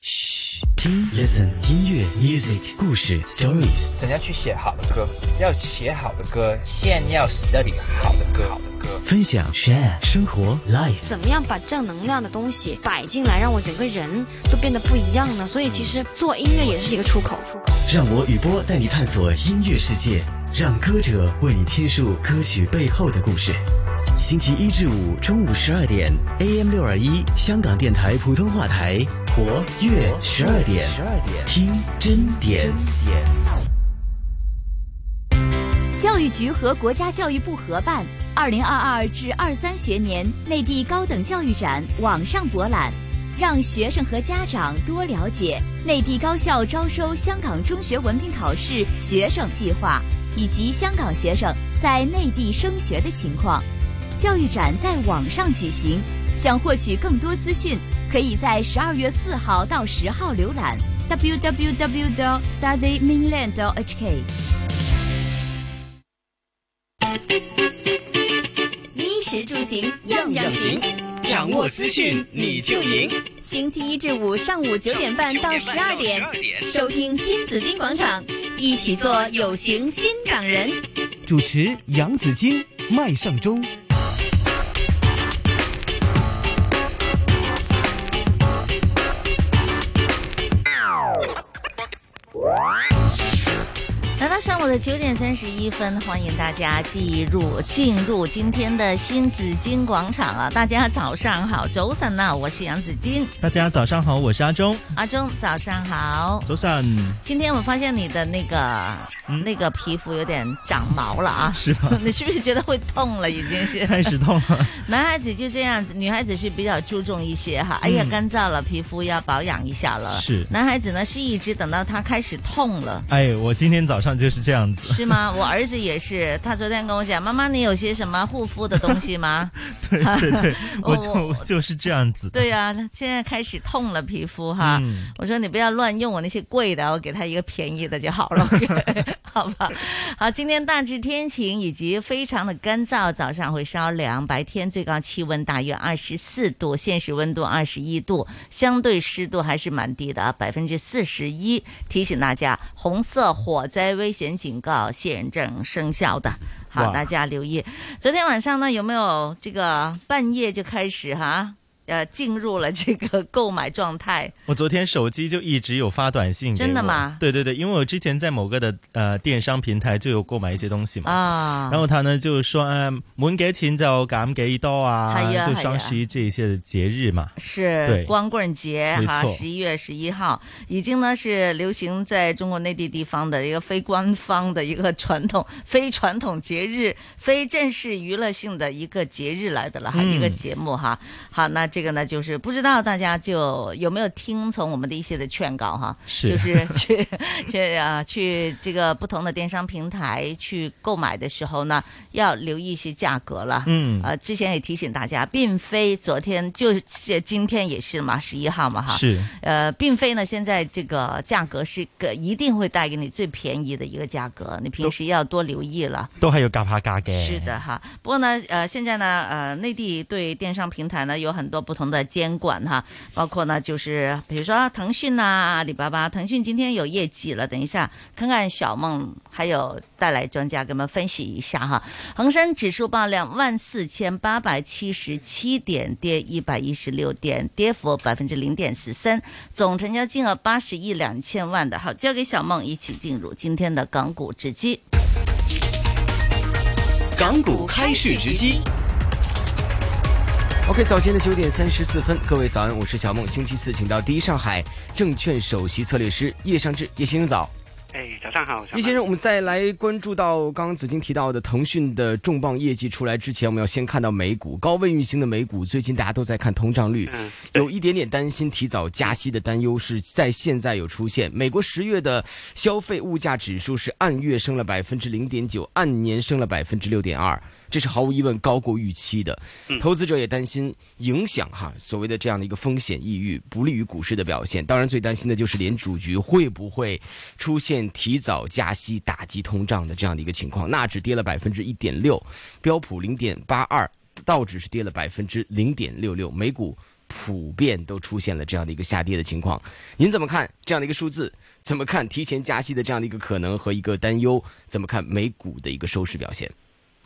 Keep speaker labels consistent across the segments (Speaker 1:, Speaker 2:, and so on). Speaker 1: 嘘，听 listen 音乐 music 故事 stories。
Speaker 2: 怎样去写好的歌？要写好的歌，先要 study 好的歌。好的歌。
Speaker 1: 分享 share 生活 life，
Speaker 3: 怎么样把正能量的东西摆进来，让我整个人都变得不一样呢？所以其实做音乐也是一个出口。出口。
Speaker 1: 让我雨波带你探索音乐世界，让歌者为你倾述歌曲背后的故事。星期一至五中午十二点，AM 六二一香港电台普通话台，活跃十二点，
Speaker 4: 十二点
Speaker 1: 听真点。
Speaker 5: 教育局和国家教育部合办二零二二至二三学年内地高等教育展网上博览，让学生和家长多了解内地高校招收香港中学文凭考试学生计划以及香港学生在内地升学的情况。教育展在网上举行，想获取更多资讯，可以在十二月四号到十号浏览 www.studymainland.hk。
Speaker 6: 衣食住行样样行，
Speaker 4: 掌握资讯你就赢。
Speaker 6: 星期一至五上午九点半到十二点，收听新紫金广场，一起做有型新港人。
Speaker 7: 主持杨紫金、麦尚中。
Speaker 8: 来到上午的九点三十一分，欢迎大家进入进入今天的新紫金广场啊！大家早上好，早晨呐、我是杨紫金，
Speaker 9: 大家早上好，我是阿忠。
Speaker 8: 阿忠早上好。
Speaker 9: 早上嗯
Speaker 8: 今天我发现你的那个、那个皮肤有点长毛了啊，
Speaker 9: 是吗
Speaker 8: 你是不是觉得会痛了？已经是
Speaker 9: 开始痛了，
Speaker 8: 男孩子就这样子，女孩子是比较注重一些哈。哎呀，
Speaker 9: 嗯
Speaker 8: 干燥了，皮肤要保养一下了。
Speaker 9: 是
Speaker 8: 男孩子呢是一直等到他开始痛了。
Speaker 9: 哎，我今天早上就是这样子。
Speaker 8: 是吗？ 我儿子也是，他昨天跟我讲，妈妈，你有些什么护肤的东西吗？
Speaker 9: 对对 对，
Speaker 8: 哦我
Speaker 9: 我就就是这样子。
Speaker 8: 对呀、现在开始痛了皮肤哈。
Speaker 9: 嗯
Speaker 8: 我说你不要乱用我那些贵的，我给他一个便宜的就好了，好吧？好，今天大致天晴以及非常的干燥，早上会稍凉，白天最高气温大约二十四度，现实温度二十一度，相对湿度还是蛮低的，百分之四十一。提醒大家，红色火灾危险警告现正生效的。好，
Speaker 9: 哇
Speaker 8: 大家留意。昨天晚上呢，有没有这个半夜就开始哈？呃，进入了这个购买状态，
Speaker 9: 我昨天手机就一直有发短信给我，
Speaker 8: 真的吗
Speaker 9: 对对对，因为我之前在某个的呃电商平台就有购买一些东西嘛，
Speaker 8: 啊，
Speaker 9: 然后他呢就说，嗯、满几钱就减几多啊，
Speaker 8: 哎呀
Speaker 9: 就双十一这一些的节日嘛，
Speaker 8: 是
Speaker 9: 对
Speaker 8: 光棍节
Speaker 9: 没
Speaker 8: 哈，
Speaker 9: 错
Speaker 8: 十一月十一号已经呢是流行在中国内地地方的一个非官方的一个传统、非传统节日、非正式娱乐性的一个节日来的了哈，
Speaker 9: 嗯
Speaker 8: 一个节目哈。好，那这个呢就是不知道大家就有没有听从我们的一些的劝告哈，
Speaker 9: 是
Speaker 8: 就是 去去啊去这个不同的电商平台去购买的时候呢，要留意一些价格了。
Speaker 9: 嗯
Speaker 8: 呃，之前也提醒大家，并非昨天就是今天也是嘛，十一号嘛哈。。
Speaker 9: 是
Speaker 8: 呃，并非呢，现在这个价格是个一定会带给你最便宜的一个价格，你平时要多留意了。
Speaker 9: 都还有夹下夹嘅，
Speaker 8: 是的哈，不过呢，呃，现在呢，呃，内地对电商平台呢有很多不同的监管哈，包括呢就是比如说腾讯呐、阿里巴巴，腾讯今天有业绩了，等一下看看小梦还有带来专家给我们分析一下哈。恒生指数报两万四千八百七十七点，跌一百一十六点，跌幅百分之零点四三，总成交金额八十亿两千万的。好，交给小梦一起进入今天的港股直击。
Speaker 4: 港股开市直击，
Speaker 10: OK，早间的九点三十四分，各位早安，我是小梦。星期四，请到第一上海证券首席策略师叶尚志，叶先生早。
Speaker 11: 哎，早上好，
Speaker 10: 叶先生，我们再来关注到刚刚紫金提到的腾讯的重磅业绩出来之前，我们要先看到美股高位运行的美股，最近大家都在看通胀率，
Speaker 11: 嗯，
Speaker 10: 有一点点担心提早加息的担忧是在现在有出现。美国十月的消费物价指数是按月升了百分之零点九，按年升了百分之六点二。这是毫无疑问高过预期的。投资者也担心影响哈所谓的这样的一个风险抑郁，不利于股市的表现。当然，最担心的就是联储局会不会出现提早加息打击通胀的这样的一个情况。纳指跌了百分之一点六，标普零点八二，道指是跌了百分之零点六六，美股。普遍都出现了这样的一个下跌的情况，您怎么看这样的一个数字？怎么看提前加息的这样的一个可能和一个担忧？怎么看美股的一个收市表现？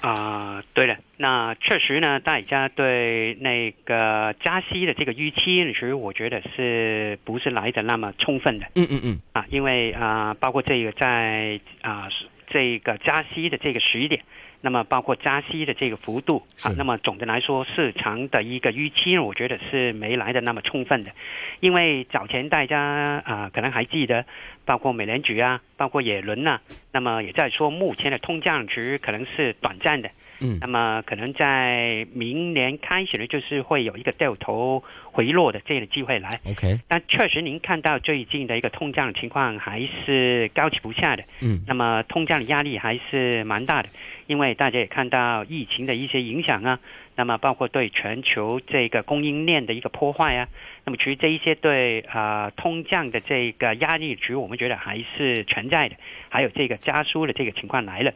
Speaker 11: 啊、对的，那确实呢，大家对那个加息的这个预期，其实我觉得是不是来的那么充分的
Speaker 10: 嗯嗯嗯，
Speaker 11: 啊？因为啊、包括这个在啊、这个加息的这个时点，那么包括加息的这个幅度啊，那么总的来说，市场的一个预期，我觉得是没来的那么充分的。因为早前大家啊、可能还记得，包括美联储啊，包括耶伦呐、那么也在说目前的通胀值可能是短暂的。
Speaker 10: 嗯
Speaker 11: 那么可能在明年开始呢，就是会有一个掉头回落的这样的机会来。
Speaker 10: OK，
Speaker 11: 但确实，您看到最近的一个通胀情况还是高起不下的，
Speaker 10: 嗯
Speaker 11: 那么通胀的压力还是蛮大的，因为大家也看到疫情的一些影响啊，那么包括对全球这个供应链的一个破坏啊，那么其实这一些对呃通胀的这个压力，其实我们觉得还是存在的，还有这个加速的这个情况来了，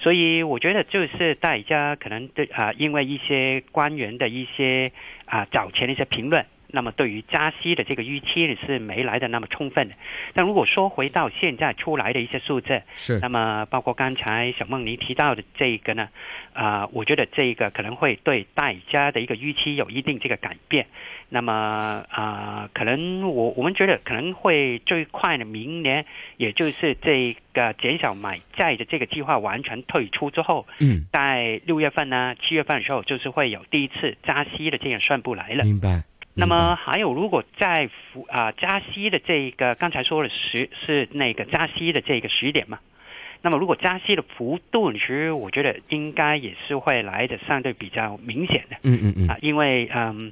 Speaker 11: 所以我觉得就是大家可能对啊、因为一些官员的一些啊、早前的一些评论。那么对于加息的这个预期呢是没来的那么充分的，但如果说回到现在出来的一些数字，
Speaker 10: 是
Speaker 11: 那么包括刚才小梦您提到的这个呢，啊、我觉得这个可能会对大家的一个预期有一定这个改变。那么啊、可能我我们觉得可能会最快的明年，也就是这个减少买债的这个计划完全退出之后，
Speaker 10: 嗯，
Speaker 11: 在六月份呢、七月份的时候，就是会有第一次加息的这样宣布来了。
Speaker 10: 明白。
Speaker 11: 那么还有，如果在服啊、加息的这个，刚才说了十是那个加息的这个十点嘛。那么如果加息的幅度，其实我觉得应该也是会来的相对比较明显的
Speaker 10: 嗯嗯嗯
Speaker 11: 啊，因为嗯，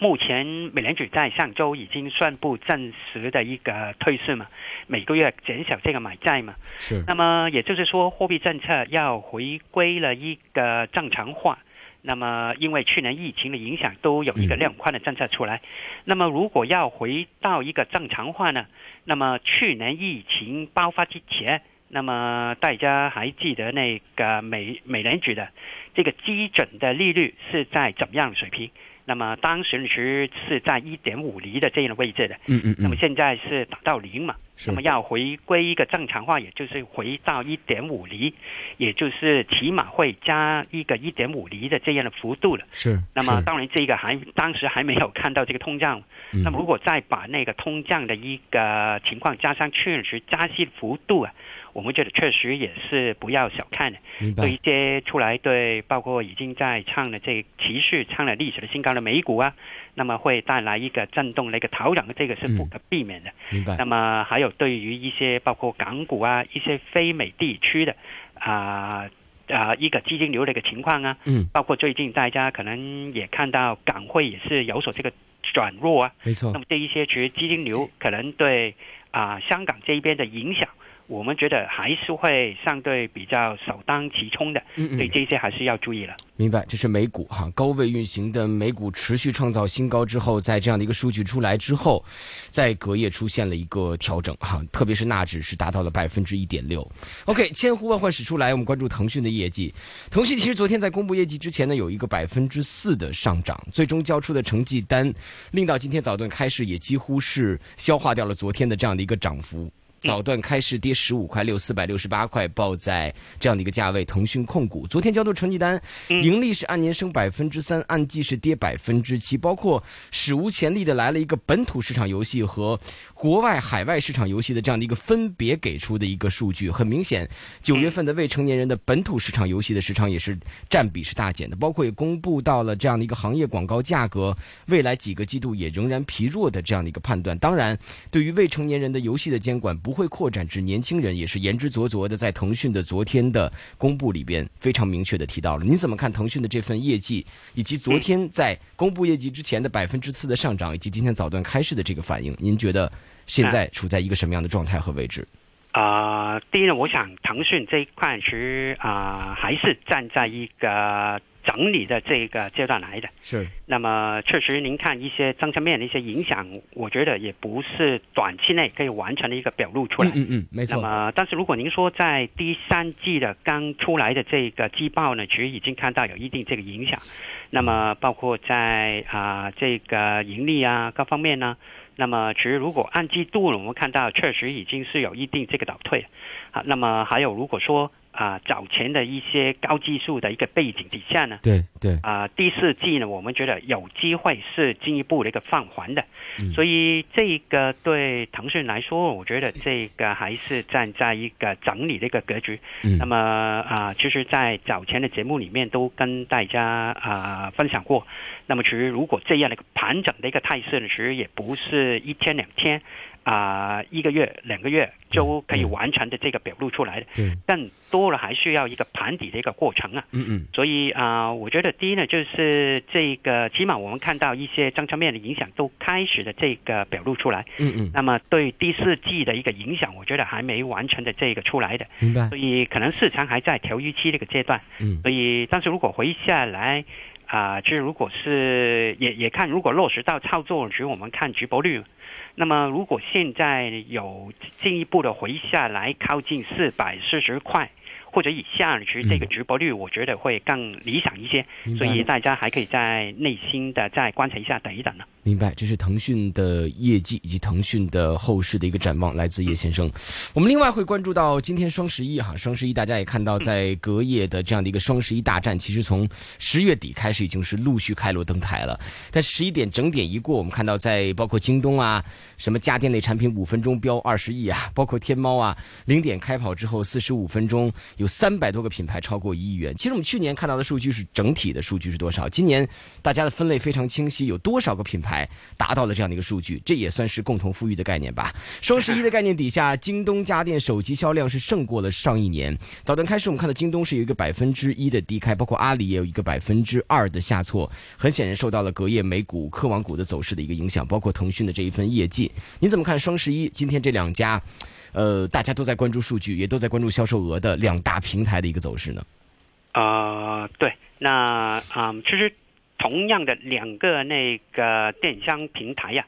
Speaker 11: 目前美联储在上周已经宣布暂时的一个退市嘛，每个月减少这个买债嘛。
Speaker 10: 是
Speaker 11: 那么也就是说，货币政策要回归了一个正常化。那么，因为去年疫情的影响，都有一个量宽的政策出来。那么，如果要回到一个正常化呢？那么去年疫情爆发之前，那么大家还记得那个美美联储的这个基准的利率是在怎么样的水平？那么当时是是在一点五厘的这样的位置的。
Speaker 10: 嗯嗯
Speaker 11: 那么现在是打到零嘛，
Speaker 10: 是
Speaker 11: 那么要回归一个正常化，也就是回到一点五厘，也就是起码会加一个一点五厘的这样的幅度了。
Speaker 10: 是
Speaker 11: 那么当然，这个还当时还没有看到这个通胀。
Speaker 10: 嗯
Speaker 11: 那么如果再把那个通胀的一个情况加上去，实加息幅度啊，我们觉得确实也是不要小看的。
Speaker 10: 明
Speaker 11: 对一些出来对，包括已经在唱了这骑士唱了历史的新高的美股啊，那么会带来一个震动的一个调整，这个是不可避免的。
Speaker 10: 嗯明白
Speaker 11: 那么还有对于一些包括港股啊，一些非美地区的啊。啊，一个资金流的一个情况啊，
Speaker 10: 嗯
Speaker 11: 包括最近大家可能也看到港汇也是有所这个转弱啊，
Speaker 10: 没错
Speaker 11: 那么这一些其实资金流可能对啊、香港这一边的影响，我们觉得还是会相对比较首当其冲的，
Speaker 10: 嗯嗯
Speaker 11: 对这些还是要注意了。
Speaker 10: 明白，这是美股哈，高位运行的美股持续创造新高之后，在这样的一个数据出来之后，在隔夜出现了一个调整哈，特别是纳指是达到了百分之一点六。OK，千呼万唤始出来，我们关注腾讯的业绩。腾讯其实昨天在公布业绩之前呢，有一个百分之四的上涨，最终交出的成绩单，令到今天早段开市也几乎是消化掉了昨天的这样的一个涨幅。早段开市跌十五块六，四百六十八块，报在这样的一个价位。腾讯控股昨天交出成绩单，盈利是按年升百分之三，按季是跌百分之七，包括史无前例的来了一个本土市场游戏和国外海外市场游戏的这样的一个分别给出的一个数据。很明显，九月份的未成年人的本土市场游戏的市场也是占比是大减的，包括也公布到了这样的一个行业广告价格未来几个季度也仍然疲弱的这样的一个判断。当然，对于未成年人的游戏的监管不会扩展至年轻人，也是言之凿凿的在腾讯的昨天的公布里边非常明确的提到了。你怎么看腾讯的这份业绩，以及昨天在公布业绩之前的百分之四的上涨，以及今天早段开市的这个反应？您觉得现在处在一个什么样的状态和位置？
Speaker 11: 啊、第一呢，我想腾讯这一块是啊、还是站在一个整理的这个阶段来的。
Speaker 10: 是
Speaker 11: 那么确实，您看一些政策面的一些影响，我觉得也不是短期内可以完全的一个表露出来。
Speaker 10: 嗯嗯，没
Speaker 11: 那
Speaker 10: 错，
Speaker 11: 么，但是如果您说在第三季的刚出来的这个季报呢，其实已经看到有一定这个啊影响。那么，包括在啊、这个盈利啊各方面呢，那么其实如果按季度呢，我们看到确实已经是有一定这个倒退。啊，那么还有如果说啊、早前的一些高技术的一个背景底下呢，
Speaker 10: 对对，
Speaker 11: 啊、第四季呢，我们觉得有机会是进一步的一个放缓的，
Speaker 10: 嗯
Speaker 11: 所以这个对腾讯来说，我觉得这个还是站在一个整理的一个格局。
Speaker 10: 嗯
Speaker 11: 那么啊、其实，在早前的节目里面都跟大家啊、分享过，那么其实如果这样的一个盘整的一个态势呢，其实也不是一天两天。啊、一个月、两个月就可以完全的这个表露出来的，
Speaker 10: 嗯对，
Speaker 11: 更多了还需要一个盘底的一个过程啊。
Speaker 10: 嗯嗯，
Speaker 11: 所以啊、我觉得第一呢，就是这个起码我们看到一些政策面的影响都开始的这个表露出来。
Speaker 10: 嗯嗯，
Speaker 11: 那么对第四季的一个影响，我觉得还没完全的这个出来的，
Speaker 10: 明白
Speaker 11: 所，以可能市场还在调预期这个阶段。
Speaker 10: 嗯
Speaker 11: 所以，但是如果回下来。啊，就是如果是也也看，如果落实到操作，只有我们看直播率。那么如果现在有进一步的回下来，靠近四百四十块或者以下，其实这个直播率我觉得会更理想一些。
Speaker 10: 嗯明白
Speaker 11: 所以大家还可以在内心的再观察一下，等一等啊呢。
Speaker 10: 明白，这是腾讯的业绩以及腾讯的后市的一个展望，来自叶先生。我们另外会关注到今天双十一哈，双十一大家也看到，在隔夜的这样的一个双十一大战，其实从十月底开始已经是陆续开锣登台了。但十一点整点一过，我们看到在包括京东啊，什么家电类产品五分钟标二十亿啊，包括天猫啊，零点开跑之后四十五分钟有三百多个品牌超过一亿元。其实我们去年看到的数据是整体的数据是多少？今年大家的分类非常清晰，有多少个品牌达到了这样的一个数据？这也算是共同富裕的概念吧。双十一的概念底下，京东家电手机销量是胜过了上一年。早段开始我们看到京东是有一个百分之一的低开，包括阿里也有一个百分之二的下挫，很显然受到了隔夜美股、科网股的走势的一个影响，包括腾讯的这一份业绩。你怎么看双十一今天这两家？呃，大家都在关注数据，也都在关注销售额的两大平台的一个走势呢。
Speaker 11: 呃，对，那嗯，其实同样的两个那个电商平台呀、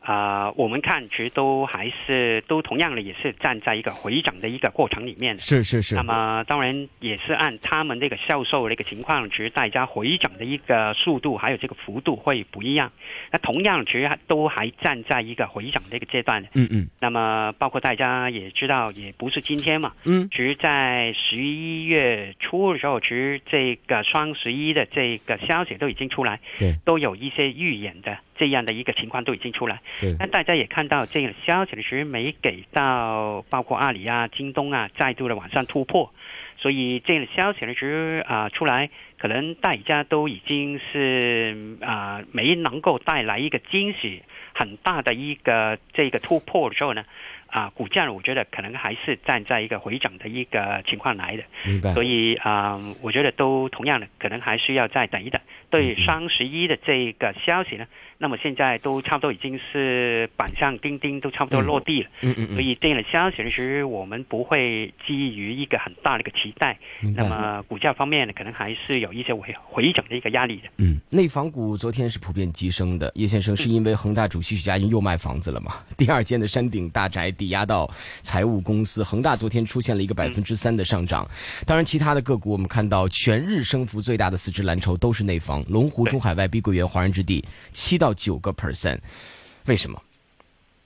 Speaker 11: 啊，我们看其实都还是都同样的也是站在一个回涨的一个过程里面的。
Speaker 10: 是是是
Speaker 11: 那么当然也是按他们这个销售的一个情况，其实大家回涨的一个速度还有这个幅度会不一样。那同样其实还都还站在一个回涨的一个阶段的。
Speaker 10: 嗯嗯
Speaker 11: 啊那么包括大家也知道，也不是今天嘛，
Speaker 10: 嗯
Speaker 11: 其实，在十一月初的时候，其实这个双十一的这个消息都已经出来，
Speaker 10: 对
Speaker 11: 都有一些预演的这样的一个情况都已经出来。
Speaker 10: 对
Speaker 11: 但大家也看到，这个消息其实没给到包括阿里啊、京东啊再度的往上突破，所以这个消息呢，其实啊、出来，可能大家都已经是啊、没能够带来一个惊喜很大的一个这个突破的时候呢。啊，股价我觉得可能还是站在一个回涨的一个情况来的，
Speaker 10: 明白
Speaker 11: 所以啊、我觉得都同样的，可能还需要再等一等。对双十一的这个消息呢，那么现在都差不多已经是板上钉钉，都差不多落地了。
Speaker 10: 嗯嗯
Speaker 11: 所以这样的消息呢，其实我们不会基于一个很大的一个期待，
Speaker 10: 明白
Speaker 11: 那么股价方面呢，可能还是有一些回回整的一个压力的。
Speaker 10: 嗯，内房股昨天是普遍急升的。叶先生是因为恒大主席许家印又卖房子了嘛？ 第二间的山顶大宅抵押到财务公司，恒大昨天出现了一个百分之三的上涨。当然，其他的个股我们看到全日升幅最大的四只蓝筹都是内房，龙湖、中海外、碧桂园、华润置地，七到九个 percent。为什么？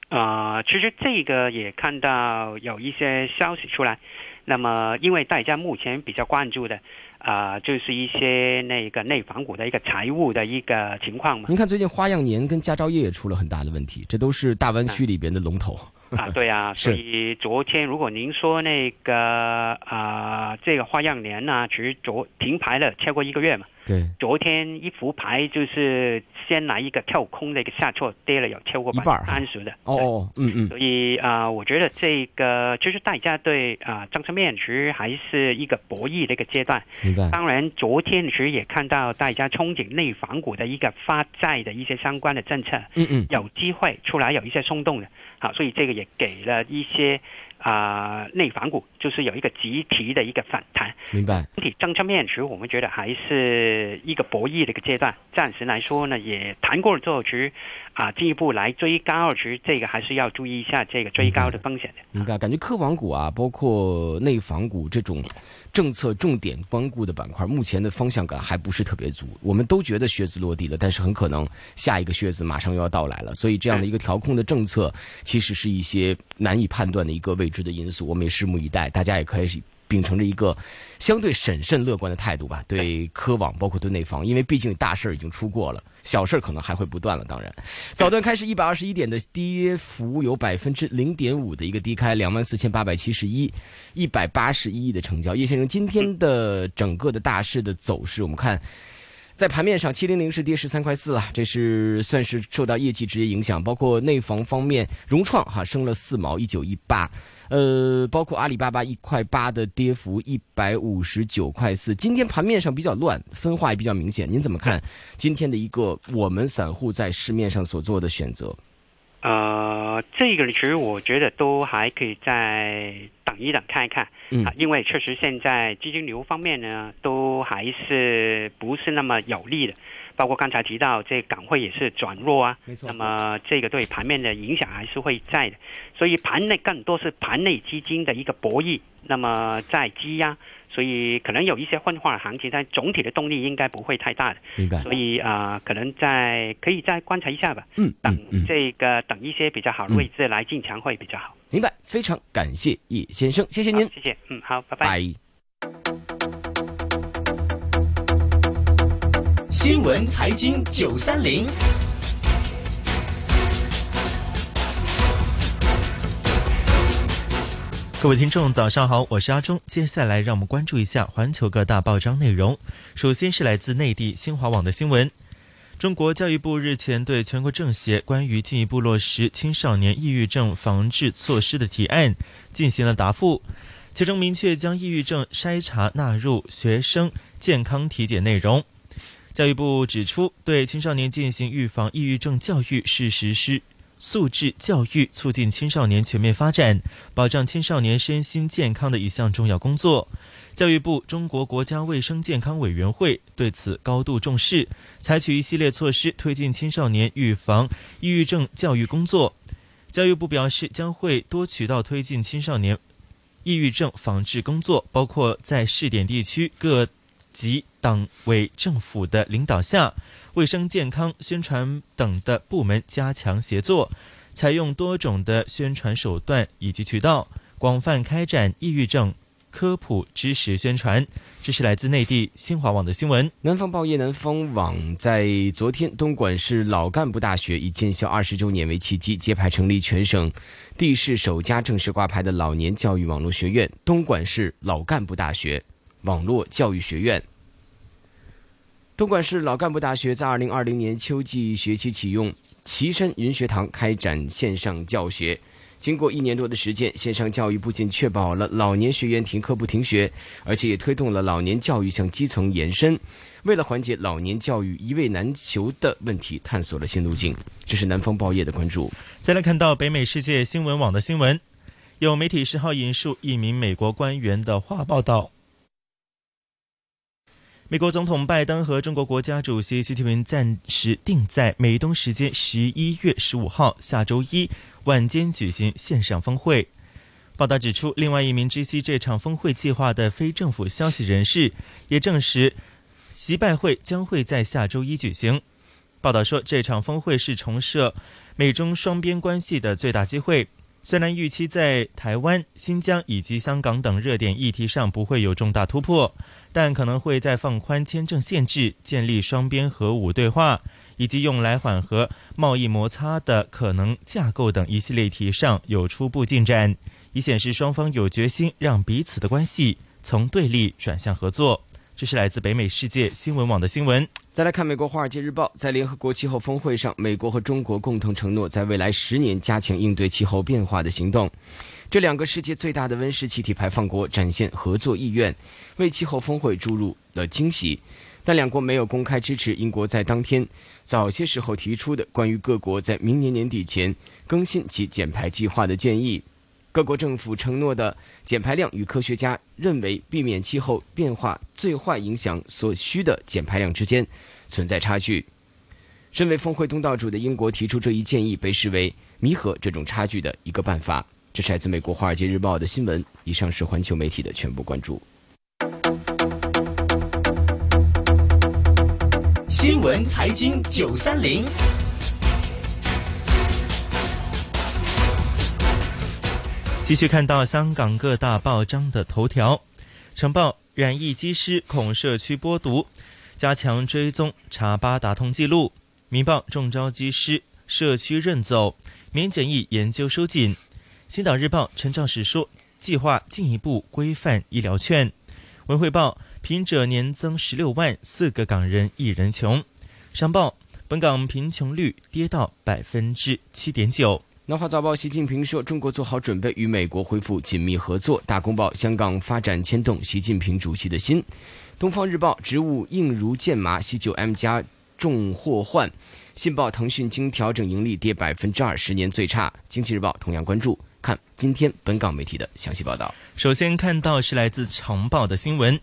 Speaker 11: 啊，其实这个也看到有一些消息出来，那么因为大家目前比较关注的啊、就是一些那个内房股的一个财务的一个情况嘛。
Speaker 10: 您看最近花样年跟佳兆业也出了很大的问题，这都是大湾区里边的龙头。
Speaker 11: 啊，对啊，
Speaker 10: 是
Speaker 11: 所以昨天如果您说那个啊、这个花样年呢、啊其实昨停牌了超过一个月嘛，
Speaker 10: 对，
Speaker 11: 昨天一副牌就是先来一个跳空的一个下挫，跌了有超过
Speaker 10: 一
Speaker 11: 百
Speaker 10: 半
Speaker 11: 分
Speaker 10: 儿
Speaker 11: 之三十的。
Speaker 10: 哦哦，嗯嗯
Speaker 11: 所，以啊、我觉得这个就是大家对啊、政策面其实还是一个博弈的一个阶段。
Speaker 10: 明白。
Speaker 11: 当然，昨天其实也看到大家憧憬内房股的一个发债的一些相关的政策，
Speaker 10: 嗯嗯
Speaker 11: 有机会出来有一些松动的，好，所以这个也给了一些啊、内反股，就是有一个集体的一个反弹。
Speaker 10: 明白。
Speaker 11: 整体政策面其实我们觉得还是一个博弈的一个阶段，暂时来说呢，也谈过了之后，其实啊进一步来追高，其实这个还是要注意一下这个追高的风险的。
Speaker 10: 明白，感觉科网股啊，包括内房股这种政策重点关顾的板块，目前的方向感还不是特别足。我们都觉得靴子落地了，但是很可能下一个靴子马上又要到来了。所以这样的一个调控的政策，其实是一些难以判断的一个未知的因素。我们也拭目以待，大家也可以秉承着一个相对审慎乐观的态度吧，对科网包括对内房，因为毕竟大事儿已经出过了，小事儿可能还会不断了。当然，早段开始一百二十一点的跌幅有百分之零点五的一个低开，两万四千八百七十一，一百八十一亿的成交。叶先生，今天的整个的大势的走势，我们看。在盘面上，七零零是跌十三块四了，啊这是算是受到业绩直接影响。包括内房方面，融创哈升了四毛一九一八，呃，包括阿里巴巴一块八的跌幅一百五十九块四。今天盘面上比较乱，分化也比较明显。您怎么看今天的一个我们散户在市面上所做的选择？
Speaker 11: 呃，这个其实我觉得都还可以再等一等看一看，
Speaker 10: 嗯
Speaker 11: 啊，因为确实现在资金流方面呢，都还是不是那么有利的，包括刚才提到这港汇也是转弱啊，
Speaker 10: 没错
Speaker 11: 那么这个对盘面的影响还是会在的，所以盘内更多是盘内基金的一个博弈，那么在积压，所以可能有一些混化的行情，但总体的动力应该不会太大的，
Speaker 10: 明白
Speaker 11: 所以啊、呃可能再可以再观察一下吧。
Speaker 10: 嗯
Speaker 11: 等这个等一些比较好的位置来进场会比较好。
Speaker 10: 明白，非常感谢叶先生，谢谢您，
Speaker 11: 谢谢，嗯，好，拜拜。
Speaker 10: 拜。
Speaker 4: 新闻财经九三零，
Speaker 9: 各位听众，早上好，我是阿忠。接下来，让我们关注一下环球各大报章内容。首先是来自内地新华网的新闻。中国教育部日前对全国政协关于进一步落实青少年抑郁症防治措施的提案进行了答复，其中明确将抑郁症筛查纳入学生健康体检内容。教育部指出，对青少年进行预防抑郁症教育是实施素质教育、促进青少年全面发展、保障青少年身心健康的一项重要工作。教育部、中国国家卫生健康委员会对此高度重视，采取一系列措施推进青少年预防抑郁症教育工作。教育部表示，将会多渠道推进青少年抑郁症防治工作，包括在试点地区各级党委政府的领导下，卫生健康宣传等的部门加强协作，采用多种的宣传手段以及渠道，广泛开展抑郁症科普知识宣传。这是来自内地新华网的新闻。
Speaker 10: 南方报业南方网在昨天，东莞市老干部大学以建校二十周年为契机，揭牌成立全省地市首家正式挂牌的老年教育网络学院——东莞市老干部大学网络教育学院。东莞市老干部大学在二零二零年秋季学期启用岐山云学堂开展线上教学。经过一年多的时间，线上教育不仅确保了老年学员停课不停学，而且也推动了老年教育向基层延伸。为了缓解老年教育一位难求的问题，探索了新路径。这是南方报业的关注。
Speaker 9: 再来看到北美世界新闻网的新闻，有媒体十号引述一名美国官员的话报道，美国总统拜登和中国国家主席习近平暂时定在美东时间十一月十五号下周一晚间举行线上峰会。报道指出，另外一名知悉这场峰会计划的非政府消息人士也证实，习拜会将会在下周一举行。报道说，这场峰会是重设美中双边关系的最大机会。虽然预期在台湾、新疆以及香港等热点议题上不会有重大突破，但可能会在放宽签证限制、建立双边核武对话，以及用来缓和贸易摩擦的可能架构等一系列议题上有初步进展，以显示双方有决心让彼此的关系从对立转向合作。这是来自北美世界新闻网的新闻。
Speaker 10: 再来看美国《华尔街日报》在联合国气候峰会上，美国和中国共同承诺在未来十年加强应对气候变化的行动。这两个世界最大的温室气体排放国展现合作意愿，为气候峰会注入了惊喜。但两国没有公开支持英国在当天早些时候提出的关于各国在明年年底前更新其减排计划的建议。各国政府承诺的减排量与科学家认为避免气候变化最坏影响所需的减排量之间存在差距。身为峰会东道主的英国提出这一建议，被视为弥合这种差距的一个办法。这是来自美国《华尔街日报》的新闻。以上是环球媒体的全部关注。
Speaker 4: 新闻财经九三零，
Speaker 9: 继续看到香港各大报章的头条，晨报染疫机师恐社区播毒，加强追踪查八达通记录。明报中招机师社区认走，免检疫研究收紧。星岛日报陈肇始说，计划进一步规范医疗券。文汇报贫者年增十六万，四个港人一人穷。商报本港贫穷率跌到百分之七点九。
Speaker 10: 南华早报，习近平说，中国做好准备与美国恢复紧密合作。大公报，香港发展牵动习近平主席的心。东方日报，植物硬如剑麻，C9M 加重祸患。信报，腾讯经调整盈利跌百分之二，十年最差。经济日报同样关注。看今天本港媒体的详细报道。
Speaker 9: 首先看到是来自长报的新闻，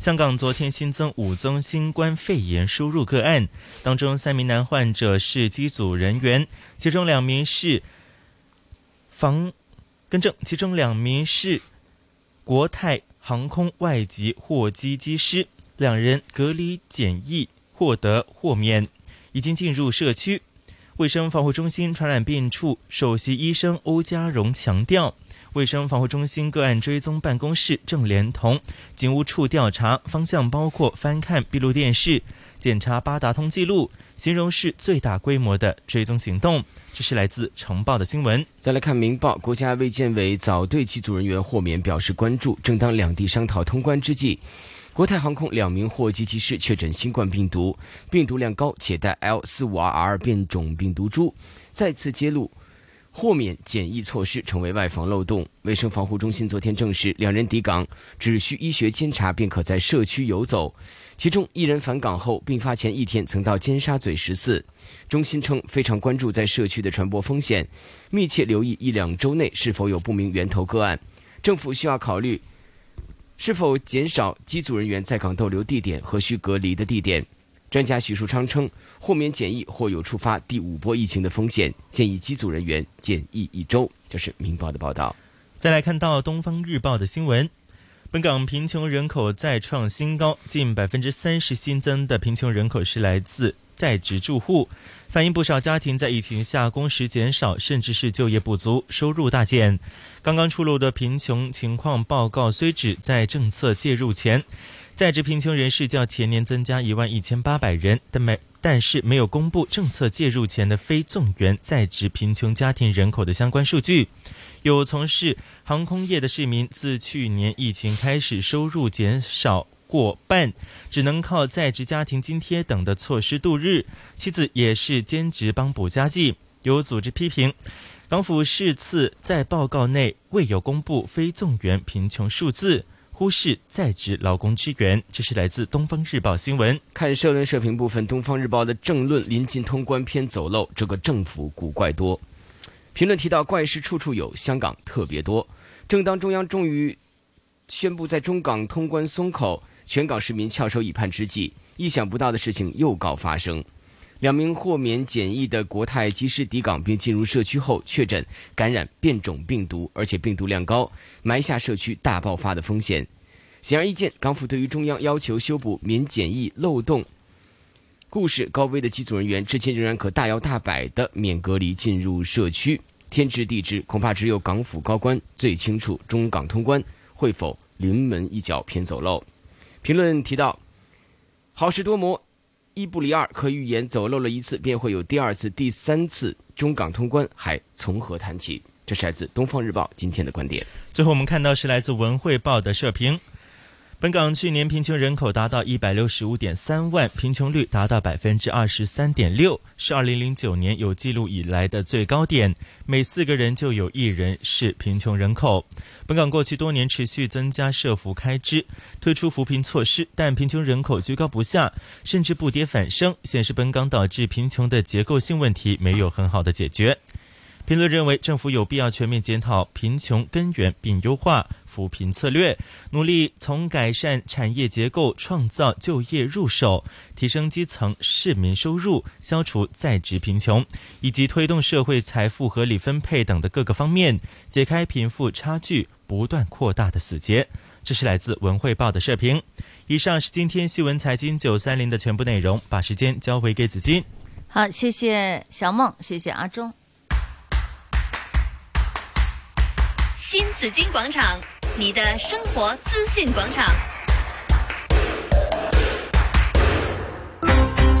Speaker 9: 香港昨天新增五宗新冠肺炎输入个案，当中三名男患者是机组人员，其中两名是防更正，其中两名是国泰航空外籍货机机师，两人隔离检疫获得豁免，已经进入社区。卫生防护中心传染病处首席医生欧家荣强调，卫生防护中心个案追踪办公室正连同警务处调查，方向包括翻看闭路电视、检查八达通记录，形容是最大规模的追踪行动。这是来自城报的新闻。
Speaker 10: 再来看《明报》，国家卫健委早对机组人员豁免表示关注。正当两地商讨通关之际，国泰航空两名货机机师确诊新冠病毒，病毒量高且带 L 四五 RR 变种病毒株，再次揭露豁免检疫措施成为外防漏洞。卫生防护中心昨天证实，两人抵港只需医学监察便可在社区游走，其中一人返港后病发前一天曾到尖沙咀十四。中心称非常关注在社区的传播风险，密切留意一两周内是否有不明源头个案，政府需要考虑。是否减少机组人员在港逗留地点和需隔离的地点？专家许树昌称，豁免检疫或有触发第五波疫情的风险，建议机组人员检疫一周。这是《明报》的报道。
Speaker 9: 再来看到《东方日报》的新闻，本港贫穷人口再创新高，近百分之三十新增的贫穷人口是来自在职住户，反映不少家庭在疫情下工时减少，甚至是就业不足，收入大减。刚刚出炉的贫穷情况报告虽指在政策介入前，在职贫穷人士较前年增加一万一千八百人，但没但是没有公布政策介入前的非纵元在职贫穷家庭人口的相关数据。有从事航空业的市民，自去年疫情开始，收入减少过半，只能靠在职家庭津贴等的措施度日。妻子也是兼职帮补家计。有组织批评，港府是次在报告内未有公布非纵元贫穷数字。忽视在职劳工支援，这是来自《东方日报》新闻。
Speaker 10: 看社论社评部分，《东方日报》的政论临近通关篇走漏，这个政府古怪多。评论提到怪事处处有，香港特别多。正当中央终于宣布在中港通关松口，全港市民翘首以盼之际，意想不到的事情又告发生。两名豁免检疫的国泰机师抵港并进入社区后确诊感染变种病毒，而且病毒量高，埋下社区大爆发的风险。显而易见，港府对于中央要求修补免检疫漏洞故事高危的机组人员，至今仍然可大摇大摆的免隔离进入社区。天知地知，恐怕只有港府高官最清楚中港通关会否临门一脚偏走漏。评论提到，好事多磨。伊布里二可预言走漏了一次，便会有第二次、第三次。中港通关还从何谈起？这是来自《东方日报》今天的观点。
Speaker 9: 最后，我们看到是来自《文汇报》的社评：本港去年贫穷人口达到一百六十五点三万，贫穷率达到百分之二十三点六，是二零零九年有记录以来的最高点。每四个人就有一人是贫穷人口。本港过去多年持续增加社服开支，推出扶贫措施，但贫穷人口居高不下，甚至不跌反升，显示本港导致贫穷的结构性问题没有很好的解决。评论认为，政府有必要全面检讨贫穷根源并优化扶贫策略，努力从改善产业结构、创造就业入手，提升基层市民收入，消除在职贫穷，以及推动社会财富合理分配等的各个方面，解开贫富差距不断扩大的死结。这是来自《文汇报》的社评。以上是今天新闻财经九三零的全部内容，把时间交回给子金。
Speaker 8: 好，谢谢小梦，谢谢阿忠。
Speaker 6: 新紫金广场，你的生活资讯广场。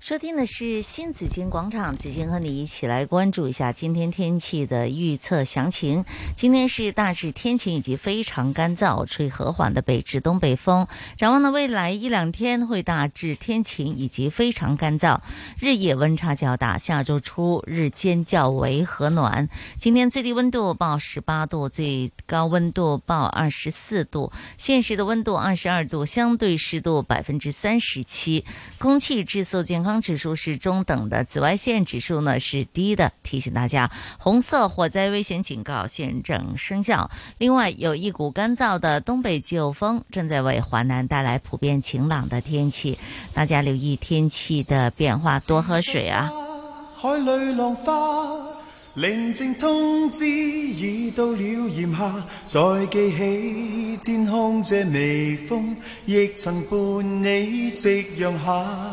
Speaker 8: 收听的是新紫金广场，紫金和你一起来关注一下今天天气的预测详情。今天是大致天晴以及非常干燥，吹和缓的北至东北风。展望呢，未来一两天会大致天晴以及非常干燥，日夜温差较大。下周初日间较为和暖。今天最低温度报十八度，最高温度报二十四度，现实的温度二十二度，相对湿度百分之三十七，空气质素健康。指数是中等的，紫外线指数呢是低的。提醒大家，红色火灾危险警告现正生效。另外，有一股干燥的东北季候风正在为华南带来普遍晴朗的天气，大家留意天气的变化，多喝水啊！
Speaker 3: 嗯
Speaker 12: 海里浪花，寧靜通知已到了炎夏，再記起天空這微風，亦曾伴你夕陽下。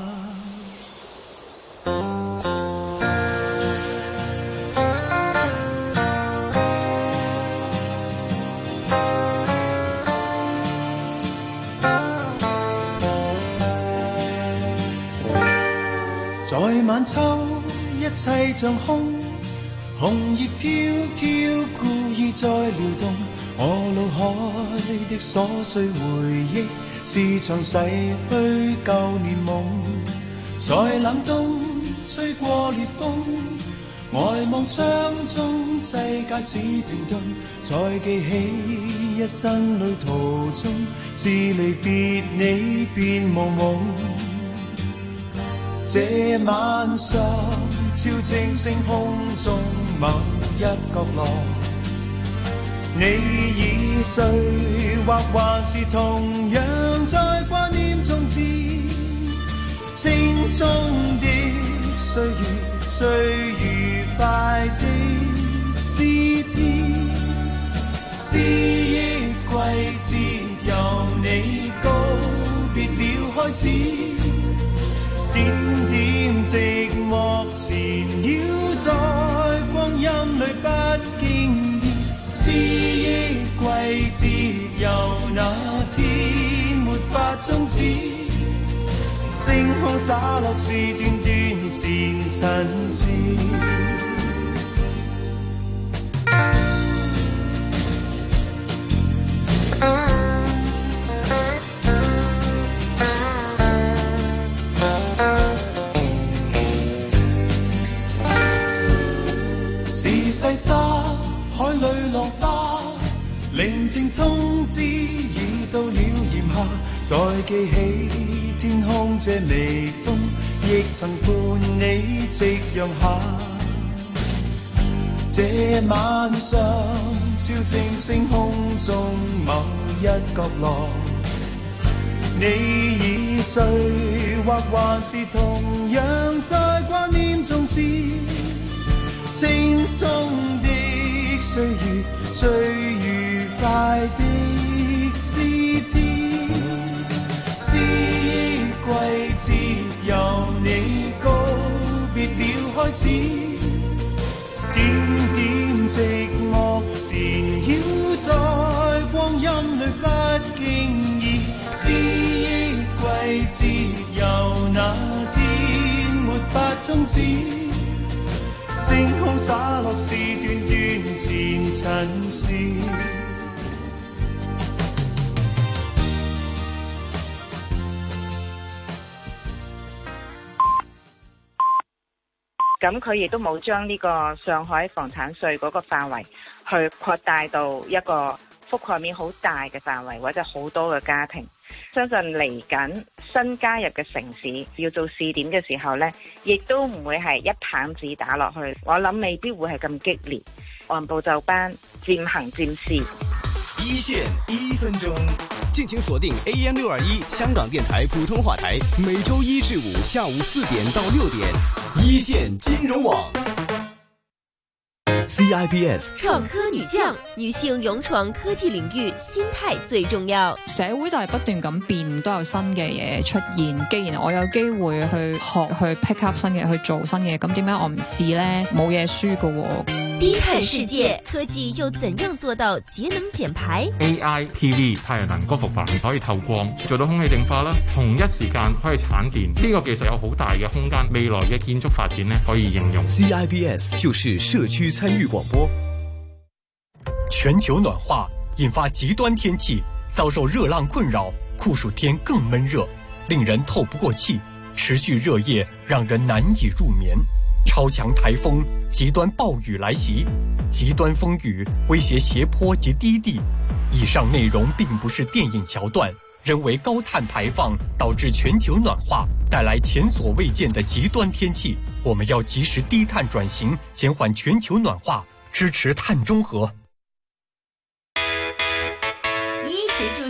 Speaker 12: 在晚秋，一切像空，紅葉飄飄，故意在撩動我腦海的瑣碎回憶，是場逝去舊年夢。在冷冬吹過烈風，呆望窗中世界似停頓，再記起一生旅途中，自離別你便無夢。這晚上，超清星空中某一角落，你已睡，或還是同樣在掛念從前。青蔥的歲月，最愉快的詩篇，思憶季節由你告別了開始。點點寂寞纏繞在光陰裏不經意，思憶季節由那天沒法終止。星空灑落是段段前塵事。細沙海裏浪花，寧靜通知已到了炎夏。再記起天空這微風，亦曾伴你夕陽下。這晚上，超靜星空中某一角落，你已睡，或還是同樣在掛念從前。青蔥的歲月，最愉快的詩篇。思憶季節由你告別了開始，點點寂寞纏繞在光陰裏不經意。思憶季節由那天沒法終止。星空灑落是段段前塵事，
Speaker 13: 咁佢亦都冇將呢個上海房產税嗰個範圍去擴大到一個覆蓋面好大嘅範圍，或者好多嘅家庭。相信嚟緊新加入嘅城市要做試點嘅時候呢，亦都唔會係一棒子打落去。我諗未必會係咁激烈，按部就班，漸行漸試。
Speaker 4: 一线一分钟，敬请锁定 AM 六二一香港电台普通话台，每周一至五下午四点到六点，一线金融网。
Speaker 1: CIBS
Speaker 14: 创科女将，女性勇闯科技领域，心态最重要。
Speaker 15: 社會就係不斷咁變，都有新嘅嘢出現。既然我有機會去學、去 pick up 新嘅、去做新嘅，咁點解我唔試呢？冇嘢輸噶喎。
Speaker 14: 低碳世界，科技又怎样做到节能减排？
Speaker 16: AI、PV、太陽能光伏板可以透光，做到空氣淨化啦。同一時間可以產電，呢、個技術有好大嘅空間。未來嘅建築發展咧，可以應用。
Speaker 1: CIBS 就是社区参与广播。
Speaker 17: 全球暖化引发极端天气，遭受热浪困扰，酷暑天更闷热，令人透不过气。持续热夜让人难以入眠。超强台风、极端暴雨来袭，极端风雨威胁斜坡及低地。以上内容并不是电影桥段，人为高碳排放导致全球暖化，带来前所未见的极端天气。我们要及时低碳转型，减缓全球暖化，支持碳中和。
Speaker 14: 衣食住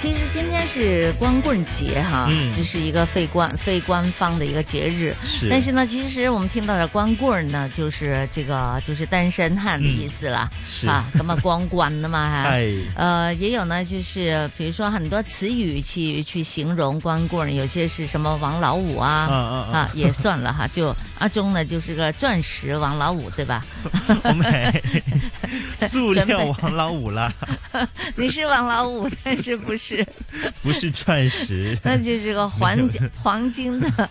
Speaker 8: 其实今天是光棍节哈，
Speaker 3: 嗯
Speaker 8: 这是一个非官非官方的一个节日。
Speaker 3: 是
Speaker 8: 但是呢，其实我们听到的光棍呢，就是这个就是单身汉的意思啦。
Speaker 3: 嗯是
Speaker 8: 啊，咁啊光棍的嘛哈。
Speaker 3: 哎
Speaker 8: 呃，也有呢，就是比如说很多词语去去形容光棍，有些是什么王老五啊，
Speaker 3: 啊啊啊
Speaker 8: 啊也算了哈。就阿忠呢，就是个钻石王老五，对吧？
Speaker 9: 塑料王老五啦，
Speaker 8: 你是王老五，但是不 是？，
Speaker 9: 不是钻石
Speaker 8: 那就 是个黄金黄金的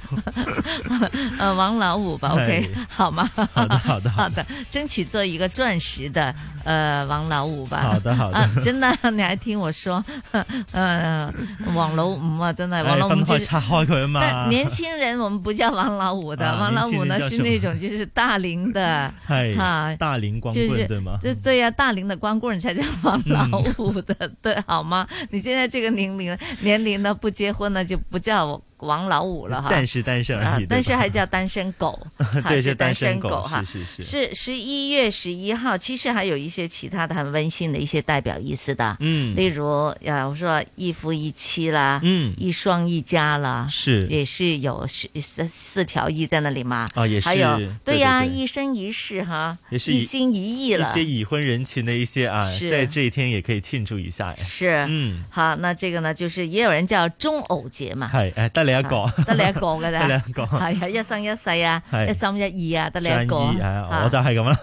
Speaker 8: 呃王老五吧，OK，
Speaker 9: 哎
Speaker 8: 好吗？好
Speaker 9: 的好的
Speaker 8: 好的，争取做一个钻石的呃王老五吧。
Speaker 9: 好的好的
Speaker 8: 啊，真的你还听我说， 呃王老五啊，真的王
Speaker 9: 哎
Speaker 8: 老五
Speaker 9: 分
Speaker 8: 就
Speaker 9: 开
Speaker 8: 是
Speaker 9: 拆开佢啊嘛
Speaker 8: 但。年 轻人我们不叫王老五的，
Speaker 9: 啊
Speaker 8: 王老五呢
Speaker 9: 年轻人叫什么，
Speaker 8: 是那种就是大龄的
Speaker 9: 哎
Speaker 8: 哈，
Speaker 9: 大龄光
Speaker 8: 啊就
Speaker 9: 棍
Speaker 8: 是
Speaker 9: 对吗嗯
Speaker 8: 对对呀、大龄的光棍 才叫王老五的，对好吗？你现在这个年龄年龄呢，不结婚呢就不叫王老五了哈。
Speaker 9: 暂时单身而
Speaker 8: 啊
Speaker 9: 哎已，对吧，
Speaker 8: 但是还叫单身狗 哈
Speaker 9: 对
Speaker 8: 是
Speaker 9: 是单身
Speaker 8: 身
Speaker 9: 狗
Speaker 8: 哈，
Speaker 9: 是是
Speaker 8: 是十一月十一号，其实还有一些其他的很温馨的一些代表意思的，
Speaker 9: 嗯
Speaker 8: 例如呃，我说一夫一妻啦，
Speaker 9: 嗯
Speaker 8: 一双一家啦，
Speaker 9: 是
Speaker 8: 也是有四四四条一在那里嘛，
Speaker 9: 啊也是
Speaker 8: 还有
Speaker 9: 对嗯
Speaker 8: 呀，
Speaker 9: 对对
Speaker 8: 一生一世哈，
Speaker 9: 也是
Speaker 8: 一
Speaker 9: 以
Speaker 8: 心一意
Speaker 9: 一
Speaker 8: 了，
Speaker 9: 些已婚人群的一些啊，
Speaker 8: 是
Speaker 9: 在这一天也可以庆祝一下呀。
Speaker 8: 是，
Speaker 9: 嗯，
Speaker 8: 好，那这个呢，就是也有人叫中偶节嘛，
Speaker 9: 系诶，得你一个，
Speaker 8: 得你一個嘅 咋，
Speaker 9: 得你一個
Speaker 8: 係啊，一生一世啊，
Speaker 9: 係
Speaker 8: 一心一意啊，得 你
Speaker 9: 張
Speaker 8: 一個
Speaker 9: 姨係啊
Speaker 8: 啊
Speaker 9: 我就係咁啦。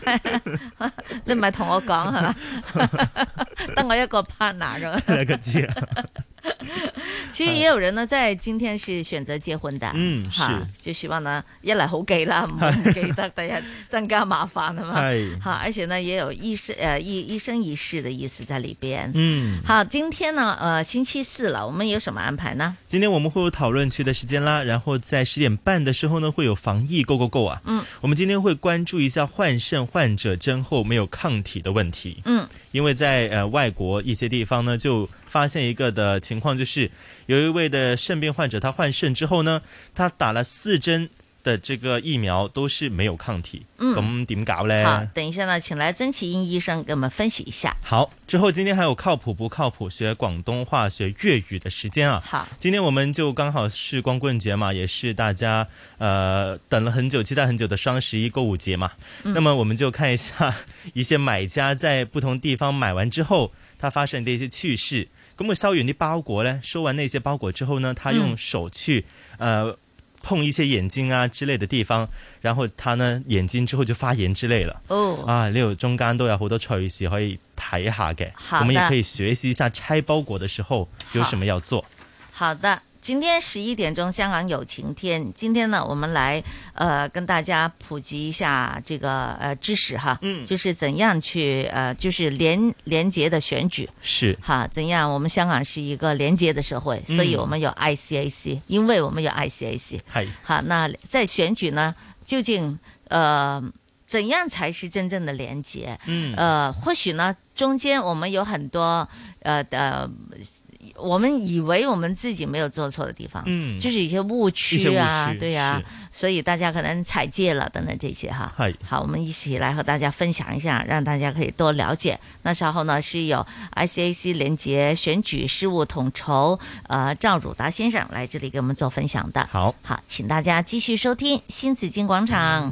Speaker 8: 你唔係同我講係嘛？ 得我一個 partner
Speaker 9: 得你
Speaker 8: 咁。
Speaker 9: 一個字啊。
Speaker 8: 其實也有人呢，在今天是選擇結婚的，
Speaker 9: 嗯
Speaker 8: 嚇
Speaker 9: 是
Speaker 8: 就希望呢一嚟好 記啦，唔好唔記得，第日增加麻煩係嘛，
Speaker 9: 係
Speaker 8: 嚇，而且呢也有一生呃一一生一世的意思在裏邊。
Speaker 9: 嗯
Speaker 8: 好，今天呢呃星期四了，我們有什麼安排呢？
Speaker 9: 今天我们会有讨论区的时间啦，然后在十点半的时候呢，会有防疫 Go Go Go 啊。
Speaker 8: 嗯
Speaker 9: 我们今天会关注一下换肾患者针后没有抗体的问题。
Speaker 8: 嗯，
Speaker 9: 因为在呃外国一些地方呢，就发现一个的情况，就是有一位的肾病患者，他换肾之后呢，他打了四针的这个疫苗都是没有抗体。
Speaker 8: 嗯
Speaker 9: 咁点搞
Speaker 8: 好
Speaker 9: 嘞？，
Speaker 8: 等一下呢，请来曾启英醫生給我們分析一下。
Speaker 9: 好，之后今天还有靠谱不靠谱学广东话、学粤语的时间啊。
Speaker 8: 好，
Speaker 9: 今天我们就刚好是光棍节嘛，也是大家呃等了很久、期待很久的双十一购物节嘛。
Speaker 18: 嗯
Speaker 9: 那么我们就看一下一些买家在不同地方买完之后，他发生的一些趣事。咁佢收完啲包裹呢，收完那些包裹之后呢，他用
Speaker 18: 嗯
Speaker 9: 手去、呃碰一些眼睛啊之类的地方，然后他呢眼睛之后就发炎之类了。
Speaker 8: 哦
Speaker 9: 啊，呢度中間都有好多趣事可以睇下嘅，
Speaker 8: 好
Speaker 9: 我们也
Speaker 8: 的
Speaker 9: 可以学习一下拆包裹的时候有什么要做。
Speaker 8: 好的，今天十一点钟香港有晴天。今天呢，我们来呃跟大家普及一下这个呃知识哈，嗯，就是怎样去呃就是廉廉洁的选举。
Speaker 9: 是
Speaker 8: 哈，怎样？我们香港是一个廉洁的社会，
Speaker 9: 嗯
Speaker 8: 所以我们有 ICAC，、因为我们有 ICAC。
Speaker 9: 系
Speaker 8: 好，那在选举呢，究竟呃怎样才是真正的廉洁？
Speaker 9: 嗯
Speaker 8: 呃，或许呢，中间我们有很多呃呃，我们以为我们自己没有做错的地方，
Speaker 9: 嗯
Speaker 8: 就是一些误
Speaker 9: 一些
Speaker 8: 区啊，
Speaker 9: 误区
Speaker 8: 对呀、
Speaker 9: 是
Speaker 8: 所以大家可能踩界了等等这些哈。
Speaker 9: 系
Speaker 8: 好，我们一起来和大家分享一下，让大家可以多了解。那稍后呢是有 ICAC 联捷选举事务统筹呃赵汝达先生来这里给我们做分享的。
Speaker 9: 好，
Speaker 8: 好，请大家继续收听新紫金广场。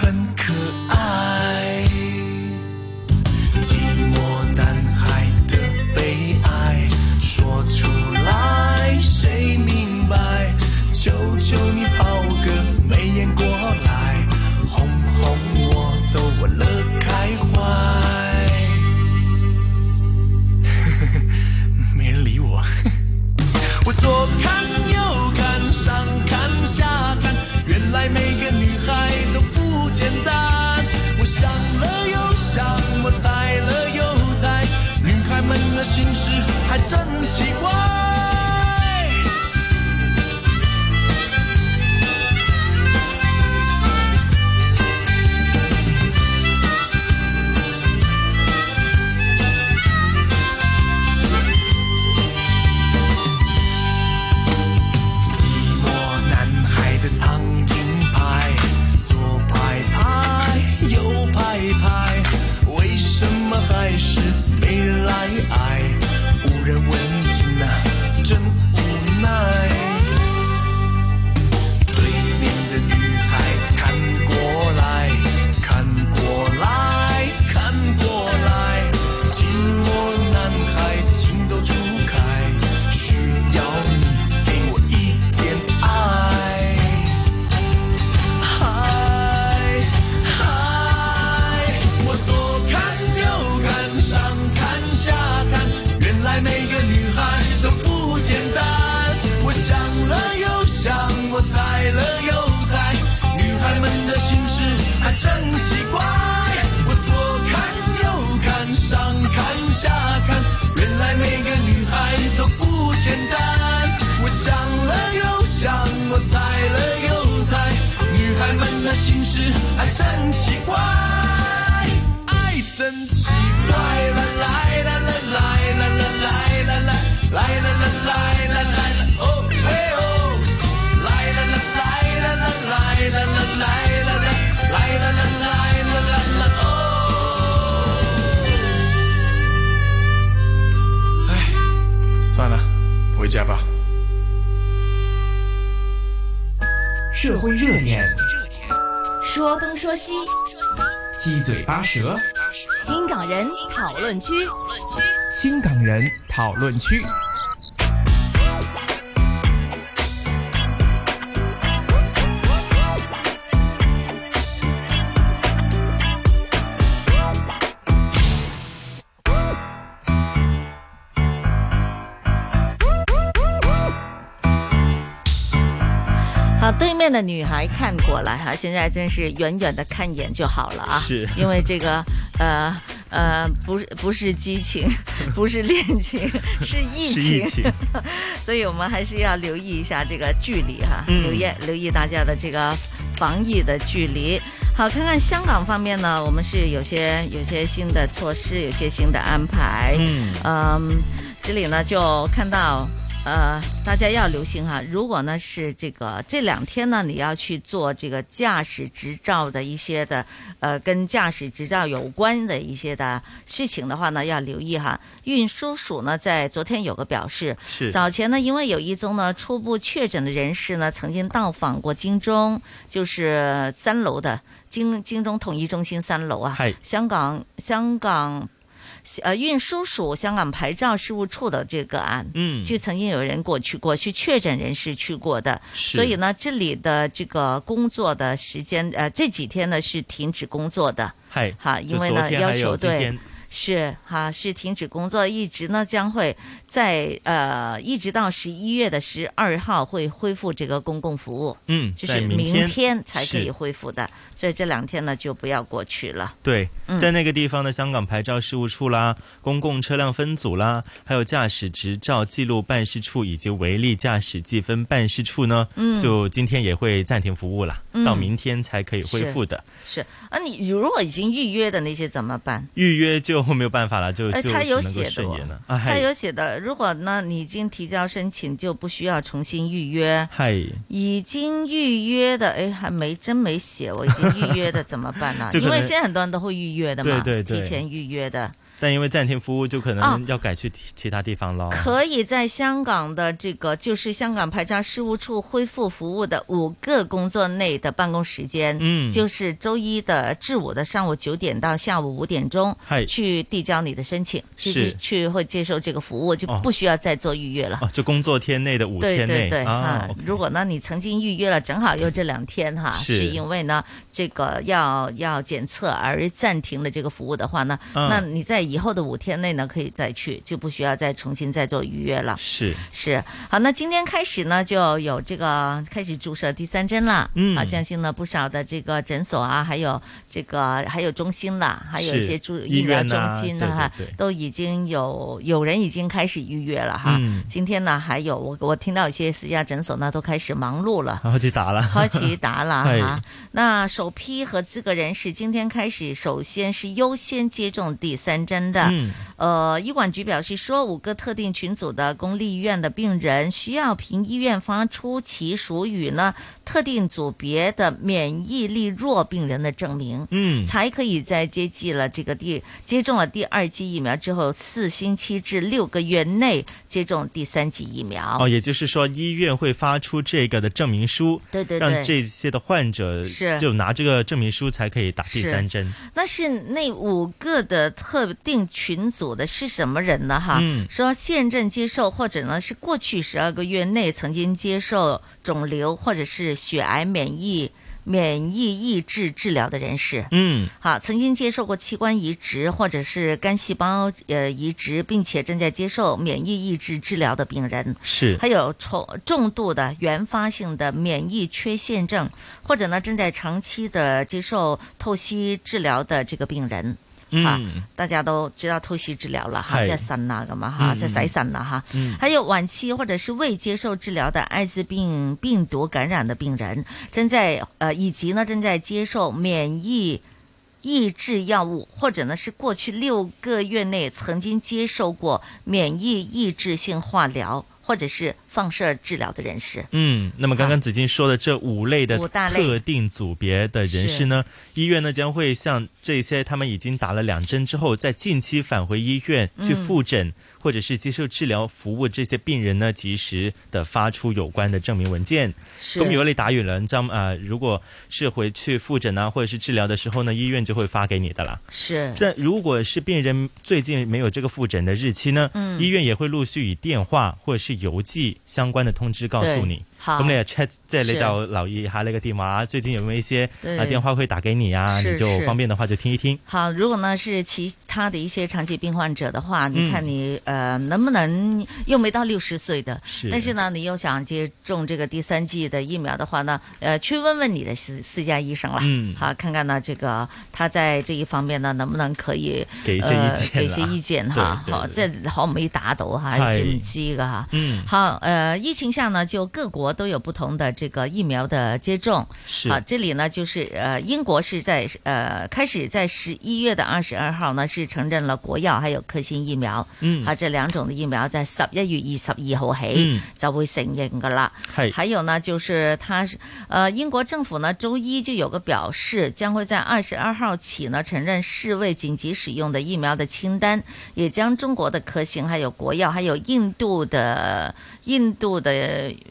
Speaker 19: 很可爱。寂寞男孩的悲哀，说出来谁明白？求求你抛个媚眼过来，哄哄我，逗我乐开 怀。没人理我。 我左看右看，上看下看，原来每个女孩都不简单。我想了又想，我猜了又猜，女孩们的心事还真奇怪。寂寞男孩的苍蝇拍，左拍拍，右拍拍，为什么还是没人来爱？无人问津啊，真无奈。对面的女孩看过来，看过来，看过来，寂寞男孩情窦初开，需要你给我一点爱。嗨嗨，我左看右看，上看下看，原来每个女孩都不简单。我想了又想，我猜了又猜，女孩们的心事还真奇怪。我左看右看，上看下看，原来每个女孩都不简单。我想了又想，我猜了又猜。女孩们的心事还真奇怪，爱真奇怪，啦啦啦啦啦啦啦啦啦啦，啦啦啦啦啦啦啦，哦嘿哦，啦啦啦啦啦啦啦啦啦啦啦啦，啦啦啦啦啦啦啦哦。
Speaker 20: 算了，回家吧。
Speaker 17: 社会热点，
Speaker 14: 说东说西，
Speaker 17: 七嘴八舌，
Speaker 14: 新港人讨论区。
Speaker 17: 新港人讨论区。
Speaker 8: 好，对面的女孩看过来哈，现在真是远远的看一眼就好了啊，
Speaker 9: 是
Speaker 8: 因为这个呃呃，不是不是 激情，不是恋情， 是疫
Speaker 9: 是疫
Speaker 8: 情，
Speaker 9: 情
Speaker 8: 所以我们还是要留意一下这个距离哈，
Speaker 9: 嗯
Speaker 8: 留意留意大家的这个防疫的距离。好，看看香港方面呢，我们是有些有些新的措施，有些新的安排，
Speaker 9: 嗯
Speaker 8: 嗯，这里呢就看到呃，大家要留心哈。如果呢是这个这两天呢，你要去做这个驾驶执照的一些的呃跟驾驶执照有关的一些的事情的话呢，要留意哈。运输署呢在昨天有个表示，
Speaker 21: 是
Speaker 8: 早前呢因为有一宗呢初步确诊的人士呢曾经到访过京中，就是三楼的京京中统一中心三楼啊
Speaker 9: 是，
Speaker 8: 香港香港。呃，运输署香港牌照事务处的这个案，
Speaker 9: 嗯
Speaker 8: 就曾经有人过去过，去确诊人士去过的，
Speaker 9: 是
Speaker 8: 所以呢，这里的这个工作的时间，呃，这几天呢是停止工作的，
Speaker 9: 嗨，
Speaker 8: 哈，
Speaker 9: 就
Speaker 8: 因为
Speaker 9: 昨
Speaker 8: 呢
Speaker 9: 天
Speaker 8: 要
Speaker 9: 还有
Speaker 8: 求
Speaker 9: 今
Speaker 8: 对
Speaker 9: 天。
Speaker 8: 是哈，是停止工作，一直呢将会在呃，一直到十一月的十二号会恢复这个公共服务，
Speaker 9: 嗯
Speaker 8: 就是
Speaker 9: 在明
Speaker 8: 明
Speaker 9: 天
Speaker 8: 天才可以
Speaker 9: 是
Speaker 8: 恢复的，所以这两天呢就不要过去了。
Speaker 9: 对
Speaker 8: 嗯，
Speaker 9: 在那个地方的香港牌照事务处啦、公共车辆分组啦，还有驾驶执照记录办事处以及违例驾驶记分办事处呢，
Speaker 8: 嗯
Speaker 9: 就今天也会暂停服务啦，
Speaker 8: 嗯
Speaker 9: 到明天才可以恢复的。
Speaker 8: 是啊，你如果已经预约的那些怎么办？
Speaker 9: 预约就没有办法了，就
Speaker 8: 哎
Speaker 9: 就
Speaker 8: 他有
Speaker 9: 只能够
Speaker 8: 写的
Speaker 9: 顺
Speaker 8: 哦
Speaker 9: 延了。啊
Speaker 8: 他
Speaker 9: 嗨
Speaker 8: 有写的，如果呢你已经提交申请，就不需要重新预约。
Speaker 9: 嗨，
Speaker 8: 已经预约的，哎，还没真没写，我已经预约的怎么办呢、
Speaker 9: 就可
Speaker 8: 因为
Speaker 9: 能
Speaker 8: 现在很多人都会预约的嘛，
Speaker 9: 对对对
Speaker 8: 提前预约的，
Speaker 9: 但因为暂停服务，就可
Speaker 8: 哦
Speaker 9: 能要改去其其他地方咯。
Speaker 8: 可以在香港的这个就是香港牌照事务处恢复服务的五个工作内的办公时间，
Speaker 9: 嗯
Speaker 8: 就是周一的至五的上午九点到下午五点钟
Speaker 9: 嗨，
Speaker 8: 去递交你的申请，去
Speaker 9: 是
Speaker 8: 去会接受这个服务，就
Speaker 9: 哦
Speaker 8: 不需要再做预约了。
Speaker 9: 哦，就工作天内的五
Speaker 8: 对
Speaker 9: 天
Speaker 8: 对
Speaker 9: 内
Speaker 8: 对嗯
Speaker 9: 啊，OK
Speaker 8: 如果呢你曾经预约了，正好又这两天哈，
Speaker 9: 是
Speaker 8: 因为呢这个要要检测而暂停了这个服务的话呢，
Speaker 9: 嗯
Speaker 8: 那你在以后的五天内呢可以再去，就不需要再重新再做预约了。
Speaker 9: 是
Speaker 8: 是好，那今天开始呢，就有这个开始注射第三针了。
Speaker 9: 嗯
Speaker 8: 好，相信呢不少的这个诊所啊，还有这个还有中心啦，还有
Speaker 9: 是
Speaker 8: 一些注
Speaker 9: 医
Speaker 8: 疫苗
Speaker 9: 院
Speaker 8: 中
Speaker 9: 啊
Speaker 8: 心
Speaker 9: 对
Speaker 8: 哈、
Speaker 9: 对对
Speaker 8: 都已经有有人已经开始预约了哈。
Speaker 9: 嗯
Speaker 8: 今天呢，还有我我听到有些私家诊所呢都开始忙 碌了。
Speaker 9: 然后就打了，
Speaker 8: 开始打了
Speaker 9: 对
Speaker 8: 哈，那首批和资格人士今天开始，首先是优先接种第三针的。
Speaker 9: 嗯
Speaker 8: 呃，医管局表示说，五个特定群组的公立医院的病人需要凭医院发出其属于呢特定组别的免疫力弱病人的证明，
Speaker 9: 嗯
Speaker 8: 才可以在接剂了这个第接种了第二剂疫苗之后四星期至六个月内接种第三剂疫苗。
Speaker 9: 哦，也就是说，医院会发出这个的证明书，
Speaker 8: 对对对
Speaker 9: 让这些的患者
Speaker 8: 是
Speaker 9: 就拿这个证明书才可以打第
Speaker 8: 是
Speaker 9: 三针。
Speaker 8: 那是那五个的特定群组的是什么人呢？哈，
Speaker 9: 嗯
Speaker 8: 说现任接受或者呢是过去十二个月内曾经接受肿瘤或者是血癌免疫免疫抑制治疗的人士。
Speaker 9: 嗯，
Speaker 8: 好，曾经接受过器官移植或者是干细胞呃移植，并且正在接受免疫抑制治疗的病人，
Speaker 9: 是
Speaker 8: 还有重重度的原发性的免疫缺陷症，或者呢正在长期的接受透析治疗的这个病人。哈
Speaker 22: 嗯，
Speaker 8: 大家都知道透析治疗啦，哈，
Speaker 22: 係
Speaker 8: 即係腎啊咁啊，哈，
Speaker 22: 嗯
Speaker 8: 即係洗腎啦，哈。
Speaker 22: 嗯
Speaker 8: 還有晚期或者是未接受治療的艾滋病病毒感染的病人，正在呃以及呢正在接受免疫抑制药物，或者呢是过去六个月内曾经接受过免疫抑制性化疗或者是放射治疗的人士。
Speaker 9: 嗯，那么刚刚子金说的这五类的
Speaker 8: 五大类
Speaker 9: 特定组别的人士呢，医院呢将会向这些他们已经打了两针之后，在近期返回医院
Speaker 8: 嗯
Speaker 9: 去复诊、或者是接受治疗服务这些病人呢，及时的发出有关的证明文件。
Speaker 8: 是
Speaker 9: 咁如果你打完两针啊、呃如果是回去复诊啊或者是治疗的时候呢，医院就会发给你的啦。
Speaker 8: 是
Speaker 9: 但如果是病人最近没有这个复诊的日期呢，
Speaker 8: 嗯
Speaker 9: 医院也会陆续以电话或者是邮寄相关的通知告诉
Speaker 8: 对
Speaker 9: 你。
Speaker 8: 好
Speaker 9: 咁你又 check，即係你
Speaker 8: 是
Speaker 9: 就留意一下呢個電話，最近有冇一些
Speaker 8: 對
Speaker 9: 啊電話會打給你啊？
Speaker 8: 是
Speaker 9: 你就是方便的話就聽一聽。
Speaker 8: 好，如果呢是其他的一些长期病患者的话，你
Speaker 9: 嗯
Speaker 8: 看你呃能不能又没到六十岁的，
Speaker 9: 是
Speaker 8: 但是呢你又想接种这个第三剂的疫苗的话呢，呃，去问问你的私私家医生啦，
Speaker 9: 嗯
Speaker 8: 好，看看呢这个他在这一方面呢能不能可以
Speaker 9: 給一些
Speaker 8: 呃
Speaker 9: 意見啦
Speaker 8: 给一些意見哈，
Speaker 9: 對對
Speaker 8: 好，
Speaker 9: 對
Speaker 8: 即係可唔可以打到吓，
Speaker 9: 係
Speaker 8: 知唔知噶吓，
Speaker 9: 嗯
Speaker 8: 好，呃，疫情下呢就各國。国都有不同的这个疫苗的接种。啊
Speaker 9: 是
Speaker 8: 好，这里呢就是呃，英国是在呃开始在十一月的二十二号呢是承认了国药还有科兴疫苗，
Speaker 9: 嗯
Speaker 8: 啊这两种的疫苗在十一月二十二號起、
Speaker 9: 嗯
Speaker 8: 就會承認噶啦。
Speaker 9: 係
Speaker 8: 還有呢，就是它是呃英國政府呢周一就有個表示，將會在二十二號起呢承認世衛緊急使用的疫苗的清單，也將中國的科興、還有國藥、還有印度的印度的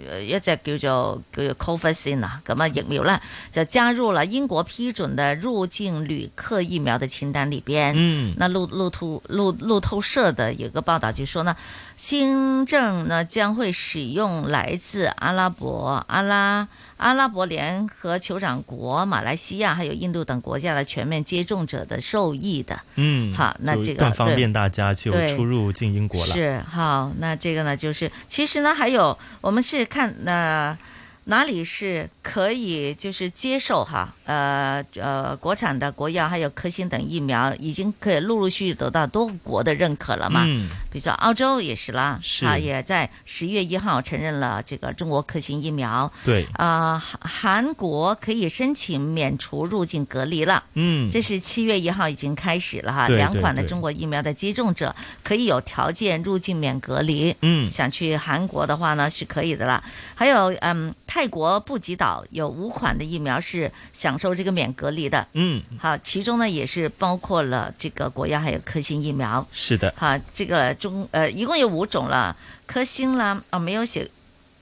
Speaker 8: 呃一隻叫做叫做 Covaxin 啊咁啊疫苗咧，就加入了英國批准的入境旅客疫苗的清單裏邊。
Speaker 9: 嗯
Speaker 8: 那路路透路路透社的有个报道就说呢，新政呢将会使用来自阿拉伯、阿拉阿拉伯联合酋长国、马来西亚还有印度等国家的全面接种者的受益的。
Speaker 9: 嗯，
Speaker 8: 好，那
Speaker 9: 就
Speaker 8: 这个
Speaker 9: 更方
Speaker 8: 对
Speaker 9: 便大家就
Speaker 8: 对
Speaker 9: 出入境英国了。
Speaker 8: 是好，那这个呢，就是其实呢，还有我们是看呃哪里是可以就是接受哈，呃呃国产的国药还有科兴等疫苗已经可以陆陆续续得到多国的认可了嘛。
Speaker 9: 嗯
Speaker 8: 比如说澳洲也是啦，
Speaker 9: 是
Speaker 8: 啊，也在十月一号承认了这个中国科兴疫苗。
Speaker 9: 对
Speaker 8: 啊、韩韩国可以申请免除入境隔离了。
Speaker 9: 嗯
Speaker 8: 这是七月一号已经开始了哈。
Speaker 9: 对
Speaker 8: 两
Speaker 9: 对
Speaker 8: 款的
Speaker 9: 对
Speaker 8: 中国疫苗的接种者可以有条件入境免隔离。
Speaker 9: 嗯
Speaker 8: 想去韩国的话呢是可以的啦。还有嗯，泰国布吉岛有五款的疫苗是享受这个免隔离的。
Speaker 9: 嗯，
Speaker 8: 好，其中呢也是包括了这个国药还有科兴疫苗。
Speaker 9: 是的，
Speaker 8: 哈，这个中呃一共有五种了，科兴啦，啊、没有写，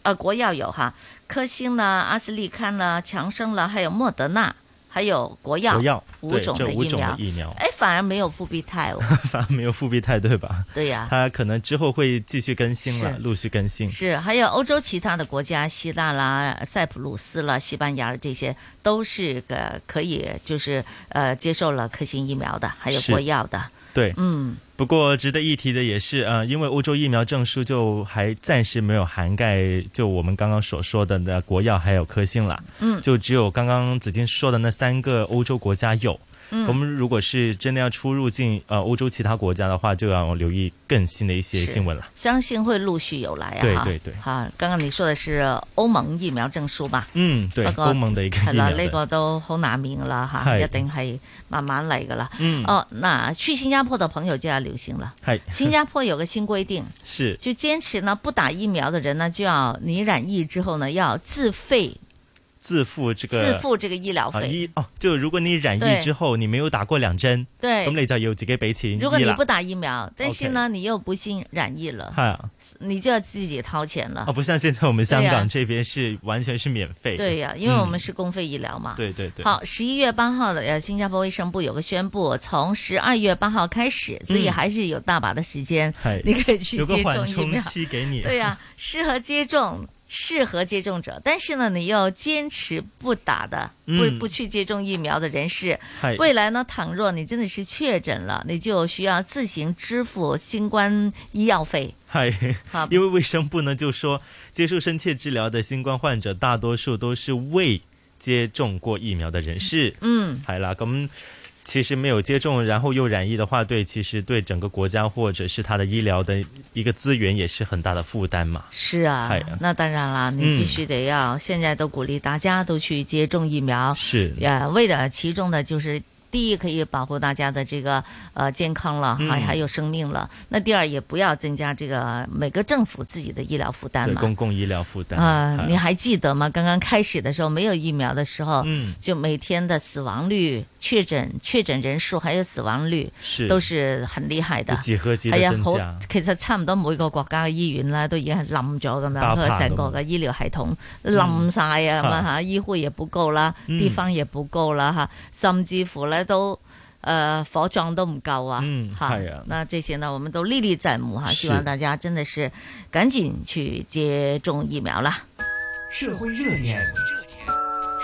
Speaker 8: 呃国药有哈，科兴啦、阿斯利康啦、强生啦，还有莫德纳，还有国药，
Speaker 9: 国药
Speaker 8: 五
Speaker 9: 对
Speaker 8: 种
Speaker 9: 这
Speaker 8: 的
Speaker 9: 五
Speaker 8: 疫
Speaker 9: 种的
Speaker 8: 苗，
Speaker 9: 疫苗
Speaker 8: 哎，反而没有复必泰 哦，
Speaker 9: 反 而没有复必泰，对吧？
Speaker 8: 对呀
Speaker 9: 它可能之后会继续更新了，
Speaker 8: 是
Speaker 9: 陆续更新。
Speaker 8: 是，还有欧洲其他的国家，希腊啦、塞浦路斯啦、西班牙这些，都是个可以就是呃接受了科兴疫苗的，还有
Speaker 9: 是
Speaker 8: 国药的，
Speaker 9: 对，
Speaker 8: 嗯。
Speaker 9: 不过值得一提的也是，呃，因为欧洲疫苗证书就还暂时没有涵盖就我们刚刚所说的那国药还有科兴了，
Speaker 18: 嗯
Speaker 9: 就只有刚刚紫金说的那三个欧洲国家有。
Speaker 18: 嗯
Speaker 9: 我们如果是真的要出入境呃欧洲其他国家的话，就要留意更新的一些
Speaker 8: 是
Speaker 9: 新闻了。
Speaker 8: 相信会陆续有来啊。
Speaker 9: 对对对
Speaker 8: 啊，刚刚你说的是欧盟疫苗证書吧？
Speaker 9: 嗯，對
Speaker 8: 不過
Speaker 9: 歐盟的一個
Speaker 8: 係啦，
Speaker 9: 疫苗的
Speaker 8: 呢個都好難免噶啦吓，
Speaker 9: 係
Speaker 8: 一定係慢慢嚟噶啦。
Speaker 9: 嗯
Speaker 8: 哦，那去新加坡的朋友就要留心 了。
Speaker 9: 嗨，
Speaker 8: 新加坡有個新規定，
Speaker 9: 是
Speaker 8: 就堅持呢不打疫苗的人呢，就要你染疫之後呢，要自費
Speaker 9: 自付这个
Speaker 8: 自付這個醫療
Speaker 9: 啊
Speaker 8: 費。
Speaker 9: 醫哦，就如果你染
Speaker 8: 對
Speaker 9: 疫之後，你沒有打過兩針，
Speaker 8: 對
Speaker 9: 咁你就要自己俾錢
Speaker 8: 如果
Speaker 9: 醫
Speaker 8: 你
Speaker 9: 啦
Speaker 8: 不打疫苗，但是呢你又不幸染疫了，
Speaker 9: 係啊。
Speaker 8: 你就要自己掏錢了
Speaker 9: 啊，。不像现在我们香
Speaker 8: 对呀
Speaker 9: 港这边是完全是免费的。
Speaker 8: 对呀，因为我
Speaker 9: 嗯、
Speaker 8: 们是公费醫療嘛。
Speaker 9: 对对对，
Speaker 8: 好，十一月八号的呃，新加坡卫生部有个宣布，从十二月八号开始，所以
Speaker 9: 嗯
Speaker 8: 还是有大把的时间，
Speaker 9: 嗨，
Speaker 8: 你可以去
Speaker 9: 有个
Speaker 8: 接
Speaker 9: 缓
Speaker 8: 种疫
Speaker 9: 冲
Speaker 8: 苗。
Speaker 9: 期 给你。
Speaker 8: 对呀、适合接种，适合接种者，但是呢，你要坚持不打的，
Speaker 9: 嗯
Speaker 8: 不不去接种疫苗的人士
Speaker 9: 嗨，
Speaker 8: 未来呢，倘若你真的是确诊了，你就需要自行支付新冠医药费。
Speaker 9: 嗨
Speaker 8: 好，
Speaker 9: 因为卫生部呢就说，接受深切治疗的新冠患者大多数都是未接种过疫苗的人士。
Speaker 8: 嗯
Speaker 9: 系啦，咁其实没有接种，然后又染疫的话，对，其实对整个国家或者是他的医疗的一个资源也是很大的负担嘛。
Speaker 8: 是啊
Speaker 9: 哎呀，
Speaker 8: 那当然啦，你
Speaker 9: 嗯
Speaker 8: 必须得要。现在都鼓励大家都去接种疫苗，
Speaker 9: 是
Speaker 8: 呀，呃为了其中的就是。第一，可以保护大家的这个呃健康了，还
Speaker 9: 嗯
Speaker 8: 还有生命了。那第二，也不要增加这个每个政府自己的医疗负担
Speaker 9: 对
Speaker 8: 嘛。
Speaker 9: 公共医疗负担
Speaker 8: 啊、
Speaker 9: 哎
Speaker 8: 你还记得吗？刚刚开始的时候，没有疫苗的时候，
Speaker 9: 嗯
Speaker 8: 就每天的死亡率、确诊、确诊人数还有死亡率，
Speaker 9: 是
Speaker 8: 都是很厉害的。
Speaker 9: 幾何級的
Speaker 8: 係啊，
Speaker 9: 增
Speaker 8: 好
Speaker 9: 加，
Speaker 8: 其實差唔多每個國家嘅醫院啦，都已經係冧咗咁樣，
Speaker 9: 爆
Speaker 8: 佢
Speaker 9: 棚
Speaker 8: 成個
Speaker 9: 咁
Speaker 8: 嘅醫療系統
Speaker 9: 嗯
Speaker 8: 冧晒啊咁
Speaker 9: 啊
Speaker 8: 樣嚇，醫護也不夠啦，
Speaker 9: 嗯
Speaker 8: 地方也不夠啦嚇，甚至乎咧都誒、呃火葬都唔夠啊
Speaker 9: 嗯
Speaker 8: 嚇。
Speaker 9: 係啊
Speaker 8: 那這些呢，我們都歷歷在目哈，
Speaker 23: 是
Speaker 8: 希望大家真的是趕緊去接種疫苗啦。
Speaker 23: 社会热点，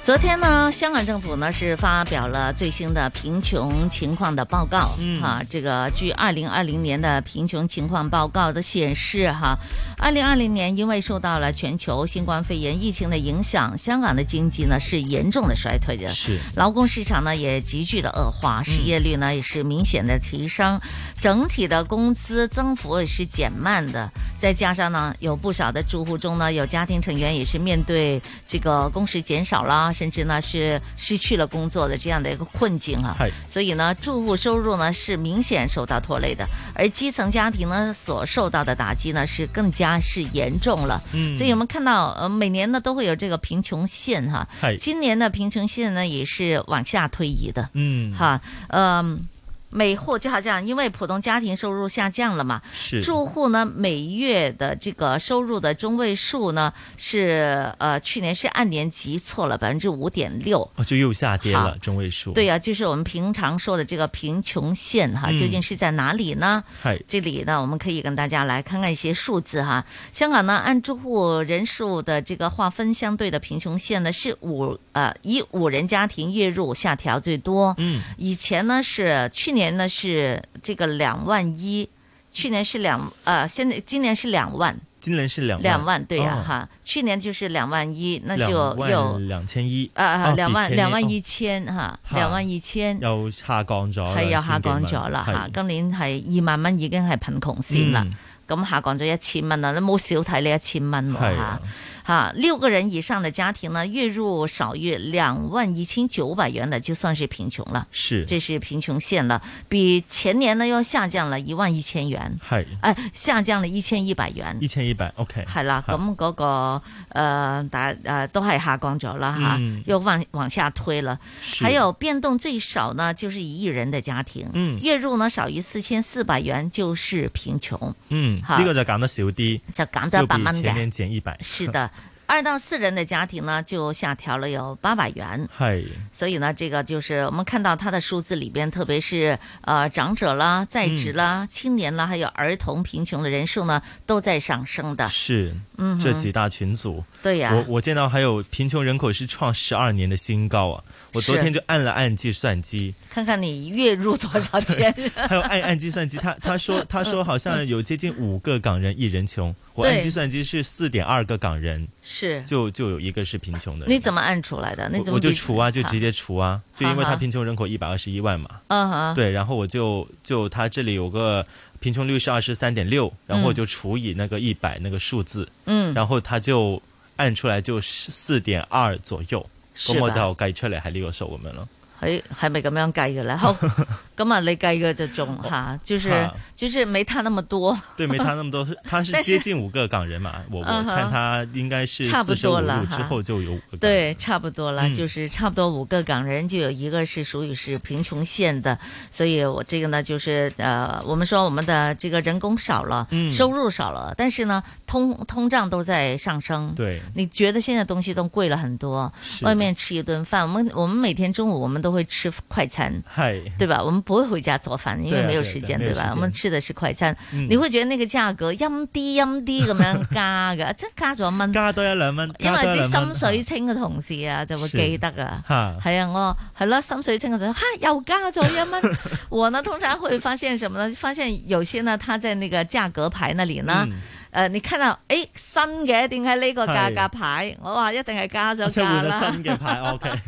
Speaker 8: 昨天呢，香港政府呢是发表了最新的贫穷情况的报告，嗯、哈，这个据二零二零年的贫穷情况报告的显示，哈，二零二零年因为受到了全球新冠肺炎疫情的影响，香港的经济呢是严重的衰退的，
Speaker 18: 是
Speaker 8: 劳工市场呢也急剧的恶化，失业率呢、也是明显的提升，整体的工资增幅也是减慢的，再加上呢有不少的住户中呢有家庭成员也是面对这个工时减少啦，甚至呢是失去了工作的这样的一个困境啊，所以呢住户收入呢是明显受到拖累的，而基层家庭呢所受到的打击呢是更加是严重了，
Speaker 18: 嗯
Speaker 8: 所以我们看到呃每年呢都会有这个贫穷线哈
Speaker 18: 是，
Speaker 8: 今年的贫穷线呢也是往下推移的，
Speaker 18: 嗯
Speaker 8: 哈，嗯。每户就好像因为普通家庭收入下降了嘛，
Speaker 18: 是
Speaker 8: 住户呢每月的这个收入的中位数呢是呃去年是按年急错了百分之五点六，
Speaker 9: 哦，就又下跌
Speaker 8: 好
Speaker 9: 了中位数。
Speaker 8: 对呀、就是我们平常说的这个贫穷线哈，
Speaker 9: 嗯
Speaker 8: 究竟是在哪里呢？
Speaker 9: 嗨
Speaker 8: 这里呢，我们可以跟大家来看看一些数字哈。香港呢，按住户人数的这个划分，相对的贫穷线呢是五呃，以五人家庭月入下调最多。
Speaker 18: 嗯
Speaker 8: 以前呢是去年呢是这个两万一，去年是两呃，现在今年是两万。
Speaker 9: 今年是两万
Speaker 8: 两万，对呀、
Speaker 9: 哦
Speaker 8: 哈，去年就是两万一，那
Speaker 9: 两
Speaker 8: 就
Speaker 9: 万
Speaker 8: 又
Speaker 9: 两千一
Speaker 8: 啊，
Speaker 9: 哦
Speaker 8: 兩
Speaker 9: 比
Speaker 8: 萬
Speaker 9: 前
Speaker 8: 兩
Speaker 9: 年
Speaker 8: 萬
Speaker 9: 哦
Speaker 8: 二千嚇，
Speaker 9: 嚇
Speaker 8: 兩萬二千。
Speaker 9: 又下降咗啦，
Speaker 8: 係又
Speaker 9: 千
Speaker 8: 下
Speaker 9: 幾
Speaker 8: 降
Speaker 9: 蚊
Speaker 8: 咗啦
Speaker 9: 係
Speaker 8: 嚇，今年係二萬蚊已經係貧窮線啦
Speaker 9: 嗯，
Speaker 8: 咁、下降咗一千蚊啦，你冇少睇呢一千蚊喎
Speaker 9: 係
Speaker 8: 嚇
Speaker 9: 啊
Speaker 8: 嚇。六個人以上的家庭呢，月入少於兩萬一千九百元的就算是貧窮了，
Speaker 9: 是
Speaker 8: 這是貧窮線了，比前年呢又下降了一萬一千元，
Speaker 9: 係
Speaker 8: 哎，下降了一千一百元。
Speaker 9: 一千一百，OK，
Speaker 8: 係啦，咁嗰、個誒、呃大誒、呃都係下降咗啦嚇，
Speaker 9: 嗯
Speaker 8: 又往往下推了。
Speaker 9: 是
Speaker 8: 還有變動最少呢，就是一億人的家庭，
Speaker 9: 嗯
Speaker 8: 月入呢少於四千四百元就是貧窮，
Speaker 9: 嗯，
Speaker 8: 嚇
Speaker 9: 呢個就減得少啲，
Speaker 8: 就減咗一百蚊
Speaker 9: 就比前
Speaker 8: 嘅
Speaker 9: 年。減一百，
Speaker 8: 是 的，二到四人的家庭呢就下調了有八百元。
Speaker 9: 係
Speaker 8: 所以呢，这个就是我们看到它的数字里边，特别是呃长者啦、在职
Speaker 9: 嗯
Speaker 8: 啦、青年啦，还有儿童贫穷的人数呢，都在上升的。
Speaker 9: 是，
Speaker 8: 嗯哼
Speaker 9: 这几大群组，
Speaker 8: 对呀
Speaker 9: 我我见到还有贫穷人口是创十二年的新高啊！我昨
Speaker 8: 是
Speaker 9: 天就按了按计算机，
Speaker 8: 看看你月入 多少钱。
Speaker 9: 还有按按 计算机，他他说他说好像有接近五个港人一人穷，我按
Speaker 8: 对
Speaker 9: 计算机是四点二个港人，
Speaker 8: 是
Speaker 9: 就就有一个是贫穷的人，
Speaker 8: 你怎么按出来的？你
Speaker 9: 我
Speaker 8: 怎么
Speaker 9: 我就
Speaker 8: 比
Speaker 9: 除啊，就
Speaker 8: 好
Speaker 9: 直接除啊，就因为他
Speaker 8: 哈哈
Speaker 9: 贫穷人口一百二十一万嘛，
Speaker 8: 嗯哼，
Speaker 9: 对，然后我就就他这里有个贫穷率是二十三点六，然后我就除以那个一百那个数字，
Speaker 8: 嗯
Speaker 9: 然后他就按出来就是四点二左右，
Speaker 8: 是
Speaker 9: 咁我
Speaker 8: 吧
Speaker 9: 就計出嚟係呢個數咁樣咯。
Speaker 8: 係係咪咁樣計嘅 咧？好，咁啊，你計嘅就中吓，就是
Speaker 9: 好
Speaker 8: 就是沒他那麼多，
Speaker 9: 对，没他那么多，他是
Speaker 8: 但
Speaker 9: 接近五个港人嘛，我我
Speaker 8: 嗯哼
Speaker 9: 看他应该是
Speaker 8: 差不
Speaker 9: 四舍五
Speaker 8: 多了
Speaker 9: 入
Speaker 8: 哈
Speaker 9: 之后就有五个港人。
Speaker 8: 对，差不多了，
Speaker 9: 嗯
Speaker 8: 就是差不多五个港人就有一个是属于是贫穷线的，所以我这个呢，就是呃，我们说我们的这个人工少了，
Speaker 18: 嗯
Speaker 8: 收入少了，但是呢，通通胀都在上升。
Speaker 24: 嗯
Speaker 18: 对
Speaker 8: 你觉得现在东西都贵了很多，
Speaker 18: 是
Speaker 8: 外面吃一顿饭，我们我们每天中午我们都会吃快餐。
Speaker 9: 嗨，
Speaker 8: 对吧？我们不会回家做饭，因为
Speaker 18: 对啊
Speaker 8: 没有
Speaker 18: 对啊
Speaker 8: 时
Speaker 18: 对啊
Speaker 8: 间，
Speaker 18: 没有时
Speaker 8: 吧？
Speaker 18: 间
Speaker 8: 我们吃的是快餐，
Speaker 18: 嗯
Speaker 8: 你会觉得那个价格阴啲阴啲咁樣加嘅，即係加咗 一蚊，
Speaker 9: 加多一兩蚊，
Speaker 8: 因
Speaker 9: 加
Speaker 8: 為
Speaker 9: 多一兩
Speaker 8: 啲
Speaker 9: 蚊
Speaker 8: 心水清嘅同事啊，就會
Speaker 9: 是
Speaker 8: 記得啊。
Speaker 9: 哈
Speaker 8: 係啊，我係啦，心水清嘅同事，哈，又加咗一 蚊。我呢，通常會發現什麼呢？發現有些呢，它在那個價格牌那裡呢，
Speaker 18: 嗯
Speaker 8: 呃，你看到，誒新嘅點解呢個價格牌？我話一定係加
Speaker 18: 啊
Speaker 8: 咗
Speaker 9: 即係
Speaker 8: 價
Speaker 9: 換
Speaker 8: 啦
Speaker 9: 咗，新嘅牌 ，OK，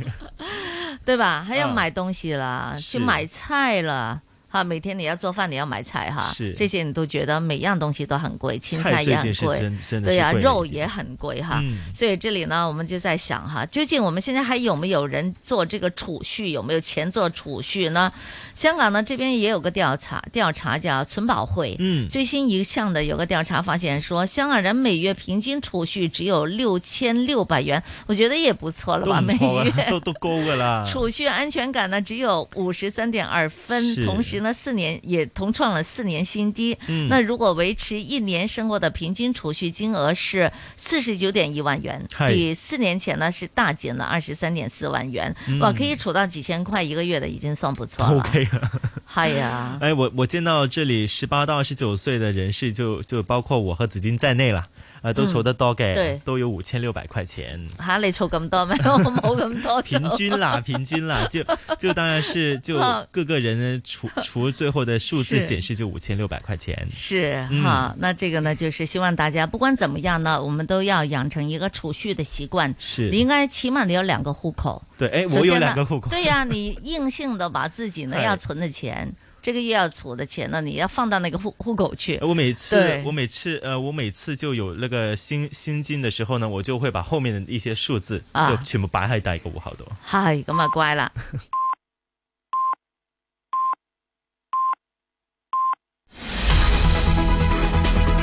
Speaker 8: 對吧？還要
Speaker 18: 啊
Speaker 9: 嗯
Speaker 8: 買東西啦，去
Speaker 9: 是
Speaker 8: 買菜啦。哈，每天你要做飯，你要買菜哈
Speaker 18: 是，
Speaker 8: 這些你都覺得每樣東西都很貴，青
Speaker 18: 菜
Speaker 8: 也
Speaker 18: 最
Speaker 8: 很啊
Speaker 18: 近是真
Speaker 8: 貴，
Speaker 18: 真的
Speaker 8: 對
Speaker 18: 是
Speaker 8: 呀，
Speaker 18: 貴了
Speaker 8: 肉
Speaker 18: 一
Speaker 8: 也很貴哈。
Speaker 18: 嗯
Speaker 8: 所以这里呢，我们就在想哈，究竟我们现在还有没有人做这个储蓄，有没有钱做储蓄呢？香港呢这边也有个调查，调查叫存保会，
Speaker 18: 嗯
Speaker 8: 最新一项的有个调查发现说，香港人每月平均储蓄只有六千六百元，我觉得也不错了
Speaker 9: 都
Speaker 8: 吧，
Speaker 9: 唔
Speaker 8: 每
Speaker 18: 啊
Speaker 9: 錯
Speaker 8: 月
Speaker 9: 㗎啦， 都都高㗎 啦。
Speaker 8: 储蓄安全感呢只有五十三点二分，
Speaker 9: 是
Speaker 8: 同时呢四年也同创了四年新低。
Speaker 18: 嗯
Speaker 8: 那如果维持一年生活的平均储蓄金额是四十九点一万元，
Speaker 18: 嗨
Speaker 8: 比四年前呢是大减了二十三点四万元。
Speaker 9: 嗯
Speaker 8: 哇，可以储到几千块一个月的已经算不错了。
Speaker 9: OK 哎啊。
Speaker 8: 嗨 呀，
Speaker 9: 哎，我我见到这里十八到二十九岁的人士就，就包括我和紫金在内了。呃，都筹得多
Speaker 8: 嗯
Speaker 9: 嘅，
Speaker 8: 對
Speaker 9: 都有五千六百块 钱。
Speaker 8: 吓你儲咁多咩？ 我冇咁多做。
Speaker 9: 平均啦，平均啦，就就当然 是就各个人除除最后的数字
Speaker 8: 嗯是
Speaker 9: 显示就五千六百块钱。
Speaker 8: 是
Speaker 9: 嗯
Speaker 8: 哈，那这个呢，就是希望大家不管怎么样呢，我们都要养成一个储蓄的习惯。
Speaker 9: 是
Speaker 8: 你应该起码你有两个户口。
Speaker 9: 对，哎，
Speaker 8: 首
Speaker 9: 我有
Speaker 8: 先呢
Speaker 9: 两个户口。
Speaker 8: 对呀、你硬性的把自己 呢
Speaker 9: 哎
Speaker 8: 要存的钱，这个月要储的钱呢，你要放到那个户户口去。
Speaker 9: 哎我每次
Speaker 8: 对
Speaker 9: 我每次呃，我每次就有那个新新进的时候呢，我就会把后面的一些数字
Speaker 8: 啊
Speaker 9: 就全部摆喺第一个户口度。
Speaker 8: 系咁啊，乖啦。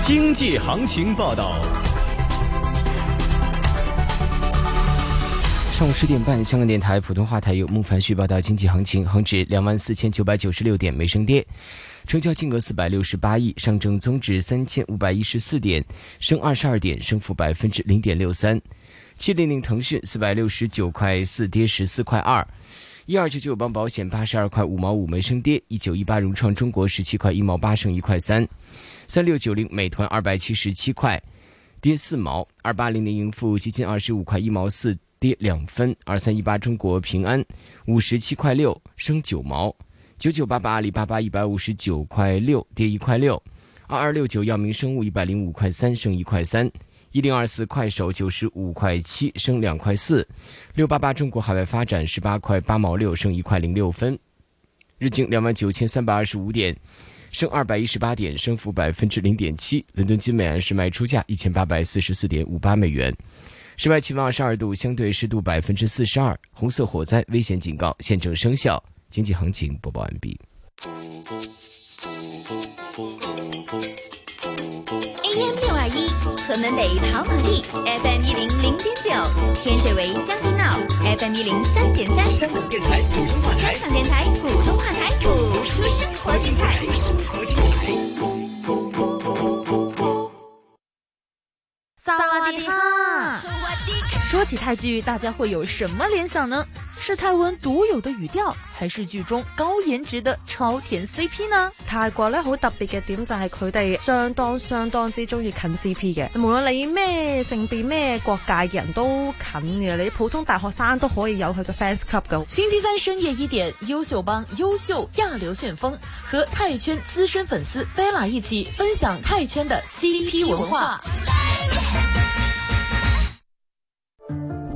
Speaker 4: 经济行情报道。
Speaker 10: 上午十点半，香港电台普通话台由孟凡旭报道经济行情：恒指两万四千九百九十六点，没升跌，成交金额四百六十八亿；上证综指三千五百一十四点，升二十二点，升幅百分之零点六三；七零零腾讯四百六十九块四，跌十四块二。一二九九帮保险八十二块五毛五没升跌，一九一八融创中国十七块一毛八升一块三，三六九零美团二百七十七块，跌四毛；二八零零盈富基金二十五块一毛四，跌两分；二三一八中国平安五十七块六，升九毛；九九八八阿里巴巴一百五十九块六，跌一块六；二二六九药明生物一百零五块三，升一块三。一零二四快手九十五块七升两块四，六八八中国海外发展十八块八毛六升一块零六分，日经两万九千三百二十五点，升二百一十八点，升幅百分之零点七。伦敦金美安市卖出价一千八百四十四点五八美元，室外气温二十二度，相对湿度百分之四十二，红色火灾危险警告现正生效。经济行情播报完毕。
Speaker 6: AM 六二一，河门北跑马地，FM 一零零点九，天水围将军澳，FM 一零三点三。香港电台普通话台，香港电台普通话台，播出生活精彩。生活精彩。
Speaker 21: 萨瓦迪哈！说起泰剧，大家会有什么联想呢？是泰文独有的语调，还是剧中高颜值的超甜 CP 呢？
Speaker 22: 泰國咧好特別嘅點就係佢哋相當相當之中意近 CP 嘅，無論你咩性別咩國界嘅人都近嘅，你普通大學生都可以有佢嘅 fans club 噶。
Speaker 25: 星期三深夜一点，优秀帮优秀亚流旋风和泰圈资深粉丝 Bella 一起分享泰圈的 CP 文化。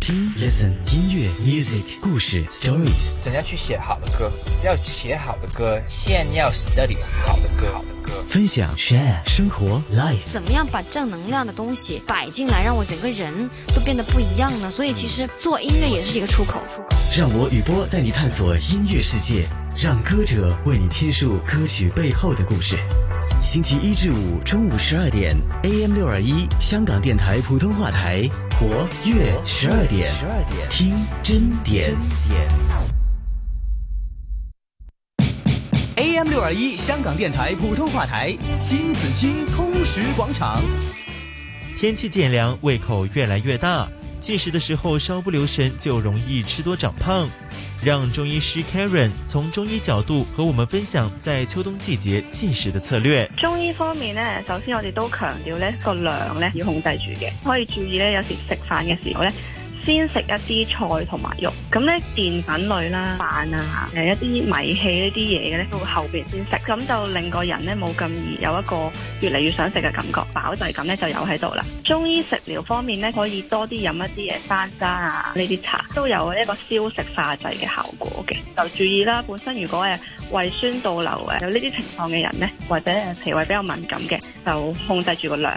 Speaker 1: 听 listen 音乐 music 故事 stories。
Speaker 2: 怎样去写好的歌？要写好的歌，先要 study 好的歌，好的歌。
Speaker 1: 分享 share 生活 life。
Speaker 3: 怎么样把正能量的东西摆进来，让我整个人都变得不一样呢？所以其实做音乐也是一个出口。
Speaker 1: 让我雨波带你探索音乐世界，让歌者为你倾述歌曲背后的故事。星期一至五中午十二点，AM 六二一香港电台普通话台，活跃十二点，
Speaker 18: 活跃12点
Speaker 1: 听真点。
Speaker 4: AM 六二一香港电台普通话台新紫金通识广场。
Speaker 9: 天气渐凉，胃口越来越大，进食的时候稍不留神就容易吃多长胖。让中医师 Karen 从中医角度和我们分享在秋冬季节进食的策略。
Speaker 24: 中醫方面咧，首先我哋都強調咧個量咧要控制住嘅，可以注意咧有時食飯嘅時候咧。先食一啲菜同埋肉，咁咧澱粉類啦、飯啊、誒一啲米氣呢啲嘢嘅咧，到後邊先食，咁就令個人咧冇咁易有一個越嚟越想食嘅感覺，飽滯感咧就有喺度啦。中醫食療方面咧，可以多啲飲一啲誒山楂啊呢啲茶，都有一個消食化滯嘅效果嘅。就注意啦，本身如果誒胃酸倒流誒有呢啲情況嘅人咧，或者誒脾胃比較敏感嘅，就控制住個量。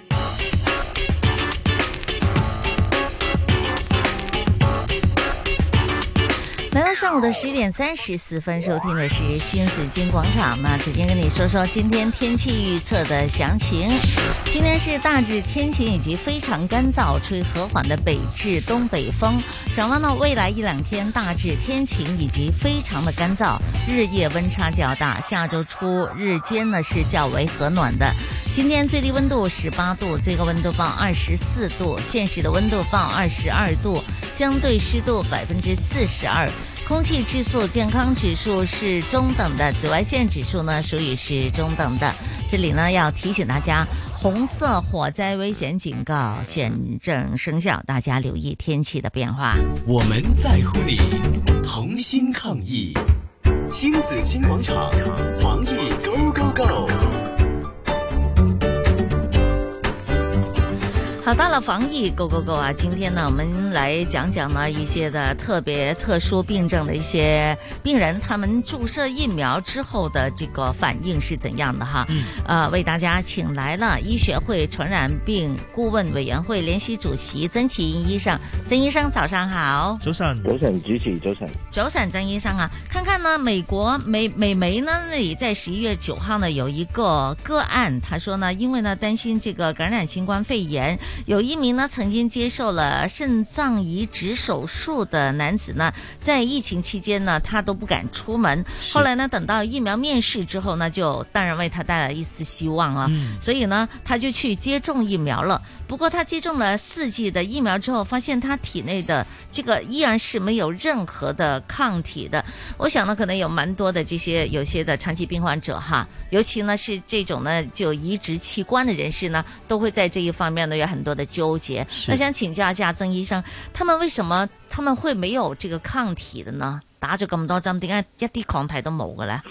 Speaker 8: 来到上午的十一点三十四分，收听的是新紫金广场。那紫金跟你说说今天天气预测的详情。今天是大致天晴以及非常干燥，吹和缓的北至东北风。展望呢，未来一两天大致天晴以及非常的干燥，日夜温差较大。下周初日间呢是较为和暖的。今天最低温度十八度，最高温度报二十四度，现实的温度报二十二度，相对湿度百分之四十二。空气质素健康指数是中等的，紫外线指数呢属于是中等的。这里呢要提醒大家，红色火灾危险警告现正生效，大家留意天气的变化。
Speaker 4: 我们在乎你，同心抗疫。新紫金广场，防疫 Go Go Go。
Speaker 8: 好，到了防疫，Go Go Go 啊！今天呢，我们来讲讲呢一些的特别特殊病症的一些病人，他们注射疫苗之后的这个反应是怎样的哈？嗯，呃，为大家请来了医学会传染病顾问委员会联席主席曾奇英医生，曾医生早上好。
Speaker 26: 早晨，
Speaker 27: 早晨，主持早晨。
Speaker 8: 早晨，曾医生啊，看看呢，美国美美媒呢那里在十一月九号呢有一个个案，他说呢，因为呢担心这个感染新冠肺炎，有一名呢曾经接受了肾脏移植手术的男子呢，在疫情期间呢他都不敢出门，后来呢等到疫苗面世之后呢，就当然为他带来一丝希望啊，
Speaker 3: 嗯
Speaker 8: 所以呢他就去接种疫苗了。不过他接种了四剂的疫苗之后，发现他体内的这个依然是没有任何的抗体的。我想呢，可能有蛮多的这些有些的长期病患者哈，尤其呢是这种呢就移植器官的人士呢，都会在这一方面呢有很多的纠结。那想请教一下曾医生，他们为什么他们会没有这个抗体的呢？打咗咁多針，點解一啲抗體都冇嘅咧？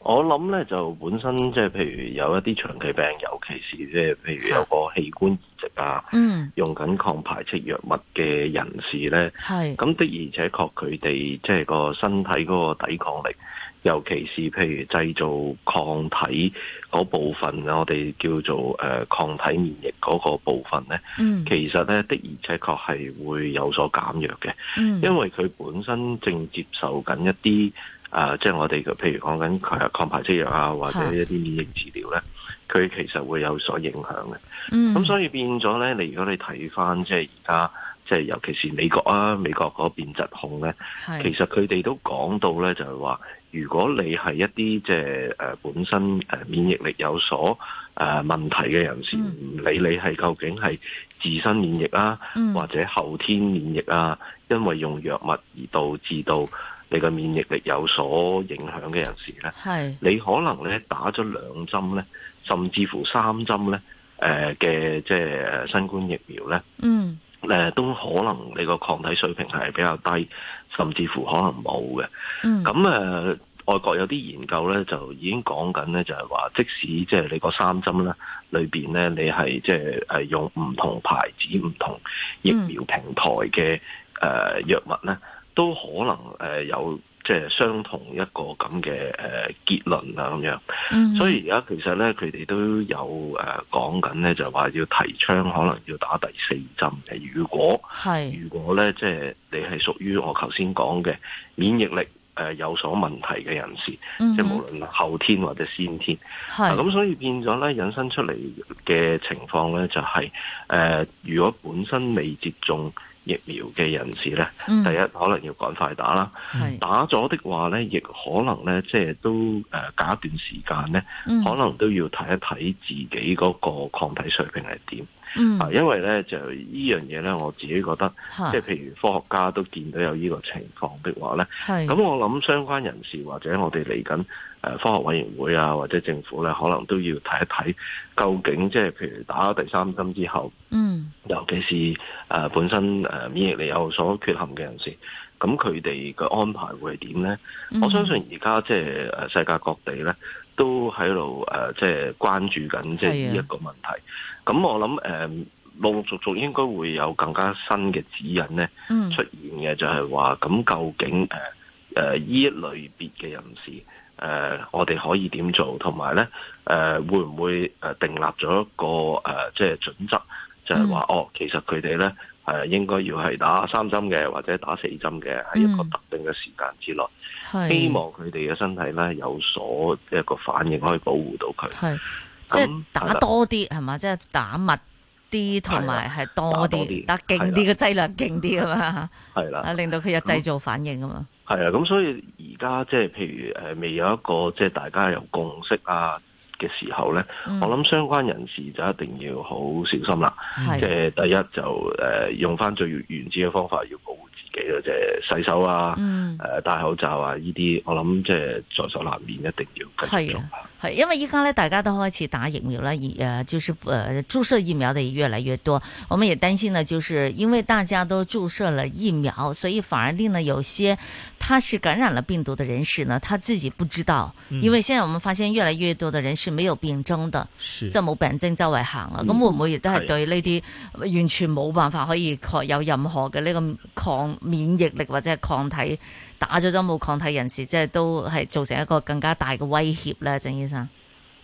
Speaker 27: 我諗咧就本身即係譬如有一啲長期病，尤其是即係譬如有個器官移植啊，
Speaker 28: 嗯
Speaker 27: 用緊抗排斥藥物嘅人士咧，
Speaker 28: 係
Speaker 27: 咁的而且確佢哋即係個身體嗰個抵抗力，尤其是譬如製造抗體嗰部分啊，我哋叫做誒、呃抗體免疫嗰個部分咧，
Speaker 28: 嗯
Speaker 27: 其實咧的而且確係會有所減弱嘅，
Speaker 28: 嗯
Speaker 27: 因為佢本身正接受緊一啲。啊、即係我哋嘅譬如講緊佢係抗排斥藥啊，或者一啲免疫治療咧，佢其實會有所影響嘅。
Speaker 28: 嗯
Speaker 27: 咁所以變咗咧，你如果你睇翻即係而家，即係尤其是美國啊，美國嗰邊疾控咧，
Speaker 28: 係
Speaker 27: 其實佢哋都講到咧，就係話，如果你係一啲即係誒本身誒免疫力有所誒問題嘅人士，唔理你係究竟係自身免疫啊，
Speaker 28: 嗯
Speaker 27: 或者後天免疫啊，因為用藥物而導致到你嘅免疫力有所影響嘅人士咧。
Speaker 8: 係
Speaker 27: 你可能咧打咗兩針咧，甚至乎三針咧，誒、嘅即係呃新冠疫苗咧，
Speaker 8: 嗯
Speaker 27: 誒、都可能你個抗體水平係比較低，甚至乎可能冇嘅。
Speaker 28: 嗯
Speaker 27: 咁誒、呃外國有啲研究咧就已經講緊咧，就係話即使即係你個三針咧，裏邊咧你係即係誒用唔同牌子、唔同疫苗平台嘅誒、呃、藥物咧，都可能誒、呃有即係相同一個咁嘅誒結論啊咁樣。
Speaker 28: 嗯
Speaker 27: 所以而家其實咧，佢哋都有誒講緊咧，就話要提倡可能要打第四針嘅。如果
Speaker 8: 係
Speaker 27: 如果咧，即係你係屬於我頭先講嘅免疫力誒、呃有所問題嘅人士，
Speaker 8: 嗯哼
Speaker 27: 即係無論後天或者先天，
Speaker 8: 係
Speaker 27: 啊咁、所以變咗咧引申出嚟嘅情況咧就係、呃如果本身未接種疫苗嘅人士咧，
Speaker 28: 嗯
Speaker 27: 第一可能要趕快打啦，打咗的話咧，亦可能咧即係都誒、呃隔一段時間咧，
Speaker 28: 嗯
Speaker 27: 可能都要睇一睇自己嗰個抗體水平係點。
Speaker 28: 嗯
Speaker 27: 啊，因為咧就依樣嘢咧，我自己覺得
Speaker 28: 嚇，
Speaker 27: 即係譬如科學家都見到有呢個情況的話咧，
Speaker 28: 係
Speaker 27: 咁我諗相關人士或者我哋嚟緊誒科學委員會啊，或者政府咧，可能都要睇一睇究竟即係譬如打咗第三針之後，
Speaker 8: 嗯
Speaker 27: 尤其是誒、呃本身誒、呃免疫力有所缺陷嘅人士，咁佢哋嘅安排會係點呢？
Speaker 28: 嗯
Speaker 27: 我相信而家即係誒世界各地咧都喺度誒即係關注緊即係呢一個問題。咁我諗誒。陸陸續續應該會有更加新嘅指引咧
Speaker 28: 嗯
Speaker 27: 出現嘅，就係話咁究竟誒誒依一類別嘅人士誒、呃我哋可以點做，同埋咧誒會唔會誒訂立咗一個誒、呃即係準則，就係、話、哦，其實佢哋咧誒應該要係打三針嘅，或者打四針嘅喺一個
Speaker 28: 嗯
Speaker 27: 特定嘅時間之內，
Speaker 28: 係
Speaker 27: 希望佢哋嘅身體咧有所一個反應可以保護到佢。
Speaker 8: 係即係
Speaker 27: 係
Speaker 8: 打
Speaker 27: 啦
Speaker 8: 多啲係嘛，即係打密啲同埋係多啲，打勁啲嘅劑量勁啲啊嘛，
Speaker 27: 係啦
Speaker 8: 啊，令到佢有製造反應啊嘛。
Speaker 27: 係啊，咁所以而家即係譬如誒未有一個即係大家有共識啊嘅時候咧，
Speaker 28: 嗯
Speaker 27: 我諗相關人士就一定要好小心啦。
Speaker 28: 係
Speaker 27: 即係第一就誒、呃用翻最原始嘅方法要保護自己嘅，即係洗手啊、誒、
Speaker 8: 嗯
Speaker 27: 戴口罩啊呢啲，我諗即係在所難免，一定要繼續
Speaker 8: 係
Speaker 27: 做
Speaker 8: 啊。，係因為依家咧，大家都開始打疫苗啦，以呃就是呃注射疫苗的也越來越多。我們也擔心呢，就是因為大家都注射了疫苗，所以反而令呢有些他是感染了病毒的人士呢，他自己不知道。
Speaker 6: 嗯
Speaker 8: 因為現在我們發現越來越多的人是沒有病徵的，
Speaker 6: 是
Speaker 8: 即係冇病徵周圍行啊。咁、
Speaker 6: 嗯
Speaker 8: 會唔會亦都係對呢啲完全冇辦法可以抗有任何嘅呢個抗免疫力或者係抗體打咗針冇抗體人士，即係都係造成一個更加大嘅威脅咧，鄭醫生。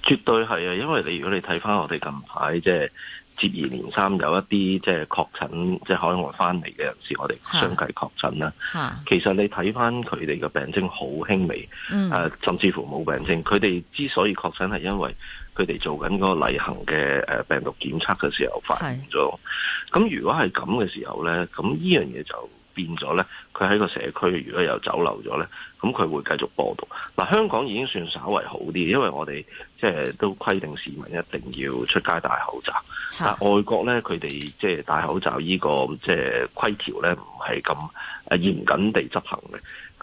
Speaker 27: 絕對係啊，因為你如果你睇翻我哋近排即係呃接二連三有一啲即係確診，即係海外翻嚟嘅人士，我哋
Speaker 28: 嚇
Speaker 27: 相繼確診啦。
Speaker 28: 吓，
Speaker 27: 其實你睇翻佢哋嘅病徵好輕微，誒、呃
Speaker 28: 嗯
Speaker 27: 甚至乎冇病徵。佢哋之所以確診係因為佢哋做緊嗰個例行嘅誒病毒檢測嘅時候發現咗。咁如果係咁嘅時候呢，咁呢樣嘢就變咗呢。佢喺個社區如果有走漏咗呢，咁佢會繼續播毒。嗱、香港已經算稍為好啲，因為我哋即係都規定市民一定要出街戴口罩。但外國呢，佢哋即係戴口罩呢、個即係規條呢，唔係咁誒嚴謹地執行嘅。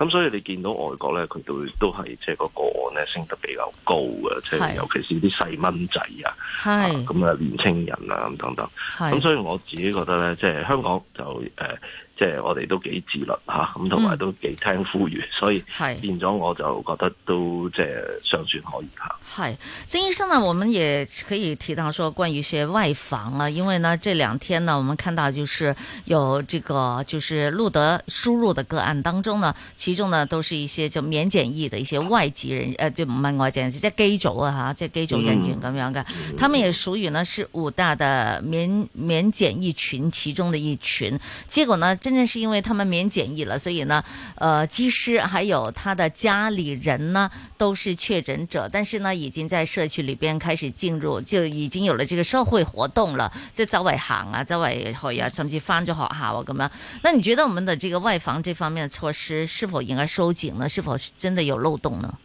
Speaker 27: 咁所以你見到外國咧，佢都都係即係個個案咧升得比較高嘅，即
Speaker 28: 係
Speaker 27: 係尤其是啲細蚊仔啊，
Speaker 28: 係
Speaker 27: 咁啊年青人啊咁等等。
Speaker 28: 嗯係
Speaker 27: 咁所以我自己覺得咧，即係香港就誒，呃即係我哋都幾自律嚇，咁同埋
Speaker 28: 嗯
Speaker 27: 都幾聽呼籲， 所以
Speaker 8: 係
Speaker 27: 變咗我就覺得都即係尚算可以嚇。
Speaker 8: 係，曾醫生呢，我們也可以提到說關于一些外防啊，因為呢这两天呢，我们看到就是有这个就是录得输入的个案当中呢，其中呢都是一些就免检疫的一些外籍人，呃，就唔係外籍人士，即係機組啊吓，即係機組人員咁樣嘅，他们也屬於呢是五大的免免检疫群其中的一群，结果呢，真正是因为他们免检疫了，所以呢，呃，机师还有他的家里人呢都是确诊者，但是呢，已经在社区里边开始进入，就已经有了这个社会活动了，即係周圍行啊，周圍去啊，甚至翻咗學校啊咁樣。那你觉得我们的这个外防这方面的措施是否应该收紧呢？是否是真的有漏洞呢？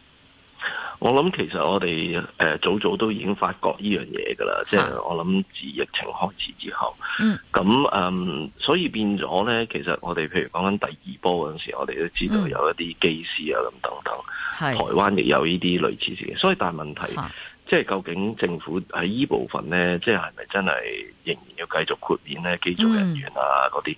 Speaker 27: 我諗其實我哋誒、呃早早都已經發覺呢樣嘢㗎啦，即係我諗自疫情開始之後，
Speaker 28: 嗯
Speaker 27: 咁誒、嗯所以變咗咧，其實我哋譬如講緊第二波嗰陣時，我哋都知道
Speaker 28: 嗯
Speaker 27: 有一啲機師啊咁等等，
Speaker 28: 係
Speaker 27: 台灣亦有呢啲類似事情，所以但係問題。即係究竟政府喺依部分咧，即係係咪真係仍然要繼續豁免咧機組人員
Speaker 28: 嗯
Speaker 27: 啊嗰啲？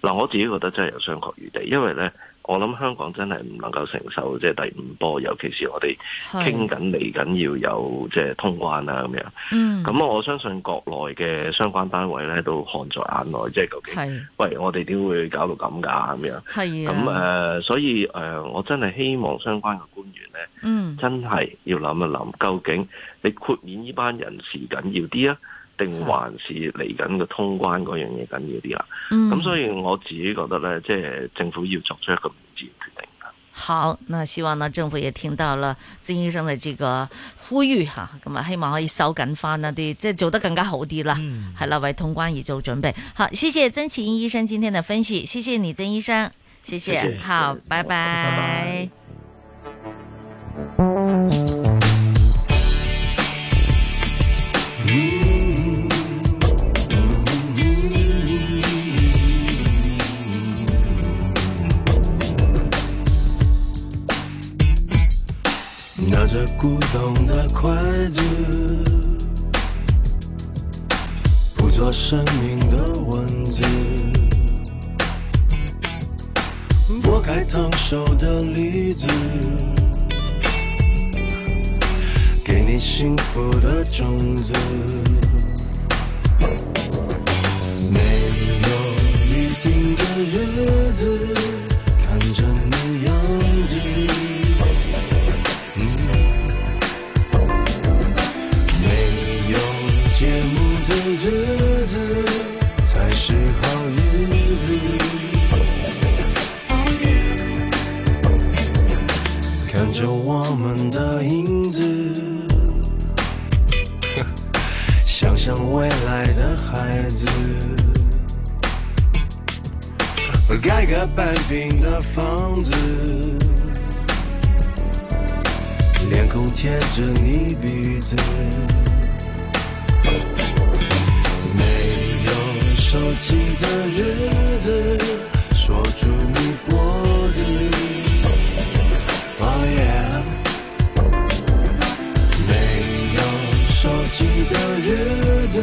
Speaker 27: 嗱、我自己覺得真係有商榷餘地，因為咧，我諗香港真係唔能夠承受即係第五波，尤其是我哋
Speaker 28: 係
Speaker 27: 傾緊嚟緊要有即係通關啊咁樣。
Speaker 28: 嗯
Speaker 27: 咁我相信國內嘅相關單位咧都看在眼內，即係究竟
Speaker 28: 係
Speaker 27: 喂我哋點會搞到咁㗎咁樣？
Speaker 28: 係
Speaker 27: 咁誒、
Speaker 28: 啊
Speaker 27: 呃所以誒、呃我真係希望相關嘅官員咧。
Speaker 28: 嗯
Speaker 27: 真係要諗一諗，究竟你豁免呢班人士緊要啲啊，定還是嚟緊嘅通關嗰樣嘢緊要啲啦？
Speaker 8: 嗯
Speaker 27: 咁、所以我自己覺得呢，即係政府要作出一個明智嘅決定。
Speaker 8: 好，那希望呢政府也聽到了曾醫生的這個呼籲吓，咁啊希望可以收緊翻一啲，即係做得更加好啲啦，
Speaker 9: 嗯
Speaker 8: 係啦、為通關而做準備。好，謝謝曾奇英醫生今天的分析，謝謝你曾醫生，謝謝，
Speaker 28: 謝謝
Speaker 8: 好，拜拜
Speaker 18: 拿着古董的筷子，捕捉生命的文字。拨开烫手的栗子，给你幸福的种子。没有一定的日子，看着你样子。嗯没有节目的日子，才是好日子。看着我们的影子，想象未来的孩子，盖个半平的房子，脸孔贴着你鼻子，没有手机的日子，说出你脖子。哦耶！没有手机的日子，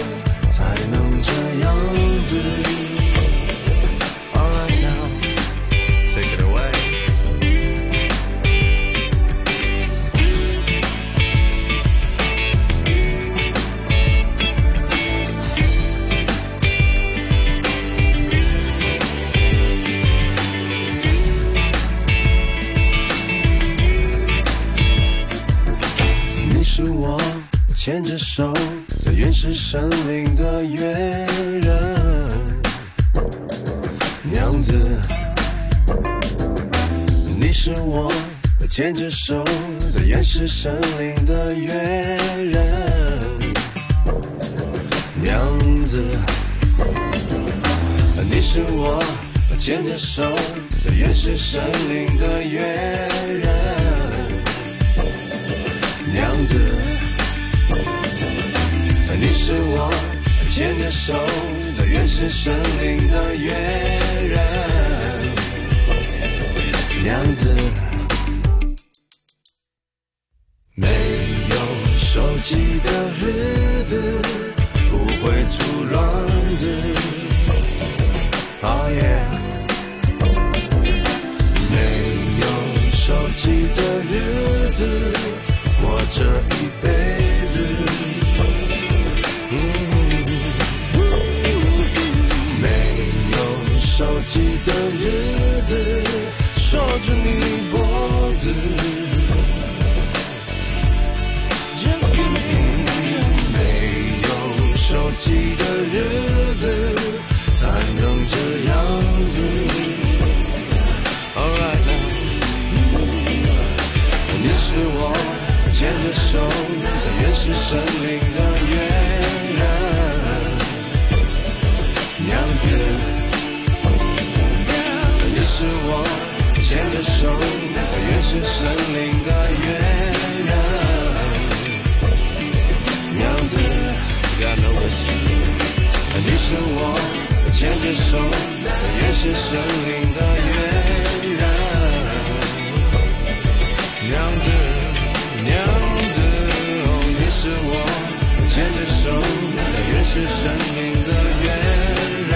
Speaker 18: 才能这样子。All right now, take it away. 你是我牵着手在原始森林的约人，娘子。你是我牵着手在原始森林的约人，娘子。你是我牵着手在原始森林的约人。娘子，你是我牵着手在原始森林的约人，娘子。没有手机的日子，不会出乱子。哦耶！没有手机的日子。我这一辈子。嗯没有手机的日子，锁住你脖子。Just give me。没有手机的日子，才能这样子。Alright now。你是我牵着手在原始森林的约人，娘子。你是我牵着手在原始森林的约人，娘子。你是我牵着手在原始森林的约人。娘子，娘子，哦，你是我牵着手在原始森林的约人。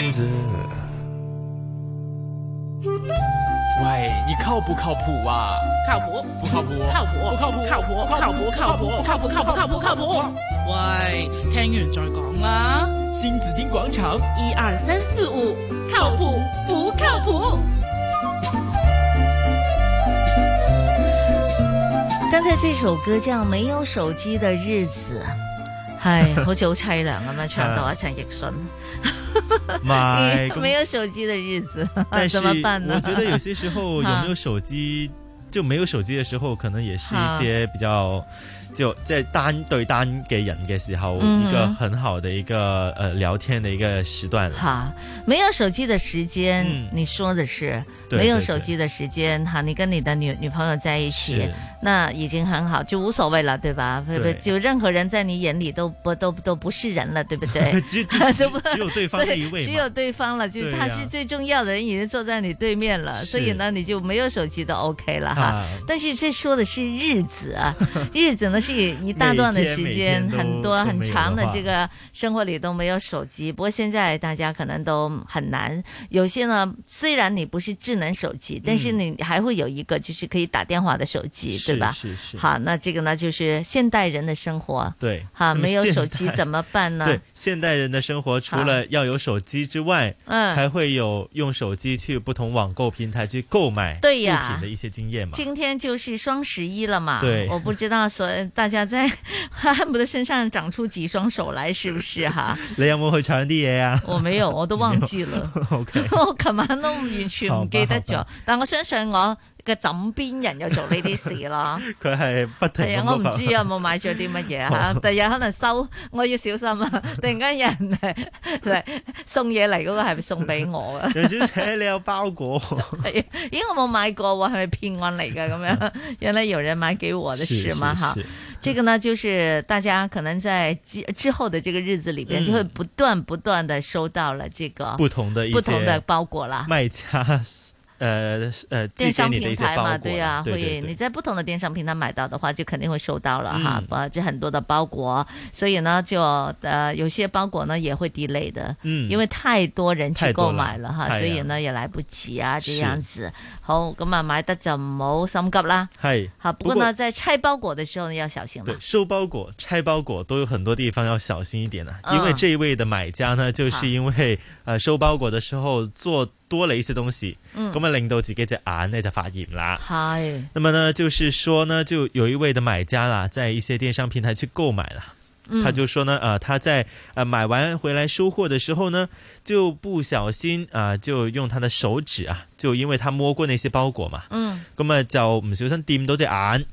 Speaker 18: 娘子，娘子，
Speaker 20: 喂，你靠不靠谱啊？
Speaker 29: 靠谱，
Speaker 20: 不靠谱，
Speaker 29: 靠谱，不靠谱，靠谱，靠谱，靠谱，靠谱，靠谱，靠谱，靠谱。喂，聽完再講啦。
Speaker 20: 新紫金广场，
Speaker 29: 一二三四五，靠譜不靠譜？
Speaker 8: 刚才这首歌叫《没有手机的日子》，
Speaker 30: 係好似好凄涼咁
Speaker 8: 啊
Speaker 30: 樣唱到一陳奕迅。
Speaker 9: 唔係 咁
Speaker 8: 没有手机的日子
Speaker 9: 但，是
Speaker 8: 啊 怎么办呢？
Speaker 9: 我觉得有些时 候有没有
Speaker 8: 啊
Speaker 9: 手机，就没有手機嘅時候，可能也是一些比較就即係單對單嘅人嘅時候，
Speaker 8: 嗯
Speaker 9: 一個很好的一個呃聊天的一個時段了。嗯
Speaker 8: 好，没有手机的时间，你说的是
Speaker 9: 对
Speaker 8: 没有
Speaker 9: 对
Speaker 8: 手机的时间哈，你跟你的女女朋友在一起
Speaker 9: 是，
Speaker 8: 那已经很好，就无所谓了，对吧？不不
Speaker 9: 对
Speaker 8: 就任何人在你眼里都不都都不是人了，对不 对？
Speaker 9: 哎只
Speaker 8: 只只
Speaker 9: 只有对方
Speaker 8: 所以
Speaker 9: 那一位嘛嗯
Speaker 8: 只有对方了，就是
Speaker 9: 对
Speaker 8: 他
Speaker 9: 呀
Speaker 8: 是最重要的人，已经坐在你对面了，
Speaker 9: 是
Speaker 8: 所以呢，你就没有手机都 OK 了哈
Speaker 9: 啊。
Speaker 8: 但是这说的是日子啊，日子呢是一大段的时间，
Speaker 9: 每天每天都
Speaker 8: 很多
Speaker 9: 都没有
Speaker 8: 很
Speaker 9: 的
Speaker 8: 长的
Speaker 9: 话
Speaker 8: 这个生活里都没有手机。不过现在大家可能都很难，有些呢，虽然你不是智能手机，但
Speaker 9: 嗯
Speaker 8: 是你还会有一个就是可以打电话的手机，
Speaker 9: 是
Speaker 8: 对吧？
Speaker 9: 是是
Speaker 8: 好，那这个呢，就是现代人的生活。
Speaker 9: 对，
Speaker 8: 哈
Speaker 9: 那么
Speaker 8: 没有
Speaker 9: 现
Speaker 8: 手机
Speaker 9: 代
Speaker 8: 怎么办 呢
Speaker 9: 对，现代人的生活除了要有手机之外，
Speaker 8: 嗯
Speaker 9: 还会有用手机去不同网购平台去购买
Speaker 8: 对呀
Speaker 9: 物品的一些经验嘛。
Speaker 8: 今天就是双十一了嘛，
Speaker 9: 对
Speaker 8: 我不知道所大家在 恨不得身上长出几双手来，是不是 哈？
Speaker 9: 你有冇去搶啲嘢啊？
Speaker 8: 我沒有我都忘記 了
Speaker 9: OK，
Speaker 8: 我琴晚都完全唔記得
Speaker 9: 好吧好
Speaker 8: 咗，但我相信我嘅枕邊人有做呢 啲事咯。
Speaker 9: 佢係不停
Speaker 8: 係
Speaker 9: 咁
Speaker 8: 啊，
Speaker 9: 碌
Speaker 8: 我唔知有冇買咗啲乜嘢 吓，
Speaker 9: 好
Speaker 8: 第日可能收，我要小心啊！突然間有人嚟嚟送嘢嚟嗰個係咪送俾我啊？
Speaker 9: 楊小姐， 你有包 裹？
Speaker 8: 係哎咦，我冇買過喎，係咪騙案嚟㗎？咁
Speaker 9: 啊
Speaker 8: 樣 原來有人買給我的是嗎？哈。这个呢，就是大家可能在之之后的这个日子里边，
Speaker 9: 嗯
Speaker 8: 就会不断不断的收到了这个
Speaker 9: 不同的一些
Speaker 8: 不同的包裹啦。
Speaker 9: 卖家，呃 呃，寄给
Speaker 8: 电商
Speaker 9: 你的
Speaker 8: 平
Speaker 9: 一些
Speaker 8: 台
Speaker 9: 包
Speaker 8: 嘛，
Speaker 9: 裹，
Speaker 8: 对呀、
Speaker 9: 对
Speaker 8: 会
Speaker 9: 对
Speaker 8: 你
Speaker 9: 对，
Speaker 8: 在不同的电商平台买到的话，就肯定会收到了哈
Speaker 9: 嗯，
Speaker 8: 不、这很多的包裹，所以呢，就呃有些包裹呢也会 delay 的，
Speaker 9: 嗯
Speaker 8: 因为太多人去
Speaker 9: 太多
Speaker 8: 购
Speaker 9: 了
Speaker 8: 买了哈，
Speaker 9: 哎呀
Speaker 8: 所以呢也来不及啊，
Speaker 9: 是
Speaker 8: 这样子。好，咁啊买得就唔好心急啦。
Speaker 9: 嗨，
Speaker 8: 好，不过呢，在拆包裹的时候呢要小心了
Speaker 9: 对，。收包裹、拆包裹都有很多地方要小心一点呢、啊
Speaker 8: 嗯啊
Speaker 9: 因为这一位的买家呢，就是因为呃收包裹的时候做多了一些东西，
Speaker 8: 嗯
Speaker 9: 咁啊令到自己隻眼呢就發炎啦。
Speaker 8: 系，
Speaker 9: 那么呢，就是说呢，就有一位的买家啦，在一些电商平台去购买了。
Speaker 8: 嗯
Speaker 9: 他就说呢，呃，他在呃买完回来收货的时候呢，就不小心啊、就用他的手指啊，就因为他摸过那些包裹嘛，
Speaker 29: 嗯，
Speaker 9: 咁啊就唔小心掂到隻眼，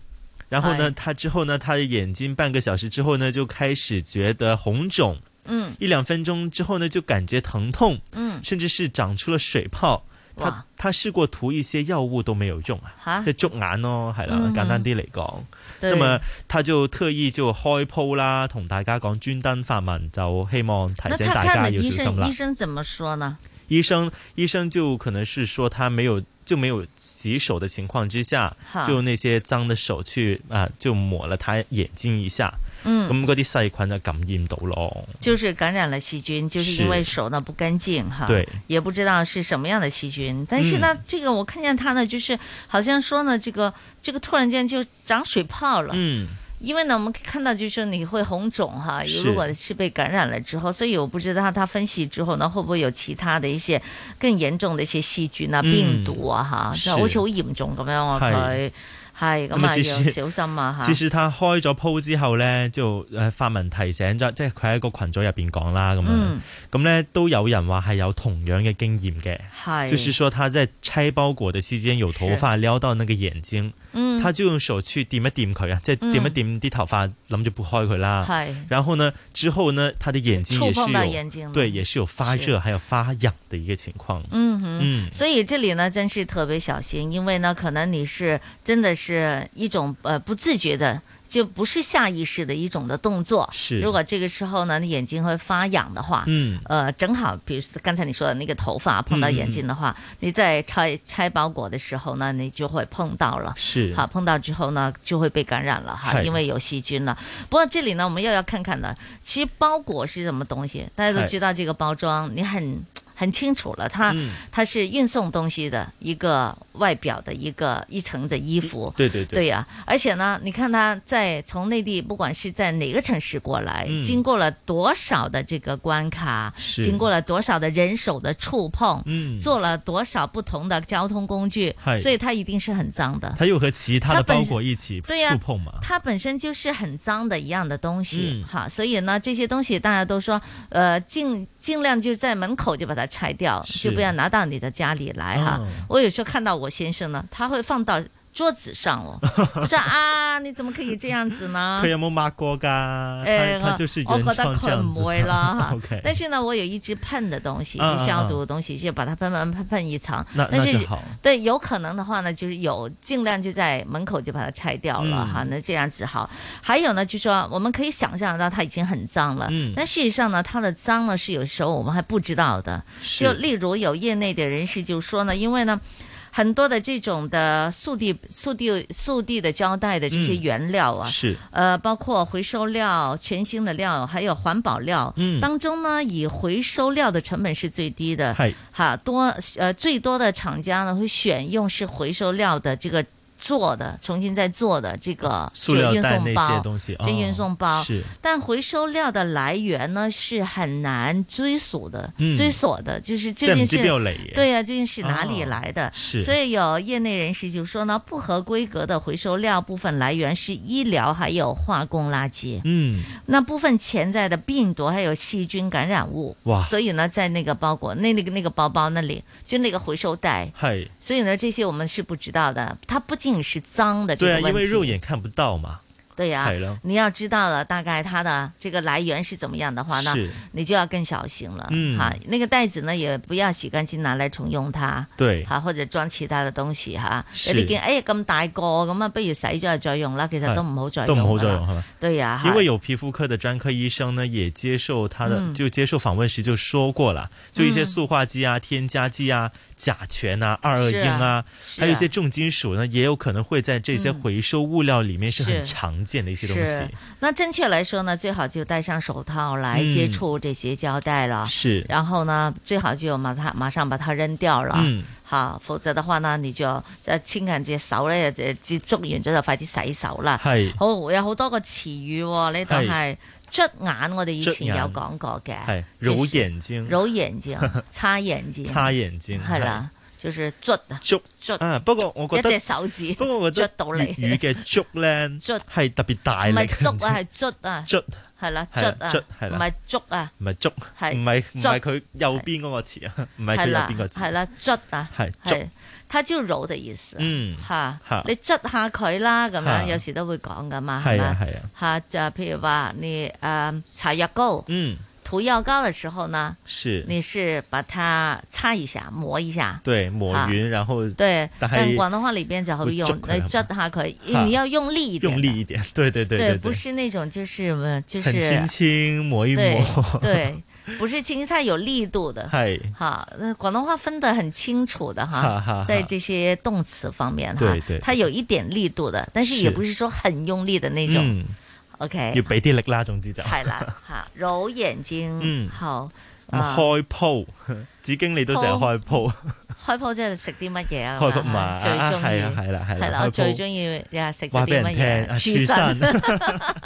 Speaker 9: 然後呢，
Speaker 29: 係
Speaker 9: 他之後呢，他的眼睛半個小時之後呢，就開始覺得紅腫，
Speaker 29: 嗯
Speaker 9: 一兩分鐘之後呢，就感覺疼痛，
Speaker 29: 嗯
Speaker 9: 甚至是長出了水泡。
Speaker 29: 哇
Speaker 9: 他他試過塗一些藥物都沒有用啊
Speaker 29: 嚇，
Speaker 9: 即係捽眼咯，係啦，
Speaker 29: 嗯
Speaker 9: 簡單啲嚟講。
Speaker 29: 對
Speaker 9: 那麼他就特意就開鋪啦，同大家講專登發文，就希望提
Speaker 8: 那
Speaker 9: 醒
Speaker 8: 看
Speaker 9: 大
Speaker 8: 看
Speaker 9: 家
Speaker 8: 了
Speaker 9: 要小
Speaker 8: 医
Speaker 9: 心
Speaker 8: 生，
Speaker 9: 啦
Speaker 8: 医。生怎么说呢？
Speaker 9: 医生医生就可能是说他没有就没有洗手的情况之下
Speaker 8: 哈，
Speaker 9: 就那些脏的手去啊、就抹了他眼睛一下，
Speaker 8: 嗯
Speaker 9: 咁嗰啲细菌就感染到咯。
Speaker 8: 就是感染了细菌，就是
Speaker 9: 是
Speaker 8: 因为手呢不干净哈，
Speaker 9: 对嗯
Speaker 8: 也不知道是什么样的细菌。但是呢，这个我看见它呢，就是好像说呢，这个这个突然间就长水泡了，
Speaker 9: 嗯，
Speaker 8: 因为呢，我们看到就是你会红肿哈，
Speaker 9: 是
Speaker 8: 如果是被感染了之后，所以我不知道它分析之后呢，会不会有其他的一些更严重的一些细菌啊、
Speaker 9: 嗯
Speaker 8: 病毒啊哈，
Speaker 9: 是
Speaker 8: 就好似好严重咁样啊
Speaker 9: 係
Speaker 8: 佢，系咁啊
Speaker 9: 其
Speaker 8: 要
Speaker 9: 實
Speaker 8: 小心 啊吓。
Speaker 9: 其實他開咗鋪之後咧，就誒發文提醒咗，即係佢喺個群組入邊講啦，咁樣
Speaker 8: 嗯
Speaker 9: 咁咧、都有人話係有同樣嘅經驗嘅，
Speaker 8: 係
Speaker 9: 就是說他在拆包裹的期間有頭髮撩到那個眼睛，
Speaker 29: 嗯
Speaker 9: 他就用手去掂一掂佢啊，即係
Speaker 8: 嗯
Speaker 9: 掂一掂啲頭髮，諗住撥開佢啦，
Speaker 29: 係
Speaker 9: 然後呢，之後呢，他的眼睛也
Speaker 8: 觸碰
Speaker 9: 是
Speaker 8: 到
Speaker 9: 有
Speaker 8: 眼睛了
Speaker 9: 對，也是有發
Speaker 8: 是
Speaker 9: 熱，還有發癢的一個情況，
Speaker 8: 嗯哼，
Speaker 9: 嗯
Speaker 8: 所以这里呢，真是特别小心，因为呢，可能你是真的是一种呃不自觉的。就不是下意识的一种的动作，
Speaker 9: 是
Speaker 8: 如果这个时候呢，你眼睛会发痒的
Speaker 14: 啊
Speaker 8: 话，
Speaker 9: 嗯
Speaker 8: 呃，正好，比如说刚才你说的那个头发碰到眼睛的
Speaker 9: 嗯
Speaker 8: 话，你在拆拆包裹的时候呢，你就会碰到了，
Speaker 9: 是
Speaker 8: 好碰到之后呢，就会被感染了哈，
Speaker 9: 是
Speaker 8: 因为有细菌了。不过这里呢，我们又要看看呢，其实包裹是什么东西，大家都
Speaker 9: 是
Speaker 8: 知道这个包装，你很很清楚了，它、
Speaker 9: 嗯
Speaker 8: 它是运送东西的一个外表的一个一层的衣服，
Speaker 9: 对对
Speaker 8: 对呀、而且呢，你看他在从内地，不管是在哪个城市过来，
Speaker 9: 嗯
Speaker 8: 经过了多少的这个关卡，
Speaker 9: 是
Speaker 8: 经过了多少的人手的触碰，
Speaker 9: 嗯
Speaker 8: 做了多少不同的交通工具，
Speaker 9: 嗨
Speaker 8: 所以它一定是很脏的。
Speaker 9: 他又和其他的
Speaker 8: 他本
Speaker 9: 包
Speaker 8: 身
Speaker 9: 裹一起
Speaker 8: 对呀、
Speaker 9: 觸碰嘛，
Speaker 8: 它本身就是很脏的一样的东西
Speaker 9: 嗯，
Speaker 8: 哈、所以呢，这些东西大家都说，呃，尽尽量就在门口就把它拆掉，
Speaker 9: 是
Speaker 8: 就不要拿到你的家里来哈、
Speaker 9: 哦
Speaker 8: 我有时候看到我先生呢，他会放到桌子上 哦，我说啊，你怎么可以这样子呢
Speaker 9: 佢？有冇抹過㗎？
Speaker 8: 诶，
Speaker 9: 他他就是
Speaker 8: 啊呃我
Speaker 9: 原
Speaker 8: 覺得
Speaker 9: 創這
Speaker 8: 佢
Speaker 9: 樣
Speaker 8: 唔
Speaker 9: 子
Speaker 8: 會 啦
Speaker 9: o k
Speaker 8: 但是呢，我有一支噴的東西，
Speaker 9: 啊啊啊
Speaker 8: 消毒的東西，就把它噴噴噴噴一層。
Speaker 9: 那
Speaker 8: 但是
Speaker 9: 那就好
Speaker 8: 对，有可能的話呢，就是有尽量就在門口就把它拆掉了
Speaker 9: 嗯
Speaker 8: 哈，那这样子好。还有呢，就说我们可以想象到它已經很脏了
Speaker 9: 嗯，
Speaker 8: 但事實上呢，它的脏呢是有時候我們還不知道的。
Speaker 9: 是
Speaker 8: 就例如有業內的人士就說呢，因為呢。很多的这种的速递、速递、速递的胶带的这些
Speaker 14: 嗯
Speaker 8: 原料啊，
Speaker 14: 是
Speaker 8: 呃，包括回收料、全新的料，还有环保料，
Speaker 14: 嗯
Speaker 8: 当中呢，以回收料的成本是最低的，
Speaker 14: 是
Speaker 8: 哈多呃最多的厂家呢会选用是回收料的这个。做的重新再做的这个
Speaker 9: 塑料
Speaker 8: 这个
Speaker 9: 袋
Speaker 8: 运送
Speaker 9: 那
Speaker 8: 包，
Speaker 9: 些东西
Speaker 8: 这
Speaker 9: 哦
Speaker 8: 运送包
Speaker 9: 是
Speaker 8: 但回收料的来源呢是很难追溯的，
Speaker 9: 嗯
Speaker 8: 追溯的，就是
Speaker 9: 即
Speaker 8: 究
Speaker 9: 係唔
Speaker 8: 竟
Speaker 9: 知
Speaker 8: 是
Speaker 9: 邊度嚟嘅
Speaker 8: 对呀、究竟
Speaker 9: 哦
Speaker 8: 是哪里来的？
Speaker 9: 是
Speaker 8: 所以有业内人士就说呢，不合规格的回收料部分来源是医疗还有化工垃圾，
Speaker 9: 嗯，
Speaker 8: 那部分潜在的病毒还有细菌感染物，
Speaker 9: 哇
Speaker 8: 所以呢，在那个包裹那那个那个包包那里，就那个回收袋。
Speaker 9: 系
Speaker 8: 所以呢，这些我们是不知道的。它不仅是脏的这
Speaker 9: 对
Speaker 8: 个
Speaker 9: 啊，
Speaker 8: 问题，
Speaker 9: 因为肉眼看不到嘛，
Speaker 8: 对呀、
Speaker 9: 係咯
Speaker 8: 你要知道了大概它的这个来源是怎么样的话呢
Speaker 9: 是，
Speaker 8: 你就要更小心了。
Speaker 9: 嗯
Speaker 8: 哈，那个袋子呢也不要洗干净拿来重用它。
Speaker 9: 對
Speaker 8: 哈或者裝其他嘅東西吓。
Speaker 9: 是
Speaker 8: 有啲見哎呀咁大個咁啊，不如洗咗就再用啦，其實
Speaker 9: 係
Speaker 8: 都唔好再
Speaker 9: 都唔好再
Speaker 8: 㗎啦
Speaker 9: 用係嘛
Speaker 8: 對呀、
Speaker 9: 因
Speaker 8: 哈
Speaker 9: 为有皮肤科的专科医生呢，也接受他的、
Speaker 8: 嗯
Speaker 9: 就接受访问时就说过了，就一些塑化剂啊、添加剂啊、甲醛啊、二恶英啊，
Speaker 8: 是啊
Speaker 9: 还有一些重金属呢，也有可能会在这些
Speaker 8: 嗯
Speaker 9: 回收物料里面是
Speaker 8: 是
Speaker 9: 很常见的一些东
Speaker 8: 是
Speaker 9: 西。，
Speaker 8: 那正确来说呢，最好就戴上手套来接
Speaker 9: 嗯
Speaker 8: 触这些胶带了。
Speaker 9: 是
Speaker 8: 然后呢，最好就马它马上把它扔掉了。
Speaker 9: 嗯，
Speaker 8: 好，否則的話呢，你就就千祈隻手咧，就接觸完咗就快啲洗手啦。
Speaker 9: 係
Speaker 8: 好有好多個詞語喎，呢度係
Speaker 9: 係
Speaker 8: 捽眼，我哋以前
Speaker 9: 捽眼
Speaker 8: 有講過嘅。
Speaker 9: 系
Speaker 8: 就
Speaker 9: 揉
Speaker 8: 是
Speaker 9: 眼睛，
Speaker 8: 揉 眼睛，擦眼睛，
Speaker 9: 擦眼睛
Speaker 8: 係啦，就是捽
Speaker 9: 捽
Speaker 8: 捽
Speaker 9: 啊。不過我覺
Speaker 8: 一
Speaker 9: 得
Speaker 8: 隻手指，
Speaker 9: 不過我覺
Speaker 8: 捽
Speaker 9: 得
Speaker 8: 到
Speaker 9: 粵語
Speaker 8: 你，
Speaker 9: 嘅捽咧，
Speaker 8: 捽
Speaker 9: 係特別大力，
Speaker 8: 唔係 捽啊，係捽啊，
Speaker 9: 捽
Speaker 8: 係啦，
Speaker 9: 係啦
Speaker 8: 捽啊
Speaker 9: 捽，係
Speaker 8: 唔
Speaker 9: 啦
Speaker 8: 係捽啊，
Speaker 9: 唔係捽，
Speaker 8: 係
Speaker 9: 唔係唔
Speaker 8: 捽
Speaker 9: 係佢右邊嗰個詞啊， 唔係佢
Speaker 8: 係
Speaker 9: 右
Speaker 8: 啦，
Speaker 9: 邊個字，
Speaker 8: 係啦，捽啊，
Speaker 9: 係捽
Speaker 8: 係，它就揉的意思。
Speaker 9: 嗯
Speaker 8: 吓
Speaker 9: 嚇，
Speaker 8: 你捽下佢啦，咁
Speaker 9: 嚇
Speaker 8: 樣有時都會講噶嘛，係
Speaker 9: 係啊
Speaker 8: 嘛？
Speaker 9: 係啊，
Speaker 8: 吓就譬如話你誒搽藥膏，
Speaker 9: 嗯，
Speaker 8: 塗藥膏的時候呢，
Speaker 9: 是
Speaker 8: 你是把它擦一下，抹一下。
Speaker 9: 對抹
Speaker 8: 啊
Speaker 9: 匀，然後
Speaker 8: 對，
Speaker 9: 但
Speaker 8: 但
Speaker 9: 係
Speaker 8: 廣東話裏邊就會用
Speaker 9: 會捽佢
Speaker 8: 你捽下佢，
Speaker 9: 嚇
Speaker 8: 你要用力一點。
Speaker 9: 用力一點， 對對對
Speaker 8: 對，
Speaker 9: 對，
Speaker 8: 不是那種就是呃就
Speaker 9: 很
Speaker 8: 是
Speaker 9: 輕輕抹一
Speaker 8: 對
Speaker 9: 抹，
Speaker 8: 對，不是輕，它有力度的。
Speaker 9: 係
Speaker 8: 好，那廣東話分得很清楚的
Speaker 9: 哈哈
Speaker 8: 哈
Speaker 9: 哈，
Speaker 8: 在这些动词方面哈
Speaker 9: 对对，
Speaker 8: 它有一點力度的，但是
Speaker 9: 是
Speaker 8: 也不是說很用力的那種
Speaker 9: 嗯。，要
Speaker 8: OK，
Speaker 9: 俾啲力啦，總之就
Speaker 8: 係 啦，吓揉眼睛，
Speaker 9: 嗯
Speaker 8: 好，
Speaker 9: 咁
Speaker 8: 啊
Speaker 9: 開鋪， 子經理都成日開鋪，
Speaker 8: 開鋪即係食啲乜嘢啊？
Speaker 9: 開鋪
Speaker 8: 咁
Speaker 9: 唔係
Speaker 8: 啊最
Speaker 9: 啊
Speaker 8: 中
Speaker 9: 係
Speaker 8: 意
Speaker 9: 啊係啦係啦
Speaker 8: 係啦，
Speaker 9: 開
Speaker 8: 我最
Speaker 9: 鋪
Speaker 8: 中意啊食咗
Speaker 9: 話俾
Speaker 8: 啲
Speaker 9: 人
Speaker 8: 乜
Speaker 9: 聽啊
Speaker 8: 嘢？
Speaker 9: 刺
Speaker 8: 身
Speaker 9: 身，開鋪
Speaker 8: 啊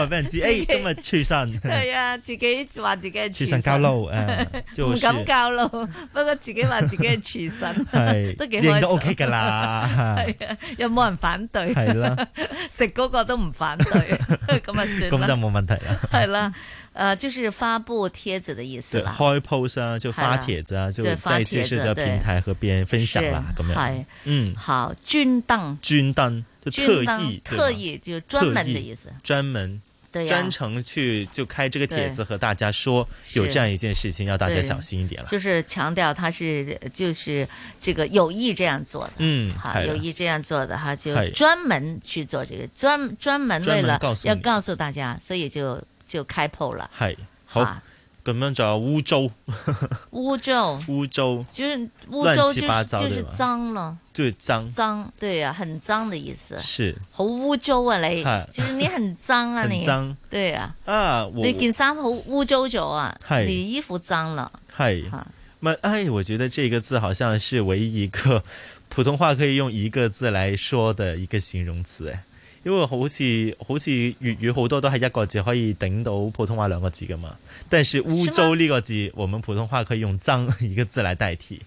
Speaker 9: 話俾 人知，
Speaker 8: 自
Speaker 9: 誒
Speaker 8: 己
Speaker 9: 今日刺 身，
Speaker 8: 係啊，自己話自己係
Speaker 9: 刺
Speaker 8: 廚
Speaker 9: 身 交撈誒，就
Speaker 8: 唔
Speaker 9: 是
Speaker 8: 敢教咯， 不過自己話自己係廚神，
Speaker 9: 係
Speaker 8: 都幾開
Speaker 9: 認
Speaker 8: 心
Speaker 9: 都 OK 㗎 啦
Speaker 8: 係啊，又冇人反對，
Speaker 9: 係啦，
Speaker 8: 食嗰個都唔反對， 咁啊算
Speaker 9: 咁就
Speaker 8: 啦，
Speaker 9: 冇問題啦。
Speaker 8: 係啦，誒，就是發布帖子的意思
Speaker 9: 对，
Speaker 8: 啦。
Speaker 9: 开 post 啊，就
Speaker 8: 係
Speaker 9: 发
Speaker 8: 啦
Speaker 9: 帖子啊，就
Speaker 8: 對發
Speaker 9: 在一些
Speaker 8: 帖
Speaker 9: 社
Speaker 8: 子
Speaker 9: 交
Speaker 8: 對
Speaker 9: 平台和别人分享啦，
Speaker 8: 是
Speaker 9: 咁樣
Speaker 8: 係。
Speaker 9: 嗯，
Speaker 8: 好，專登，
Speaker 9: 專登就特
Speaker 8: 專
Speaker 9: 意對
Speaker 8: 登，特
Speaker 9: 嗎
Speaker 8: 意就專門
Speaker 9: 特意
Speaker 8: 的意思。
Speaker 9: 专门
Speaker 8: 對呀
Speaker 9: 专程去就开这个帖子
Speaker 8: 對
Speaker 9: 和大家说有
Speaker 8: 是
Speaker 9: 这样一件事情，要大家
Speaker 8: 对
Speaker 9: 小心一点了。
Speaker 8: 就是强调他是就是这个有意这样做的，
Speaker 9: 嗯
Speaker 8: 哈，
Speaker 9: 是的
Speaker 8: 有意这样做的哈，就
Speaker 9: 是
Speaker 8: 专门去做这个，专专门
Speaker 9: 专
Speaker 8: 为
Speaker 9: 门
Speaker 8: 了
Speaker 9: 告诉
Speaker 8: 要
Speaker 9: 你
Speaker 8: 告诉大家，所以就就开铺了。
Speaker 9: 系好，咁樣就有污糟，
Speaker 8: 污糟
Speaker 9: 污糟
Speaker 8: 哦就是污
Speaker 9: 乱
Speaker 8: 糟
Speaker 9: 七
Speaker 8: 就
Speaker 9: 八
Speaker 8: 是
Speaker 9: 糟
Speaker 8: 就
Speaker 9: 对
Speaker 8: 是
Speaker 9: 吧
Speaker 8: 脏了，
Speaker 9: 就是脏，
Speaker 8: 脏对呀、很脏的意思，
Speaker 9: 是
Speaker 8: 好污糟啊你
Speaker 9: 是，
Speaker 8: 就是你很脏啊
Speaker 9: 很
Speaker 8: 你，
Speaker 9: 脏
Speaker 8: 对呀、
Speaker 9: 啊，我
Speaker 8: 你件衫好污糟咗啊，
Speaker 9: 是
Speaker 8: 你衣服脏了，
Speaker 9: 系，那哎，我觉得这个字好像是唯一一个普通话可以用一个字来说的一个形容词，哎，因为好似好似粵語好多都係一個字可以頂到普通話兩個字噶嘛，但是污糟呢個字，我們普通話可以用脏 一個字來代替，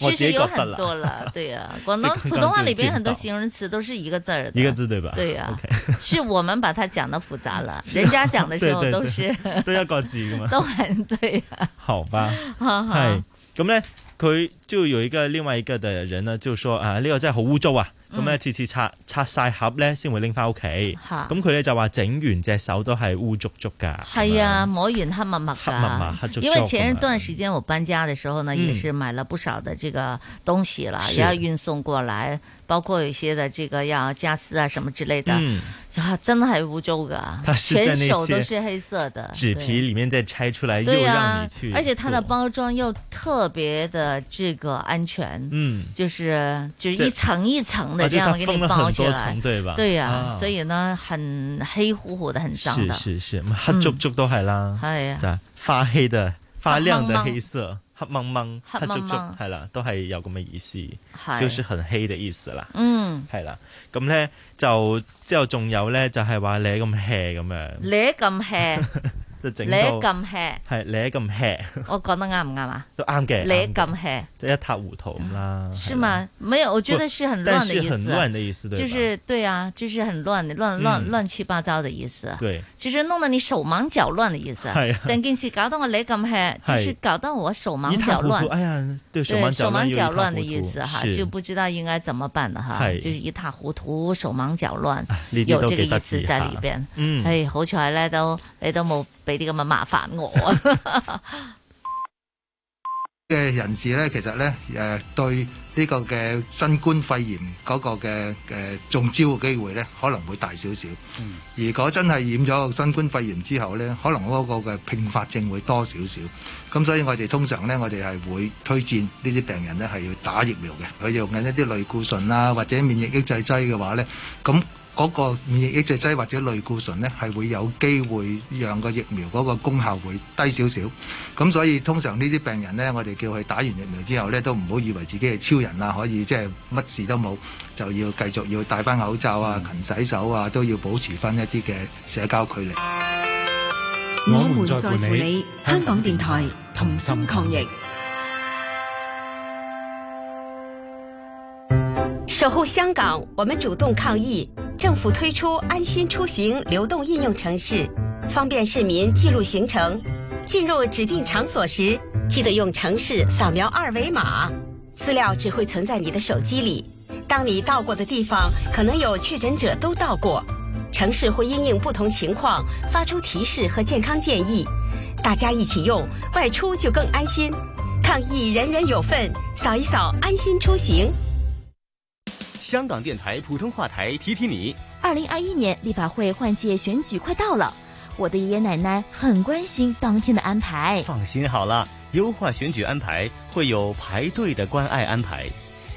Speaker 9: 我自
Speaker 8: 其实
Speaker 9: 己覺
Speaker 8: 有
Speaker 9: 得
Speaker 8: 很多
Speaker 9: 啦，
Speaker 8: 了，对 呀、广
Speaker 9: 这
Speaker 8: 东
Speaker 9: 刚刚
Speaker 8: 普通话
Speaker 9: 就
Speaker 8: 里边
Speaker 9: 见
Speaker 8: 很多
Speaker 9: 到
Speaker 8: 形容词都是一个字儿的，
Speaker 9: 一個字對吧？
Speaker 8: 对呀、 是我们把它讲的复杂了，人家 讲的时候
Speaker 9: 對對
Speaker 8: 都是
Speaker 9: 對都一個字噶嘛，
Speaker 8: 都很对呀、
Speaker 9: 好吧，
Speaker 8: 哈啊哈
Speaker 9: 係咁咧，佢就有一個另外一個嘅人呢，就說啊呢、個真係好污糟啊！咁咧
Speaker 8: 嗯
Speaker 9: 次次拆拆晒盒咧，先會拎翻屋企。
Speaker 8: 嚇
Speaker 9: 咁佢咧就話整完隻手都係污糟糟㗎。
Speaker 8: 系
Speaker 9: 嗯
Speaker 8: 啊，磨圆黑密密噶，
Speaker 9: 黑密密黑足足
Speaker 8: 因为前一段时间我搬家的时候呢，
Speaker 9: 嗯
Speaker 8: 也是买了不少的这个东西了，
Speaker 14: 是
Speaker 8: 也要运送过来，包括有一些的这个要家私啊什么之类的，
Speaker 9: 嗯
Speaker 8: 啊，真的很污糟噶，
Speaker 9: 它是在那
Speaker 8: 全
Speaker 9: 些
Speaker 8: 手都是黑色的
Speaker 9: 紙
Speaker 8: 对啊
Speaker 9: 皮裡面再拆出來，又
Speaker 8: 对呀、
Speaker 9: 讓你去做。
Speaker 8: 而且它的包装又特别的这个安全，
Speaker 9: 嗯
Speaker 8: 就是就是
Speaker 9: 这
Speaker 8: 一层一层
Speaker 9: 而
Speaker 8: 的
Speaker 9: 且
Speaker 8: 这样
Speaker 9: 它
Speaker 8: 给
Speaker 9: 封
Speaker 8: 你
Speaker 9: 了
Speaker 8: 包
Speaker 9: 很
Speaker 8: 起
Speaker 9: 多
Speaker 8: 来
Speaker 9: 层，对吧
Speaker 8: 对呀、
Speaker 9: 啊
Speaker 8: 所以呢，很黑乎乎的，很脏
Speaker 9: 是
Speaker 8: 的。嗯
Speaker 9: 是是，黑足足都系啦，
Speaker 8: 係啊
Speaker 9: 就發黑的發亮的黑色，黑蒙蒙，
Speaker 8: 黑
Speaker 9: 黑
Speaker 8: 蒙
Speaker 9: 足
Speaker 8: 蒙
Speaker 9: 足係啦，都係有咁嘅意思，
Speaker 8: 係
Speaker 9: 就是很黑嘅意思啦。
Speaker 8: 嗯，
Speaker 9: 係啦，咁咧就之後仲有咧就係話你咁 hea 咁樣，
Speaker 8: 你咁 hea，
Speaker 9: 就 整
Speaker 8: 你
Speaker 9: 到
Speaker 8: 咁 hea，
Speaker 9: 係你咁 hea
Speaker 8: 我讲得啱唔啱 啊？
Speaker 9: 都啱嘅，
Speaker 8: 你
Speaker 9: 啱嘅
Speaker 8: 咁 hea。
Speaker 9: 即係一塌糊塗咁啦。
Speaker 8: 是吗？没有，我觉得是很乱的意
Speaker 9: 哎但
Speaker 8: 思，啊
Speaker 9: 是很乱的意思对吧
Speaker 8: 就是对啊，就是很乱的，乱乱
Speaker 9: 嗯
Speaker 8: 乱七八糟的意思，
Speaker 9: 對，
Speaker 8: 就是弄得你手忙脚乱的意思
Speaker 9: 係啊。
Speaker 8: 整件事搞到我你咁 hea，就是
Speaker 9: 係
Speaker 8: 搞到我手忙
Speaker 9: 一塌
Speaker 8: 脚
Speaker 9: 糊
Speaker 8: 乱
Speaker 9: 塗。哎呀，对手忙腳
Speaker 8: 手忙
Speaker 9: 亂又一
Speaker 8: 脚
Speaker 9: 塌
Speaker 8: 乱的
Speaker 9: 糊
Speaker 8: 意
Speaker 9: 塗
Speaker 8: 思哈，
Speaker 9: 是
Speaker 8: 就不知道应该怎么办了哈，
Speaker 9: 係
Speaker 8: 就是一塌糊涂、手忙脚乱，
Speaker 9: 呢啲
Speaker 8: 有
Speaker 9: 哎都
Speaker 8: 這個
Speaker 9: 幾得
Speaker 8: 意思
Speaker 9: 意
Speaker 8: 在
Speaker 9: 下
Speaker 8: 裏邊。
Speaker 9: 嗯
Speaker 8: 唉，好彩咧都你都冇俾啲咁嘅麻煩我。
Speaker 16: 嘅人士咧，其實咧誒、呃、對呢個嘅新冠肺炎嗰個嘅誒、呃中招嘅機會咧，可能會大少少。
Speaker 8: 嗯
Speaker 16: 如果真係染咗新冠肺炎之後咧，可能嗰個嘅併發症會多少少。咁所以我哋通常咧，我哋係會推薦呢啲病人咧係要打疫苗嘅。佢用緊一啲類固醇啦，或者免疫抑制劑嘅話咧，咁。嗰個免疫抑制劑或者類固醇咧，係會有機會讓個疫苗嗰個功效會低少少。咁所以通常呢啲病人咧，我哋叫佢打完疫苗之後咧，都唔好以為自己係超人啦，可以即係乜事都冇，就要繼續要戴翻口罩啊、勤洗手啊，都要保持翻一啲嘅社交距離。
Speaker 14: 我們在乎你，香港電台同心抗疫。
Speaker 23: 守护香港，我们主动抗疫。政府推出安心出行流动应用程式，方便市民记录行程。进入指定场所时，记得用城市扫描二维码，资料只会存在你的手机里。当你到过的地方，可能有确诊者都到过。城市会因应不同情况发出提示和健康建议，大家一起用，外出就更安心。抗疫人人有份，扫一扫安心出行。
Speaker 29: 香港电台普通话台提提你，
Speaker 5: 二零二一年立法会换届选举快到了，我的爷爷奶奶很关心当天的安排。
Speaker 4: 放心好了，优化选举安排会有排队的关爱安排。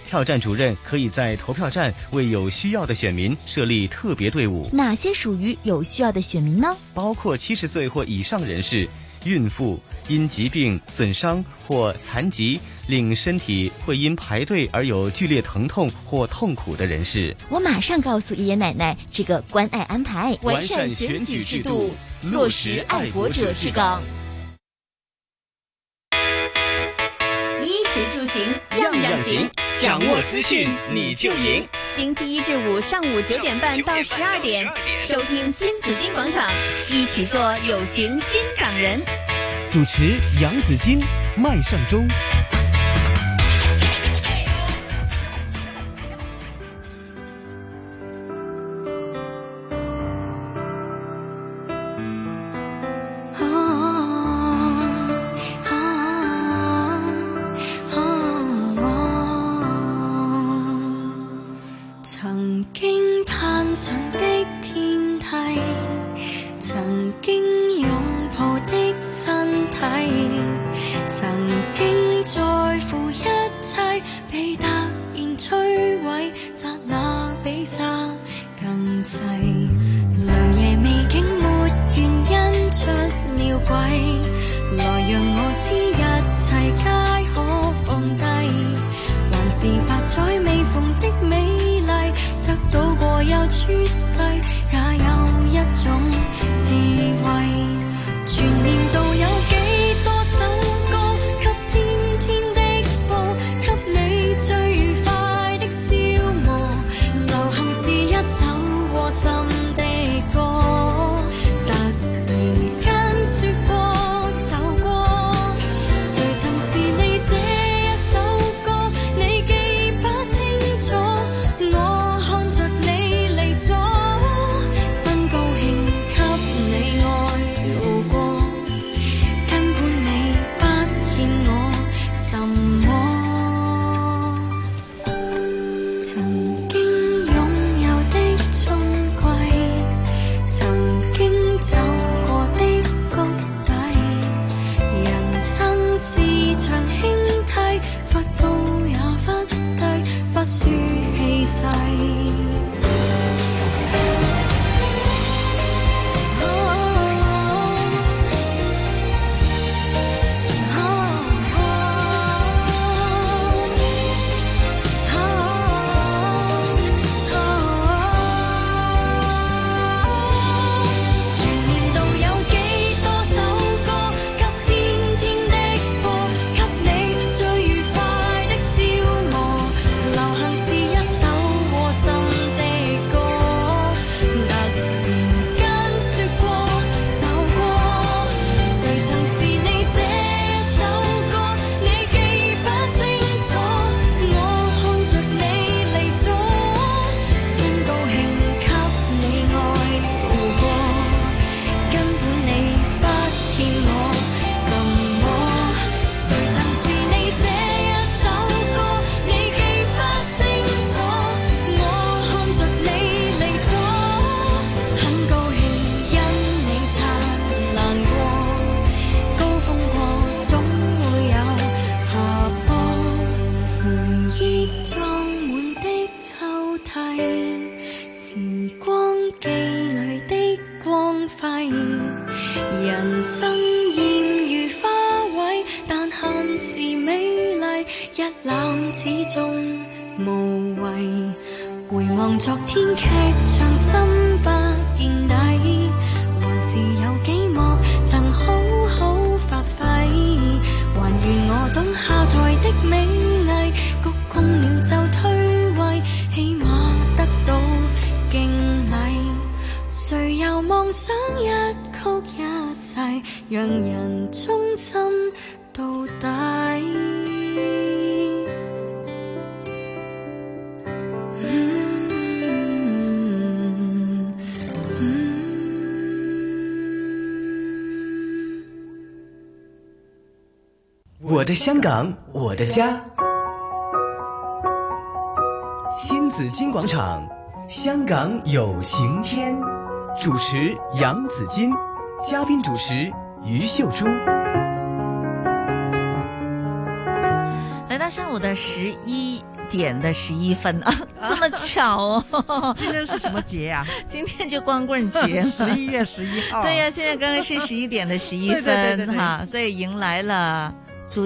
Speaker 4: 票站主任可以在投票站为有需要的选民设立特别队伍，
Speaker 5: 哪些属于有需要的选民呢？
Speaker 4: 包括七十岁或以上人士、孕妇、因疾病、损伤或残疾，令身体会因排队而有剧烈疼痛或痛苦的人士。
Speaker 5: 我马上告诉爷爷奶奶这个关爱安排，
Speaker 4: 完善选举制度落实爱国者治港。
Speaker 6: 衣食住行样样行，
Speaker 4: 掌握资讯你就赢。
Speaker 6: 星期一至五上午九点半到十二点，收听新紫金广场，一起做有型新港人。
Speaker 7: 主持杨紫金、麦尚中。
Speaker 31: 曾經攀上的天梯，曾經擁抱的身體，曾經在乎一切，被突然摧毀，剎那比沙更細。良夜美景沒原因出了軌，來讓我知一切皆可放低。還是百載未逢的美麗，得到過又出世，也有一種智慧。全年度有幾多首歌，給天天的播，給你最愉快的消磨。流行是一首窩心的歌，突然間説過就過。誰曾是你這一首歌？你記不清楚，我看着你離咗，真高興給你愛路過。是美麗，一覽始終無謂。回望昨天劇場，心不見底，還是有幾幕曾好好發揮。還願我懂下台的美藝，鞠躬了就退位，起碼得到敬禮。誰又妄想一曲一世，讓人忠心到底？嗯
Speaker 4: 我的香港，我的家。新紫金广场，香港有晴天。主持杨紫金，嘉宾主持于秀珠。
Speaker 8: 来到上午的十一点的十一分 啊，这么巧哦！
Speaker 1: 今天是什么节呀、
Speaker 8: 今天就光棍 节
Speaker 1: 十一月十一号。
Speaker 8: 对呀、现在刚刚是十一点的十一
Speaker 1: 哦 对对对对
Speaker 8: 分
Speaker 1: 对
Speaker 8: 哈，所以迎来了。朱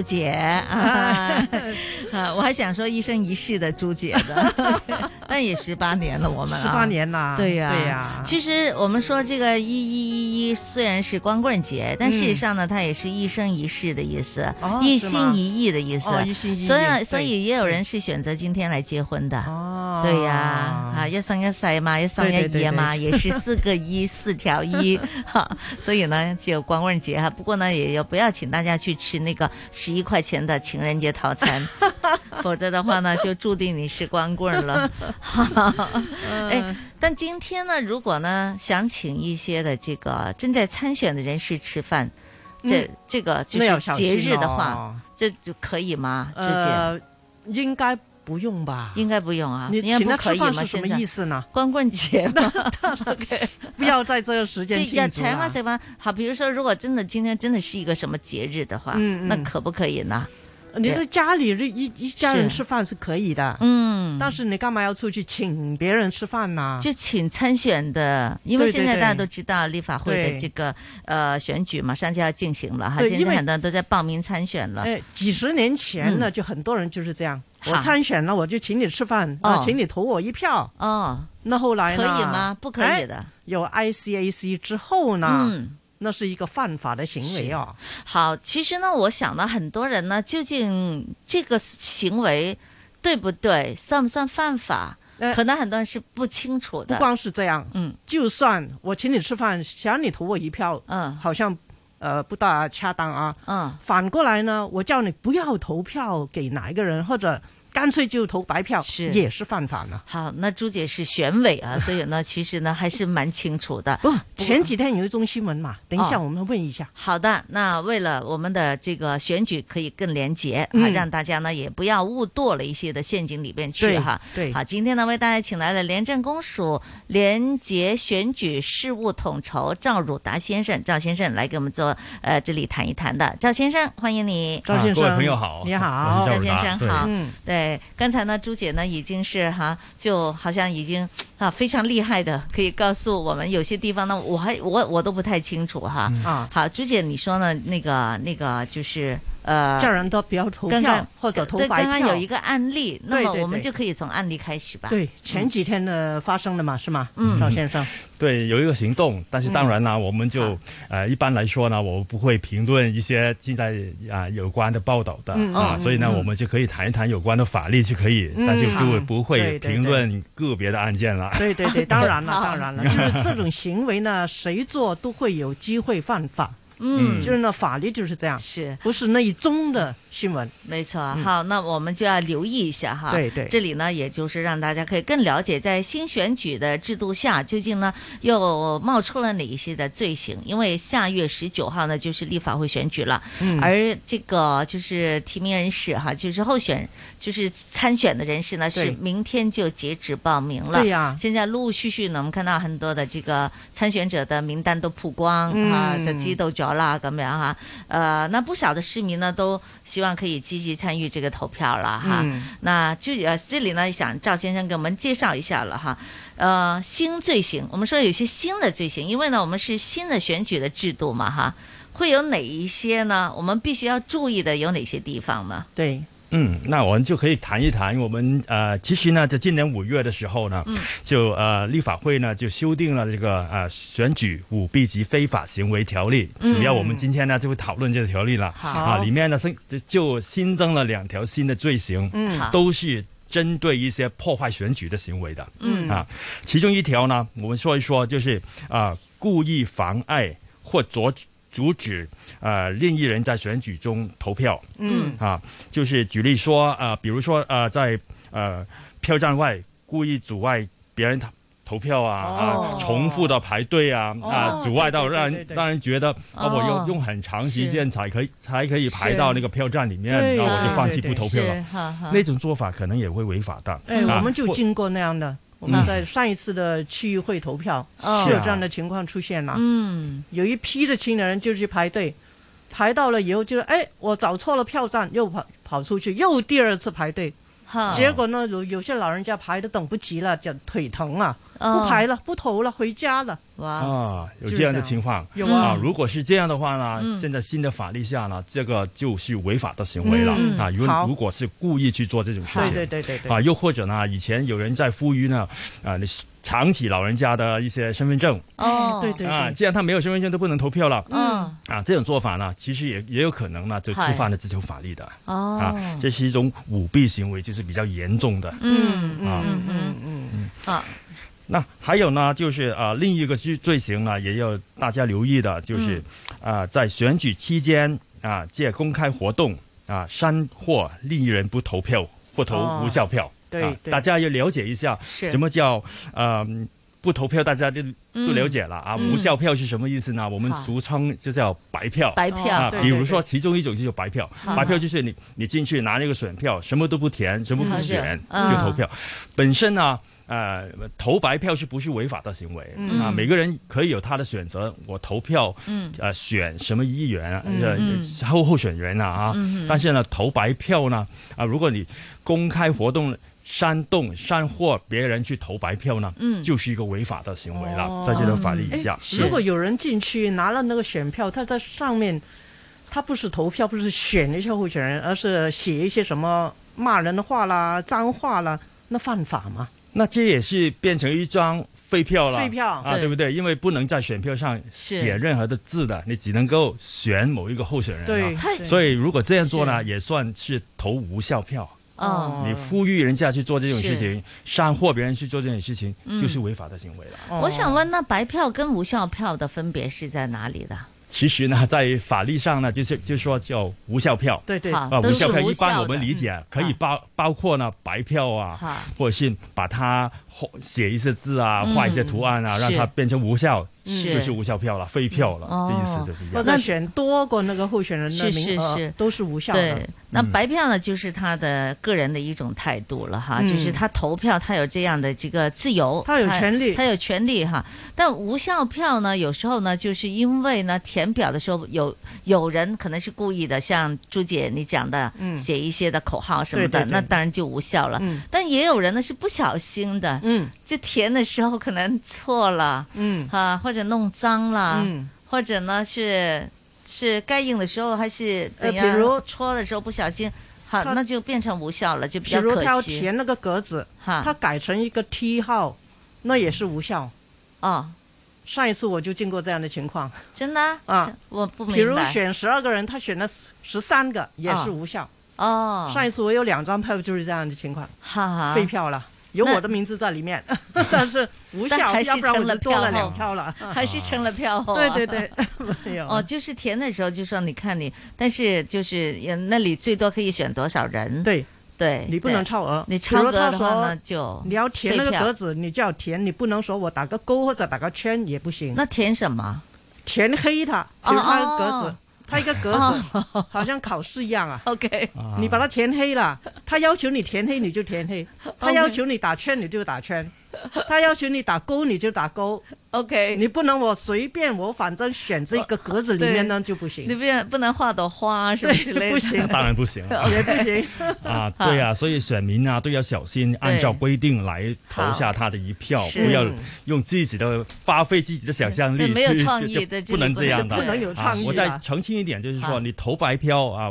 Speaker 8: 姐啊 啊，我还想说一生一世的朱姐的， 但也十八年了，我们啊
Speaker 1: 18年啦
Speaker 8: 对呀、
Speaker 1: 对呀
Speaker 8: 其实我们说这个一一一一虽然是光棍节，但
Speaker 1: 嗯
Speaker 8: 事实上呢，它也是一生一世的意思，
Speaker 1: 哦
Speaker 8: 一
Speaker 1: 是
Speaker 8: 心
Speaker 1: 吗
Speaker 8: 一意的意思。
Speaker 1: 哦一心一意
Speaker 8: 所以
Speaker 1: 对
Speaker 8: 所以也有人是选择今天来结婚的。哦对呀、啊，一生一世嘛，一生
Speaker 1: 对对
Speaker 8: 一
Speaker 1: 对
Speaker 8: 意嘛，
Speaker 1: 对
Speaker 8: 也是四个一，四条一。哈，所以呢，只有光棍节哈。不过呢，也要不要请大家去吃那个十一块钱的情人节套餐，否则的话呢，就注定你是光棍了。哎，但今天呢，如果呢想请一些的这个正在参选的人士吃饭，这、
Speaker 1: 嗯
Speaker 8: 这个就
Speaker 1: 那要
Speaker 8: 是
Speaker 1: 小
Speaker 8: 节
Speaker 1: 心
Speaker 8: 日的
Speaker 1: 哦
Speaker 8: 话，这就可以吗？朱姐、
Speaker 1: 呃，应该不用吧？
Speaker 8: 应该不用啊，
Speaker 1: 你
Speaker 8: 应该
Speaker 1: 请
Speaker 8: 不
Speaker 1: 他
Speaker 8: 可
Speaker 1: 吃
Speaker 8: 以
Speaker 1: 饭
Speaker 8: 吗？
Speaker 1: 是什么意思 呢？
Speaker 8: 光棍节 嘛
Speaker 1: 不要在这个时间
Speaker 8: 现在
Speaker 1: 庆
Speaker 8: 要
Speaker 1: 祝
Speaker 8: 请啊，
Speaker 1: 了
Speaker 8: 什么好？比如说，如果真的今天真的是一个什么节日的话，
Speaker 1: 嗯嗯
Speaker 8: 那可不可以呢？
Speaker 1: 你在家里一一一家人
Speaker 8: 是
Speaker 1: 吃饭是可以的，
Speaker 8: 嗯，
Speaker 1: 但是你干嘛要出去请别人吃饭呢？
Speaker 8: 啊就请参选的，因为
Speaker 1: 对对
Speaker 8: 现在大家
Speaker 1: 对
Speaker 8: 都知道立法会的
Speaker 1: 对
Speaker 8: 这个呃选举马上就要进行了哈，
Speaker 1: 对
Speaker 8: 现
Speaker 1: 因
Speaker 8: 在
Speaker 1: 为
Speaker 8: 很多人都在报名参选了。
Speaker 1: 哎，几十年前呢，
Speaker 8: 嗯
Speaker 1: 就很多人就是这样，
Speaker 8: 好
Speaker 1: 我参选了，我就请你吃饭，
Speaker 8: 哦
Speaker 1: 啊，请你投我一票。
Speaker 8: 哦，
Speaker 1: 那后来呢
Speaker 8: 可以吗不可以的
Speaker 1: 哎有 ICAC 之后呢，
Speaker 8: 嗯
Speaker 1: 那是一个犯法的行为啊。
Speaker 8: 好，其实呢，我想呢，很多人呢，究竟这个行为对不对，算不算犯法？可能很多人是不清楚的。
Speaker 1: 哎不光是这样，
Speaker 8: 嗯，
Speaker 1: 就算我请你吃饭，想你投我一票，
Speaker 8: 嗯，
Speaker 1: 好像呃不大恰当啊，
Speaker 8: 嗯，
Speaker 1: 反过来呢，我叫你不要投票给哪一个人，或者干脆就投白票，
Speaker 8: 是
Speaker 1: 也是犯法呢。
Speaker 8: 好，那朱姐是选委 啊，所以呢，其实呢还是蛮清楚的。
Speaker 1: 不，前几天有一宗新闻嘛，等一下
Speaker 8: 哦
Speaker 1: 我们问一下。
Speaker 8: 好的，那为了我们的这个选举可以更廉洁、啊，
Speaker 1: 嗯
Speaker 8: 让大家呢也不要误堕了一些的陷阱里边去
Speaker 1: 对
Speaker 8: 哈。
Speaker 1: 对
Speaker 8: 好，今天呢为大家请来了廉政公署廉洁选举事务统筹赵汝达先生，赵先生来给我们做呃这里谈一谈的。赵先生，欢迎你。
Speaker 2: 赵先生啊各位朋友好
Speaker 1: 你
Speaker 2: 我
Speaker 1: 好，
Speaker 2: 是
Speaker 8: 赵先生好，
Speaker 2: 嗯
Speaker 8: 对，刚才呢，朱姐呢已经是哈、就好像已经啊非常厉害的，可以告诉我们有些地方呢，我还我我都不太清楚哈、
Speaker 1: 嗯啊
Speaker 8: 好，朱姐，你说呢？那个那个就是呃，
Speaker 1: 叫人都不要投
Speaker 8: 刚
Speaker 1: 票
Speaker 8: 刚
Speaker 1: 或者投
Speaker 8: 对
Speaker 1: 白
Speaker 8: 刚刚
Speaker 1: 票
Speaker 8: 有一个案例，那
Speaker 1: 对
Speaker 8: 么
Speaker 1: 对
Speaker 8: 我们
Speaker 1: 对
Speaker 8: 就可以从案例开始吧。
Speaker 1: 对，前
Speaker 8: 嗯
Speaker 1: 几天呢发生的嘛，是吗？
Speaker 8: 嗯
Speaker 1: 赵先生，
Speaker 2: 对，有一个行动，但是当然
Speaker 1: 嗯
Speaker 2: 啦，我们就呃，一般来说呢，我不会评论一些现在啊、有关的报道的、嗯啊，嗯所以呢，嗯我们就可以谈一谈有关的法律就可以，
Speaker 1: 嗯
Speaker 2: 但是就
Speaker 1: 好
Speaker 2: 不会
Speaker 1: 对对
Speaker 2: 评论个别的案件了。。
Speaker 1: 对对对，当然了，
Speaker 8: 嗯
Speaker 1: 当然了，就是这种行为呢，谁做都会有机会犯法。
Speaker 8: 嗯
Speaker 1: 就是呢，法律就是这样，
Speaker 8: 是
Speaker 1: 不是那一宗的新闻？
Speaker 8: 没错，
Speaker 1: 嗯
Speaker 8: 好，那我们就要留意一下哈。
Speaker 1: 对对
Speaker 8: 这里呢，也就是让大家可以更了解，在新选举的制度下，究竟呢又冒出了哪一些的罪行？因为下月十九号呢，就是立法会选举了，
Speaker 17: 嗯
Speaker 8: 而这个就是提名人士哈，就是候选，就是参选的人士呢，
Speaker 17: 对
Speaker 8: 是明天就截止报名了。
Speaker 17: 对呀
Speaker 8: 现在陆陆续续呢，我们看到很多的这个参选者的名单都曝光、
Speaker 17: 嗯
Speaker 8: 啊，就知道咗啦咁樣吓。呃，那不少的市民呢都希望可以积极参与这个投票啦哈。
Speaker 17: 嗯
Speaker 8: 那就呃这里呢想赵先生给我们介绍一下了哈。呃，新罪行，我们说有些新的罪行，因为呢我们是新的选举的制度嘛哈。会有哪一些呢？我们必须要注意的有哪些地方呢？
Speaker 1: 对。
Speaker 2: 嗯，那我们就可以谈一谈我们呃，其实呢，在今年五月的时候
Speaker 6: 嗯
Speaker 2: 呢，就呃立法会呢就修订了这个呃选举舞弊及非法行为条例，
Speaker 6: 嗯
Speaker 2: 主要我们今天呢就会讨论这个条例了。
Speaker 6: 好
Speaker 2: 啊，里面呢新就新增了两条新的罪行，
Speaker 6: 嗯好
Speaker 2: 都是针对一些破坏选举的行为的。
Speaker 6: 嗯
Speaker 2: 啊，其中一条呢，我们说一说，就是啊、故意妨碍或阻阻止呃另一人在选举中投票。
Speaker 6: 嗯
Speaker 2: 啊，就是举例说呃，比如说呃，在呃票站外故意阻碍别人投投票啊、
Speaker 6: 哦
Speaker 2: 啊，重复的排队啊、
Speaker 6: 哦
Speaker 2: 啊，阻碍到
Speaker 6: 对对
Speaker 2: 让人
Speaker 6: 对对对
Speaker 2: 让人觉得啊，我
Speaker 6: 哦
Speaker 2: 用用很长时间才可以才可以排
Speaker 6: 是
Speaker 2: 到那个票站里面，
Speaker 1: 对
Speaker 2: 然后我
Speaker 1: 对
Speaker 2: 就放
Speaker 1: 对
Speaker 2: 弃
Speaker 1: 对
Speaker 2: 不投票
Speaker 1: 是
Speaker 2: 了
Speaker 1: 哈哈。
Speaker 2: 那种做法可能也会违法的。
Speaker 8: 嗯
Speaker 1: 哎，
Speaker 2: 啊
Speaker 1: 我们就
Speaker 2: 或
Speaker 1: 经过那样
Speaker 8: 啊
Speaker 1: 的，我们在上一次的区议会投票
Speaker 2: 嗯
Speaker 1: 是有这
Speaker 8: 啊
Speaker 1: 样的情况出现啊了。
Speaker 8: 嗯，
Speaker 1: 有一批的青年人就去排队，排到了以后就是，哎，我找错了票站，又跑跑出去，又第二次排队
Speaker 8: 哈。
Speaker 1: 结果呢，有有些老人家排的等不及了，就腿疼了，
Speaker 8: 哦
Speaker 1: 不排了，不投了，回家了。
Speaker 2: 啊，有
Speaker 1: 就是
Speaker 2: 这样
Speaker 1: 这样
Speaker 2: 的情况，
Speaker 1: 有啊
Speaker 2: 如果是这样的话呢，
Speaker 1: 嗯
Speaker 2: 现在新的法律下呢，这个就是违法的行为了、
Speaker 1: 嗯
Speaker 2: 啊。如
Speaker 1: 好
Speaker 2: 如果是故意去做这种事情，
Speaker 1: 对对对对对
Speaker 2: 啊，又或者呢，以前有人在呼吁呢，啊，你藏起老人家的一些身份证，
Speaker 8: 哦
Speaker 1: 哎对对
Speaker 2: 啊，
Speaker 1: 对，
Speaker 2: 既然他没有身份证都不能投票了，
Speaker 8: 嗯，
Speaker 2: 啊，这种做法呢，其实也也有可能呢，就触犯了这条法律的。
Speaker 8: 哦
Speaker 2: 啊，这是一种舞弊行为，就是比较严重的。
Speaker 20: Ừ,
Speaker 8: 嗯
Speaker 2: 啊
Speaker 8: 嗯嗯嗯
Speaker 20: Ờ.
Speaker 8: 啊，
Speaker 2: 那还有呢，就是呃，另一个罪罪行呢，也要大家留意的，就是
Speaker 6: 嗯
Speaker 2: 啊、呃在选举期间啊、借公开活动啊、煽惑另一人不投票或投无效票。
Speaker 6: 哦对
Speaker 2: 啊
Speaker 6: 对
Speaker 2: 大家要了解一下
Speaker 6: 是
Speaker 2: 什么叫呃不投票，大家就
Speaker 6: 嗯
Speaker 2: 都了解了啊。
Speaker 6: 嗯
Speaker 2: 无效票是什么意思呢？我们
Speaker 6: 好
Speaker 2: 俗称就叫白票。
Speaker 6: 白票
Speaker 2: 啊
Speaker 6: 对，
Speaker 2: 比
Speaker 6: 对
Speaker 2: 如
Speaker 6: 对
Speaker 2: 说其中一种就叫白票，
Speaker 6: 好
Speaker 2: 白票就是你你进去拿那个选票，什么都不填，什么
Speaker 6: 嗯
Speaker 2: 不
Speaker 6: 好像
Speaker 2: 选
Speaker 6: 嗯
Speaker 2: 就投票。本身呢，呃，投白票是不是违法的行为、
Speaker 6: 嗯
Speaker 2: 啊？每个人可以有他的选择，我投票，
Speaker 6: 嗯
Speaker 2: 呃，选什么议员啊，
Speaker 6: 嗯
Speaker 2: 呃
Speaker 6: 嗯
Speaker 2: 候候选人啊啊、
Speaker 6: 嗯哼
Speaker 2: 但是呢，投白票呢，啊、如果你公开活动。煽动、煽惑别人去投白票呢，
Speaker 1: 嗯
Speaker 2: 就是一个违法的行为了，
Speaker 1: 哦
Speaker 2: 在这条法律
Speaker 1: 哎
Speaker 2: 下。
Speaker 1: 如果有人进去拿了那个选票，他在上面，他不是投票，不是选一些候选人，而是写一些什么骂人的话啦、脏话啦，那犯法吗？
Speaker 2: 那这也是变成一张废票了，
Speaker 1: 废票
Speaker 2: 啊，
Speaker 1: 对
Speaker 2: 对不对？因为不能在选票上写任何的字的，你只能够选某一个候选人、啊。
Speaker 6: 对对
Speaker 2: 所以如果这样做呢，也算是投无效票。
Speaker 6: 哦
Speaker 2: 你呼吁人家去做这种
Speaker 8: 是
Speaker 2: 事情，煽惑别人去做这种事情，
Speaker 8: 嗯哦
Speaker 2: 就是违法的行为了。
Speaker 8: 我想问，那白票跟无效票的分别是在哪里的？
Speaker 2: 其实呢，在法律上呢，就是就说叫无效票，
Speaker 8: 对对
Speaker 2: 啊，
Speaker 8: 好
Speaker 2: 无
Speaker 8: 都是
Speaker 2: 效票
Speaker 8: 无
Speaker 2: 一
Speaker 8: 效的
Speaker 2: 般我们理解可以包包括呢白票
Speaker 8: 好
Speaker 2: 啊，或者是把它画写一些字啊，
Speaker 1: 嗯
Speaker 2: 画一些图案啊，
Speaker 1: 是
Speaker 2: 让它变成无效，
Speaker 1: 嗯
Speaker 2: 就是是无效票了，废票了，
Speaker 8: 嗯
Speaker 2: 这意思啊就是一
Speaker 1: 或者
Speaker 2: 样。
Speaker 1: 选多过那个候选人的
Speaker 8: 是是
Speaker 1: 名额，
Speaker 8: 是
Speaker 1: 都是无效的
Speaker 8: 对。，那白票呢，就是他的个人的一种态度了哈，
Speaker 1: 嗯
Speaker 8: 就是他投票，他有这样的这个自由，
Speaker 1: 他有权利
Speaker 8: 他有权利哈。但无效票呢，有时候呢，就是因为呢，填表的时候有有人可能是故意的，像朱姐你讲的，
Speaker 6: 嗯
Speaker 8: 写一些的口号什么的，
Speaker 6: 对对对
Speaker 8: 那当然就无效了。
Speaker 6: 嗯
Speaker 8: 但也有人呢是不小心的，
Speaker 6: 嗯，
Speaker 8: 就填的时候可能错了，
Speaker 6: 嗯
Speaker 8: 啊，或者弄脏了，
Speaker 6: 嗯
Speaker 8: 或者呢是是该印的时候还是怎样，
Speaker 1: 呃比如
Speaker 8: 戳的时候不小心，好，
Speaker 1: 他
Speaker 8: 那就变成无效了，就比
Speaker 1: 比
Speaker 8: 较
Speaker 1: 如
Speaker 8: 可
Speaker 1: 他要
Speaker 8: 惜。
Speaker 1: 填那个格子，
Speaker 8: 哈
Speaker 1: 他改成一个 T 号，那也是无效。
Speaker 8: 哦，
Speaker 1: 上一次我就见过这样的情况。
Speaker 8: 真的
Speaker 1: 啊，
Speaker 8: 我不
Speaker 1: 比
Speaker 8: 明
Speaker 1: 如
Speaker 8: 白。
Speaker 1: 选十二个人，他选了十三个，也是无效。
Speaker 8: 哦，
Speaker 1: 上一次我有两张票就是这样的情况，
Speaker 8: 哈哈
Speaker 1: 废票了，有
Speaker 8: 那
Speaker 1: 我的名字在里 面，但是无效，
Speaker 8: 但还
Speaker 1: 要
Speaker 8: 是
Speaker 1: 不然我
Speaker 8: 成了
Speaker 1: 就多了
Speaker 8: 票
Speaker 1: 两
Speaker 8: 后
Speaker 1: 票了，
Speaker 8: 还是成了票后啊
Speaker 1: 对对对，没有。
Speaker 8: 哦，就是填的时候就说你看你，但是就是呃那里最多可以选多少人？
Speaker 1: 对
Speaker 8: 对，
Speaker 1: 你不能超额，
Speaker 8: 你超额
Speaker 1: 比如他
Speaker 8: 的
Speaker 1: 说
Speaker 8: 话呢就
Speaker 1: 你要填那
Speaker 8: 废
Speaker 1: 个
Speaker 8: 票
Speaker 1: 格子，你就要填，你不能说我打个勾或者打个圈也不行。
Speaker 8: 那填什么？
Speaker 1: 填黑它，填它的格
Speaker 8: 哦
Speaker 1: 子，它一个格子，好像考试一样啊。
Speaker 8: OK，
Speaker 1: 你把它填黑了，他要求你填黑你就填黑，他要求你打圈你就打圈，他要求你打勾你就打勾。
Speaker 8: OK，
Speaker 1: 你不能我随便我反正选这一个格子里面呢
Speaker 8: 哦对
Speaker 1: 就不行。
Speaker 8: 你不能不能画朵花什么之类的，
Speaker 1: 对不行
Speaker 2: 当然不行 了
Speaker 1: 也不行。
Speaker 2: 啊，对啊，所以选民啊都要小心，按照规定来投下他的一票，
Speaker 8: 是
Speaker 2: 不要用自己的发挥自己的想象力
Speaker 8: 对
Speaker 2: 去，
Speaker 8: 没有创意
Speaker 2: 就
Speaker 8: 对
Speaker 2: 不能
Speaker 8: 这
Speaker 2: 这
Speaker 8: 里
Speaker 2: 样的，
Speaker 8: 不能不能有创意
Speaker 2: 啊。我
Speaker 8: 啊
Speaker 2: 再澄清一点，就是
Speaker 8: 好
Speaker 2: 说你投白票啊。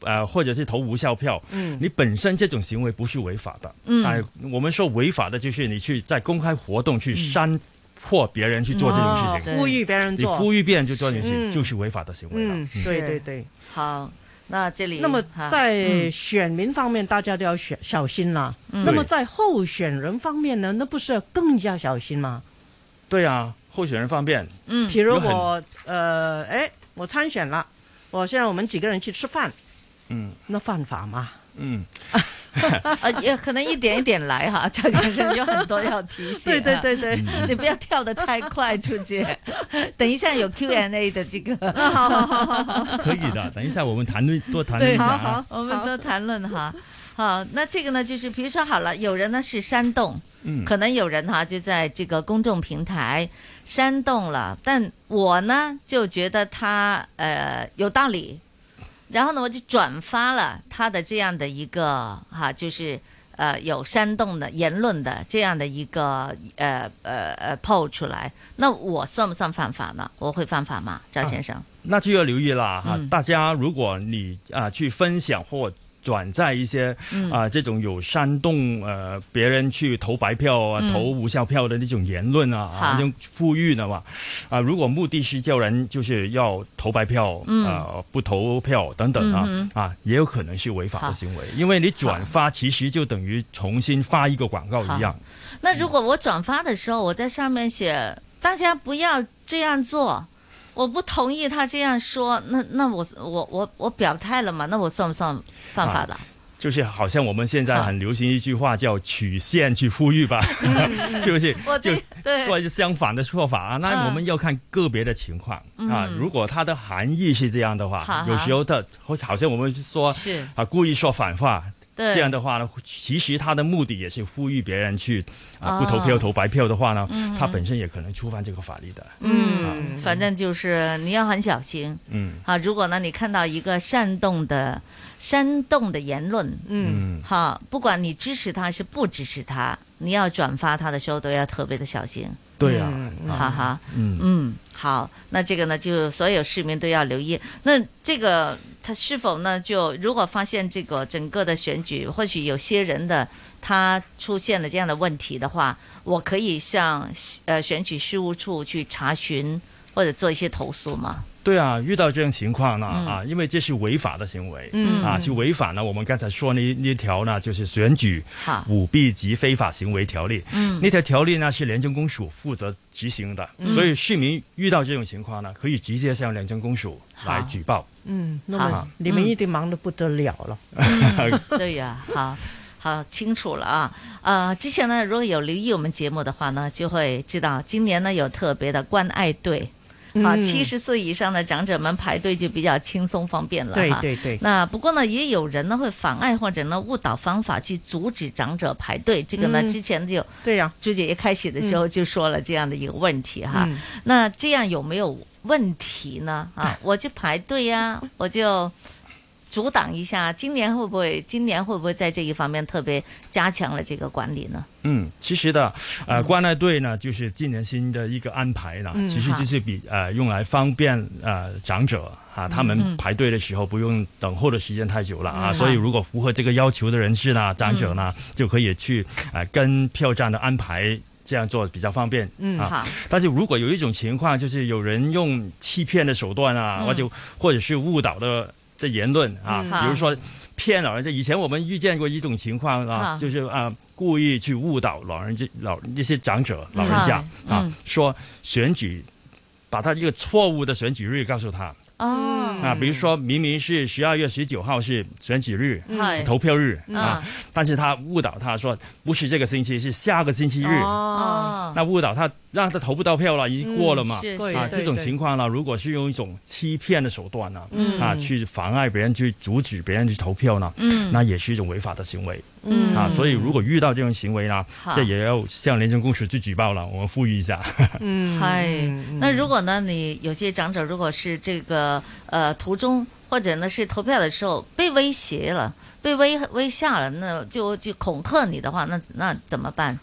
Speaker 2: 呃，或者是投无效票，
Speaker 8: 嗯
Speaker 2: 你本身这种行为不是违法的，
Speaker 8: 嗯
Speaker 2: 但我们说违法的就是你去在公开活动去煽迫别人去做这种事
Speaker 1: 哦
Speaker 2: 情，
Speaker 1: 呼吁别人做
Speaker 2: 你呼吁别人去做这种事情，
Speaker 1: 嗯
Speaker 2: 就是违法的行为。
Speaker 1: 嗯，对
Speaker 8: 是
Speaker 1: 对对。
Speaker 8: 好，那这里
Speaker 1: 那么
Speaker 8: 哈
Speaker 1: 在
Speaker 8: 嗯
Speaker 1: 选民方面，大家都要选小心啦。
Speaker 2: 嗯
Speaker 1: 那么
Speaker 2: 对
Speaker 1: 在候选人方面呢，那不是更加小心吗？
Speaker 2: 对啊，候选人方面，
Speaker 1: 嗯，比如
Speaker 2: 有很
Speaker 1: 我呃，哎，我参选了，我现在我们几个人去吃饭，
Speaker 2: 嗯
Speaker 1: 那犯法 吗？
Speaker 2: 嗯，
Speaker 8: 啊，也 可能一点一点来哈，张先生有很多要提醒
Speaker 1: 对
Speaker 8: 啊、
Speaker 1: 对对对
Speaker 8: 你不要跳得太快出 去，等一下有 Q&A 的这个，
Speaker 1: 嗯好好好好
Speaker 2: 可以 的。等一下我们谈论多谈论
Speaker 8: 对，
Speaker 2: 一下啊。
Speaker 8: 我们多谈论哈。好，那这个呢，就是比如说好了，有人呢是煽动，
Speaker 2: 嗯
Speaker 8: 可能有人哈就在这个公众平台煽动了，但我呢就觉得他呃有道理，然后呢我就转发了他的这样的一个哈，就是呃有煽动的言论的这样的一个呃呃呃 PO 出来，那我算不算犯法呢？我会犯法吗，张先生？
Speaker 2: 那就要留意啦哈、
Speaker 8: 嗯
Speaker 2: 大家如果你啊、去分享或转载一些啊、
Speaker 8: 嗯
Speaker 2: 这种有煽动呃别人去投白票啊、
Speaker 8: 嗯
Speaker 2: 投无效票的那种言论啊，
Speaker 8: 好
Speaker 2: 啊那种呼吁的嘛，啊、如果目的是叫人就是要投白票，
Speaker 8: 嗯
Speaker 2: 呃不投票等等啊、
Speaker 8: 嗯
Speaker 2: 啊，也有可能是违法
Speaker 8: 好
Speaker 2: 的行为，因为你转发其实就等于重新发一个广告一样
Speaker 8: 好。那如果我转发的时候，我在上面写大家不要这样做，我不同意他这样说，那那我我我我表态了嘛？那我算不算犯法的？
Speaker 2: 就是好像我们现
Speaker 8: 啊
Speaker 2: 在很流行一句话叫“曲线去呼吁”吧，是不是
Speaker 8: 嗯我？
Speaker 2: 就
Speaker 8: 这对
Speaker 2: 做相反的做法啊。那我们要看个别的情况
Speaker 8: 嗯
Speaker 2: 啊。如果它的含义是这样的
Speaker 8: 好
Speaker 2: 话
Speaker 8: 好，
Speaker 2: 有时候的好像我们说
Speaker 8: 是
Speaker 2: 啊故意说反话。
Speaker 8: 对
Speaker 2: 这样的话呢，其实他的目的也是呼吁别人去啊、不投
Speaker 8: 哦
Speaker 2: 票投白票的话呢，
Speaker 8: 嗯
Speaker 2: 他本身也可能触犯这个法律的。
Speaker 8: 嗯，反正就是你要很小心。
Speaker 2: 嗯
Speaker 8: 好，如果呢你看到一个煽动的煽动的言论，
Speaker 2: 嗯
Speaker 8: 好，不管你支持他还是不支持他，你要转发他的时候都要特别的小心。
Speaker 2: 对啊
Speaker 8: 嗯
Speaker 2: 啊
Speaker 8: 哈哈，
Speaker 2: 嗯
Speaker 8: 嗯，好，那这个呢，就所有市民都要留意。那这个他是否呢？就如果发现这个整个的选举，或许有些人的他出现了这样的问题的话，我可以向呃选举事务处去查询或者做一些投诉吗？
Speaker 2: 对啊，遇到这种情况呢、
Speaker 8: 嗯
Speaker 2: 啊，因为这是违法的行为，
Speaker 8: 嗯
Speaker 2: 啊，是违反了我们刚才说那那条呢，就是《选举
Speaker 8: 好
Speaker 2: 舞弊及非法行为条例》。
Speaker 8: 嗯
Speaker 2: 那条条例呢是廉政公署负责执行的，
Speaker 1: 嗯
Speaker 2: 所以市民遇到这种情况呢，可以直接向廉政公署来
Speaker 1: 好
Speaker 2: 举报。
Speaker 1: 嗯，那
Speaker 2: 好
Speaker 1: 么你们
Speaker 2: 嗯
Speaker 1: 一定忙得不得了了。
Speaker 8: 嗯对呀、好。好清楚了啊！呃，之前呢，如果有留意我们节目的话呢，就会知道今年呢有特别的关爱队，啊，
Speaker 6: 嗯
Speaker 8: 七十岁以上的长者们排队就比较轻松方便了
Speaker 6: 对
Speaker 8: 哈。
Speaker 6: 对对
Speaker 8: 那不过呢，也有人呢会妨碍或者呢误导方法去阻止长者排队，这个呢、
Speaker 6: 嗯
Speaker 8: 之前就
Speaker 1: 对呀、
Speaker 8: 朱姐一开始的时候
Speaker 6: 嗯
Speaker 8: 就说了这样的一个问题哈。
Speaker 6: 嗯
Speaker 8: 那这样有没有问题呢？啊，我去排队呀、我就。阻挡一下，今年会不会？今年会不会在这一方面特别加强了这个管理呢？
Speaker 2: 嗯，其实的，呃，关爱队呢，就是今年新的一个安排呢，
Speaker 8: 嗯
Speaker 2: 其实就是比呃用来方便呃长者啊，他
Speaker 11: 嗯
Speaker 2: 们排队的时候不用等候的时间太久了啊，
Speaker 11: 嗯
Speaker 2: 所以如果符合这个要求的人士呢，长者呢、就可以去呃跟票站的安排。这样做比较方便，
Speaker 11: 嗯
Speaker 2: 啊
Speaker 11: 好，
Speaker 2: 但是如果有一种情况，就是有人用欺骗的手段啊，
Speaker 11: 嗯
Speaker 2: 或者或者是误导的的言论啊，
Speaker 11: 嗯
Speaker 2: 比如说骗老人家。以前我们遇见过一种情况啊
Speaker 11: 啊，
Speaker 2: 就是啊、故意去误导老人家、老那些长者、
Speaker 11: 嗯
Speaker 2: 老人家、啊
Speaker 11: 嗯
Speaker 2: 啊，说选举，把他一个错误的选举日告诉他，
Speaker 8: 哦
Speaker 20: Ờ.
Speaker 2: 啊，比如说明明是十二月十九号是选举日
Speaker 8: 嗯、
Speaker 2: 投票日
Speaker 8: 嗯
Speaker 2: 啊，但是他误导他说不是这个星期，是下个星期日。
Speaker 8: 哦
Speaker 2: 那误导他，让他投不到票了，已经过了嘛
Speaker 8: 嗯是？
Speaker 2: 啊，
Speaker 8: 是
Speaker 2: 这种
Speaker 8: 对对
Speaker 2: 情况呢，如果是用一种欺骗的手段呢，
Speaker 8: 嗯
Speaker 2: 啊，去妨碍别人去阻止别人去投票呢，
Speaker 8: 嗯
Speaker 2: 那也是一种违法的行为。
Speaker 8: 嗯
Speaker 2: 啊，所以如果遇到这种行为呢
Speaker 8: 好，
Speaker 2: 这也要向廉政公署去举报了。我们呼吁一下。
Speaker 1: 嗯，
Speaker 8: 系。那如果呢，你有些长者如果是这个呃途中或者呢是投票的时候被威胁了，被威威吓了，那就就恐吓你的话，那那怎么办？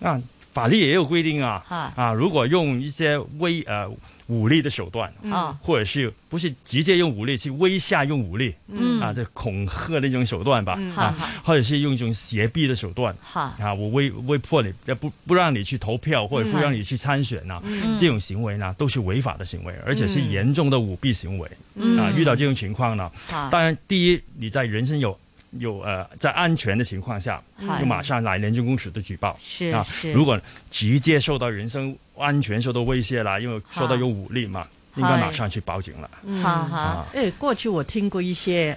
Speaker 2: 啊，法律也有规定啊
Speaker 8: 啊
Speaker 2: 如果用一些威呃武力的手段
Speaker 8: 嗯啊
Speaker 2: 或者是不是直接用武力去威吓用武力，
Speaker 8: 嗯
Speaker 2: 啊，这恐吓的一种手段吧，
Speaker 8: 嗯
Speaker 2: 啊
Speaker 8: 好好，
Speaker 2: 或者是用一种胁逼的手段，
Speaker 8: 好
Speaker 2: 啊，我威威迫你，呃不不让你去投票或者不让你去参选呐、
Speaker 8: 嗯
Speaker 2: 这种行为呢都是违法的行为，而且是严重的舞弊行为、
Speaker 8: 嗯啊
Speaker 2: 啊。遇到这种情况呢
Speaker 8: 好，
Speaker 2: 当然第一你在人身有。有呃，在安全的情况下，
Speaker 8: 好
Speaker 2: 就马上来廉政公署的举报。
Speaker 8: 嗯是
Speaker 2: 啊
Speaker 8: 是，
Speaker 2: 如果直接受到人身安全受到威胁啦，因为受到
Speaker 1: 好
Speaker 2: 有武力嘛，应该
Speaker 1: 嗨
Speaker 2: 马上去报警了。
Speaker 1: 嗯
Speaker 8: 哈哈，
Speaker 1: 哎，过去我听过一些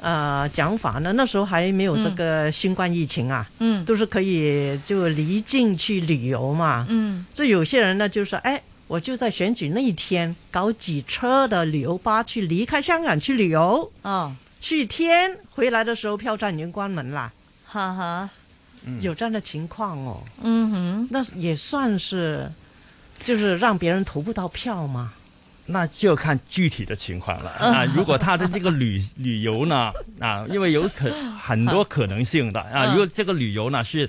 Speaker 1: 呃讲法呢，那时候还没有这个新冠疫情啊，
Speaker 8: 嗯，
Speaker 1: 都是可以就离境去旅游嘛，
Speaker 8: 嗯，
Speaker 1: 所以有些人呢就说，哎，我就在选举那一天搞几车的旅游巴去离开香港去旅游，
Speaker 8: 哦，
Speaker 1: 去一天回来的时候票站已经关门啦，
Speaker 8: 哈哈，
Speaker 1: 有这样的情况哦，
Speaker 8: 嗯哼，
Speaker 1: 那也算是就是让别人投不到票嘛，
Speaker 2: 那就看具体的情况了。
Speaker 6: 嗯
Speaker 2: 啊，如果他的这个旅旅游呢，啊，因为有可很多可能性的啊。
Speaker 6: 嗯
Speaker 2: 如果这个旅游呢是，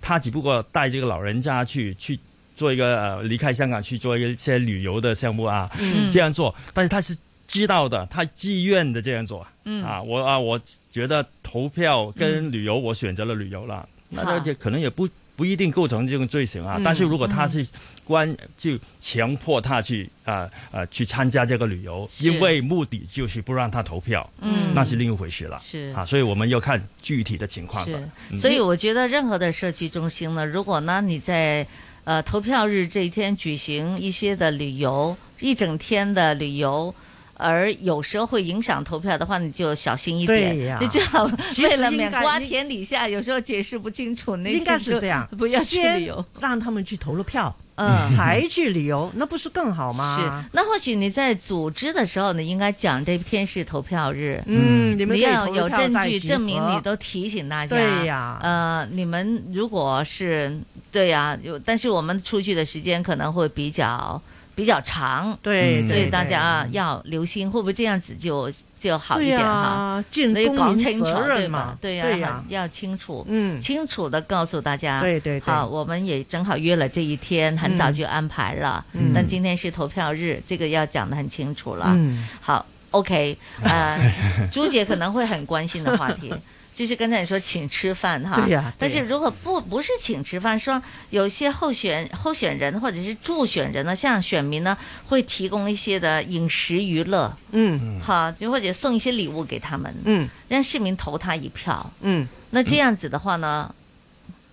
Speaker 2: 他只不过带这个老人家去去做一个呃离开香港去做一些旅游的项目啊，
Speaker 6: 嗯
Speaker 2: 这样做，但是他是知道的，他自愿的这样做。
Speaker 6: 嗯
Speaker 2: 啊，我啊，我觉得投票跟旅游，我选择了旅游了，那
Speaker 6: 好
Speaker 2: 那也可能也不。不一定构成这种罪行啊，
Speaker 6: 嗯
Speaker 2: 但是如果他是关就强迫他去啊呃去参加这个旅游，
Speaker 6: 是
Speaker 2: 因为目的就是不让他投票，
Speaker 8: 嗯
Speaker 2: 那是另一回事了。
Speaker 8: 是
Speaker 2: 啊，所以我们要看具体的情况的。
Speaker 8: 是，
Speaker 2: 嗯
Speaker 8: 所以我觉得任何的社区中心呢，如果呢你在呃投票日这一天举行一些的旅游，一整天的旅游。而有时候会影响投票的话，你就小心一点。
Speaker 1: 对呀
Speaker 8: 你最好
Speaker 1: 其实
Speaker 8: 为了
Speaker 1: 应
Speaker 8: 免
Speaker 1: 该
Speaker 8: 瓜田李下，有时候解释不清楚，那
Speaker 1: 应该
Speaker 8: 天就是，
Speaker 1: 这样
Speaker 8: 不要去
Speaker 1: 先
Speaker 8: 旅游。
Speaker 1: 让他们去投了票，
Speaker 8: 嗯
Speaker 1: 才去旅游，那不是更好吗？
Speaker 8: 是，那或许你在组织的时候，你应该讲这天是投票日。
Speaker 1: 嗯你们可以
Speaker 8: 要
Speaker 1: 投
Speaker 8: 有
Speaker 1: 票
Speaker 8: 证
Speaker 1: 再
Speaker 8: 据
Speaker 1: 集
Speaker 8: 证明
Speaker 1: 合
Speaker 8: 你都提醒大家。
Speaker 1: 对呀
Speaker 8: 呃，你们如果是对呀、有，但是我们出去的时间可能会比较比较长。
Speaker 1: 对
Speaker 8: 所
Speaker 1: 对
Speaker 8: 以大
Speaker 1: 对
Speaker 8: 家要留心，会不会这样子就就好一
Speaker 1: 对
Speaker 8: 点
Speaker 1: 呀
Speaker 8: 哈？
Speaker 1: 尽
Speaker 8: 那就
Speaker 1: 公
Speaker 8: 搞
Speaker 1: 民
Speaker 8: 清楚
Speaker 1: 责
Speaker 8: 对
Speaker 1: 任
Speaker 8: 吧
Speaker 1: 嘛
Speaker 8: 对
Speaker 1: 对呀
Speaker 8: 要清楚，
Speaker 1: 嗯
Speaker 8: 清楚的告诉大家。
Speaker 1: 对对对
Speaker 8: 好，我们也正好约了这一天，很早就安排了。
Speaker 1: 嗯
Speaker 8: 但今天是投票日，这个要讲得很清楚了。
Speaker 1: 嗯
Speaker 8: 好，OK，呃， 朱姐可能会很关心的话题。就是刚才你说请吃饭哈，
Speaker 1: 对呀
Speaker 8: 但
Speaker 1: 对
Speaker 8: 是
Speaker 1: 呀
Speaker 8: 如果不不是请吃饭，说有些候选候选人或者是助选人呢，向选民呢会提供一些的饮食娱乐，
Speaker 1: 嗯
Speaker 8: 好，就或者送一些礼物给他们，
Speaker 1: 嗯，
Speaker 8: 让市民投他一票。
Speaker 1: 嗯，
Speaker 8: 那这样子的话呢，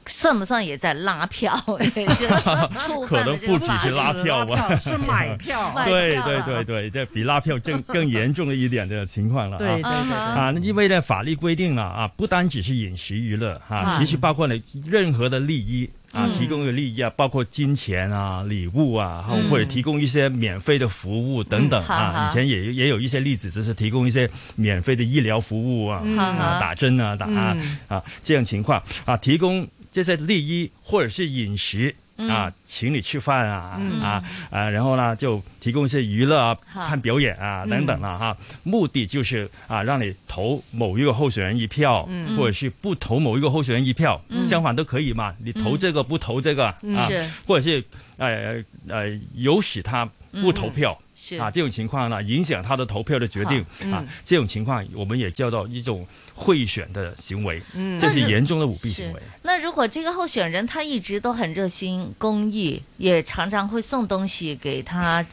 Speaker 8: 算不算也在拉票？
Speaker 2: 可能不只是拉票吧，
Speaker 1: 是 买票
Speaker 2: 对
Speaker 6: 啊
Speaker 2: 对对对，这比拉票更更严重了一点的情况了啊。
Speaker 1: 对对对对
Speaker 2: 啊，那因为呢，法律规定了啊，不单只是饮食娱乐啊，
Speaker 1: 啊
Speaker 2: 其实包括了任何的利益。啊
Speaker 1: 嗯，
Speaker 2: 提供的利益啊，包括金钱啊、礼物啊，
Speaker 6: 嗯
Speaker 2: 或者提供一些免费的服务等等
Speaker 6: 嗯好
Speaker 2: 啊。
Speaker 6: 好
Speaker 2: 以前也也有一些例子，就是提供一些免费的医疗服务啊
Speaker 6: 嗯，
Speaker 2: 啊
Speaker 6: 好
Speaker 2: 打针啊、打啊
Speaker 6: 嗯
Speaker 2: 啊这样情况啊，提供这些利益或者是饮食啊
Speaker 6: 嗯，
Speaker 2: 请你吃饭啊
Speaker 6: 嗯
Speaker 2: 啊啊，然后呢，就提供一些娱乐啊、
Speaker 6: 好
Speaker 2: 看表演啊
Speaker 6: 嗯
Speaker 2: 等等啊，哈、目的就是啊，让你投某一个候选人一票，
Speaker 6: 嗯
Speaker 2: 或者是不投某一个候选人一票，
Speaker 6: 嗯
Speaker 2: 相反都可以嘛，你投这个、不投这个
Speaker 6: 嗯
Speaker 2: 啊
Speaker 6: 是，
Speaker 2: 或者是呃呃有使他不投票。
Speaker 6: 嗯是
Speaker 2: 啊，这种情况呢，影响他的投票的决定
Speaker 6: 好嗯
Speaker 2: 啊，这种情况我们也叫做一种贿选的行为，
Speaker 8: 嗯
Speaker 2: 这是严重的舞弊行为。
Speaker 8: 那如果这个候选人他一直都很热心公益，也常常会送东西给他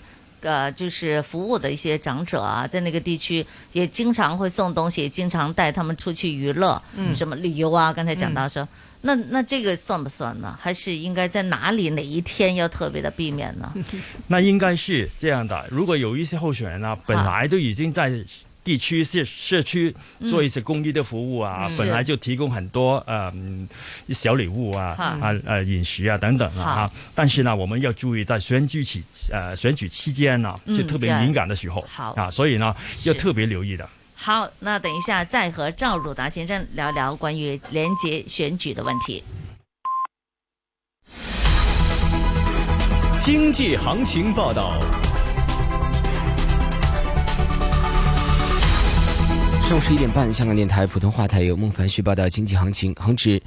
Speaker 8: 呃就是服务的一些长者啊，在那个地区也经常会送东西，也经常带他们出去娱乐，
Speaker 14: 嗯
Speaker 8: 什么旅游啊，刚才讲
Speaker 2: 嗯
Speaker 8: 到说。那那这个算不算呢？还是应该在哪里哪一天要特别的避免 呢？
Speaker 2: 那应该是这样的。如果有一些候选人啊，本来都已经在地区社社区
Speaker 27: 嗯
Speaker 2: 做一些公益的服务啊，
Speaker 27: 是
Speaker 2: 本来就提供很多呃嗯小礼物啊
Speaker 27: 哈
Speaker 2: 啊呃饮食啊等等啊
Speaker 27: 好
Speaker 2: 啊，但是呢，我们要注意在选举期呃选举期间呢、
Speaker 8: 嗯
Speaker 2: 就特别敏感的时候
Speaker 8: 这样好
Speaker 2: 啊，所以呢要特别留意的。
Speaker 8: 好，那等一下再和赵汝达先生聊聊关于廉洁选举的问题。
Speaker 32: 经济行情报道。
Speaker 10: 上午十一点半，香港电台普通话台由孟凡旭报道经济行情。恒指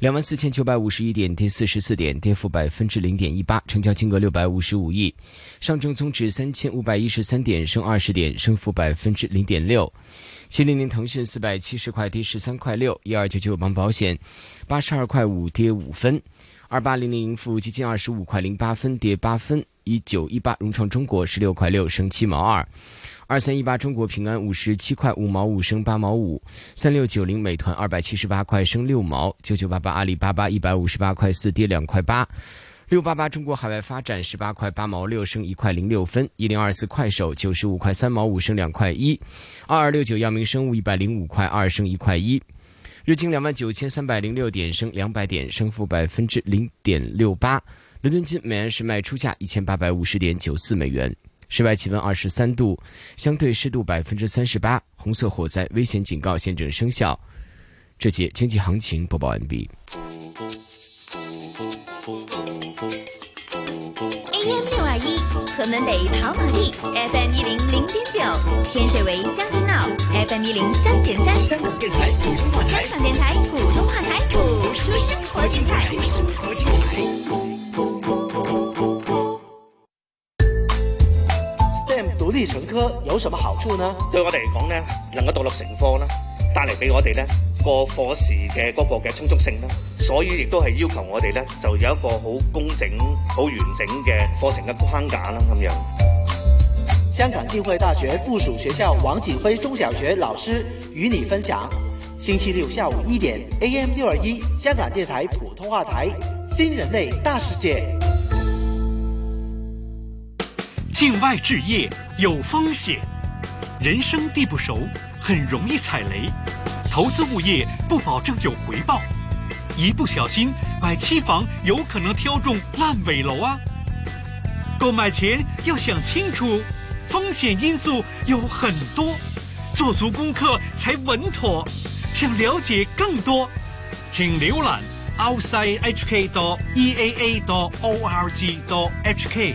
Speaker 10: 两万四千九百五十一点，跌四十四点，跌幅百分之零点一八，成交金额六百五十五亿。上证综指三千五百一十三点，升二十点，升幅百分之零点六。七零零腾讯四百七十块，跌十三块六；一二九九邦保险八十二块五，跌五分。二八零零盈富基金二十五块零八分，跌八分；一九一八融创中国十六块六，升七毛二；二三一八中国平安五十七块五毛五，升八毛五；三六九零美团二百七十八块，升六毛；九九八八阿里巴巴一百五十八块四，跌两块八。六八八中国海外发展十八块八毛六升一块零六分，一零二四快手九十五块三毛五升两块一，二二六九药明生物一百零五块二升一块一，日经两万九千三百零六点升两百点，升幅百分之零点六八。伦敦金美元是卖出价一千八百五十点九四美元。室外气温二十三度，相对湿度百分之三十八，红色火灾危险警告现正生效。这节经济行情播报完毕。
Speaker 6: AM 六二一，河门北跑马地，FM 一零零点九，天水围将军澳，FM 一零三点三。香港电台普通话台，香港电台普通话台，谱出生活精彩。生活精彩。
Speaker 33: STEM 獨立成科有什麼好處呢？對我哋嚟講咧，能夠獨立成科啦，帶嚟俾我哋咧個課時嘅嗰個嘅充足性啦，所以亦都係要求我哋咧就有一個好工整、好完整嘅課程嘅框架啦咁樣。
Speaker 4: 香港浸会大学附属学校王锦辉中小学老师与你分享，星期六下午一点，AM 六二一香港电台普通话台《新人类大世界》。
Speaker 25: 境外置业有风险，人生地不熟，很容易踩雷。投资物业不保证有回报，一不小心买期房有可能挑中烂尾楼啊。购买前要想清楚，风险因素有很多，做足功课才稳妥。想了解更多，请浏览 outsidehk E eaa org hk。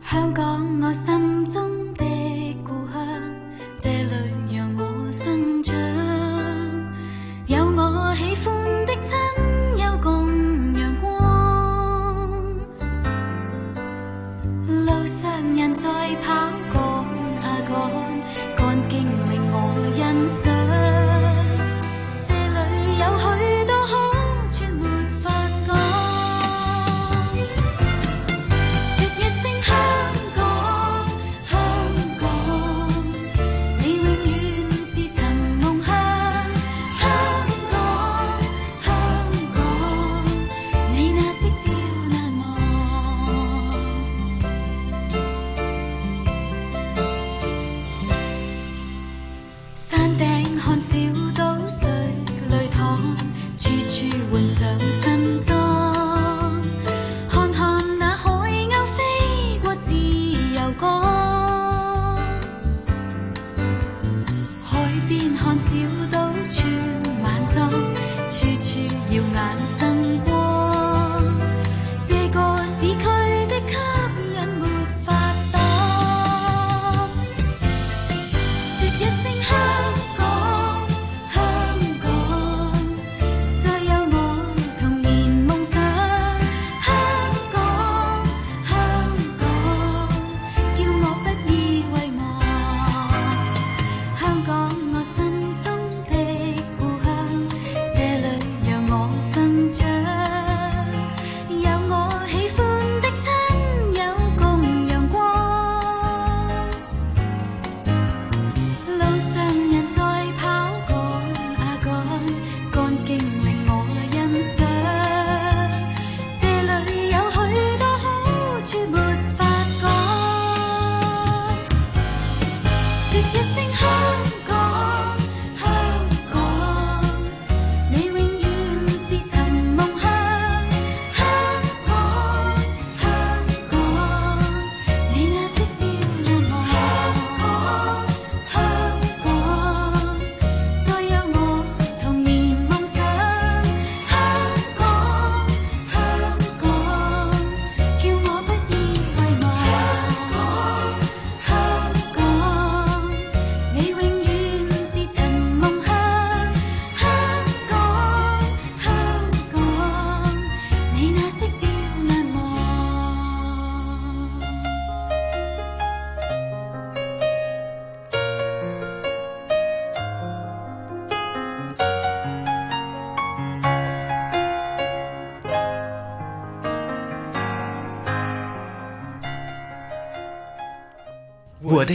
Speaker 20: 香港，我心中的故鄉，這裏讓我生長，有我喜歡的親友共陽光。
Speaker 6: 哦
Speaker 4: 我的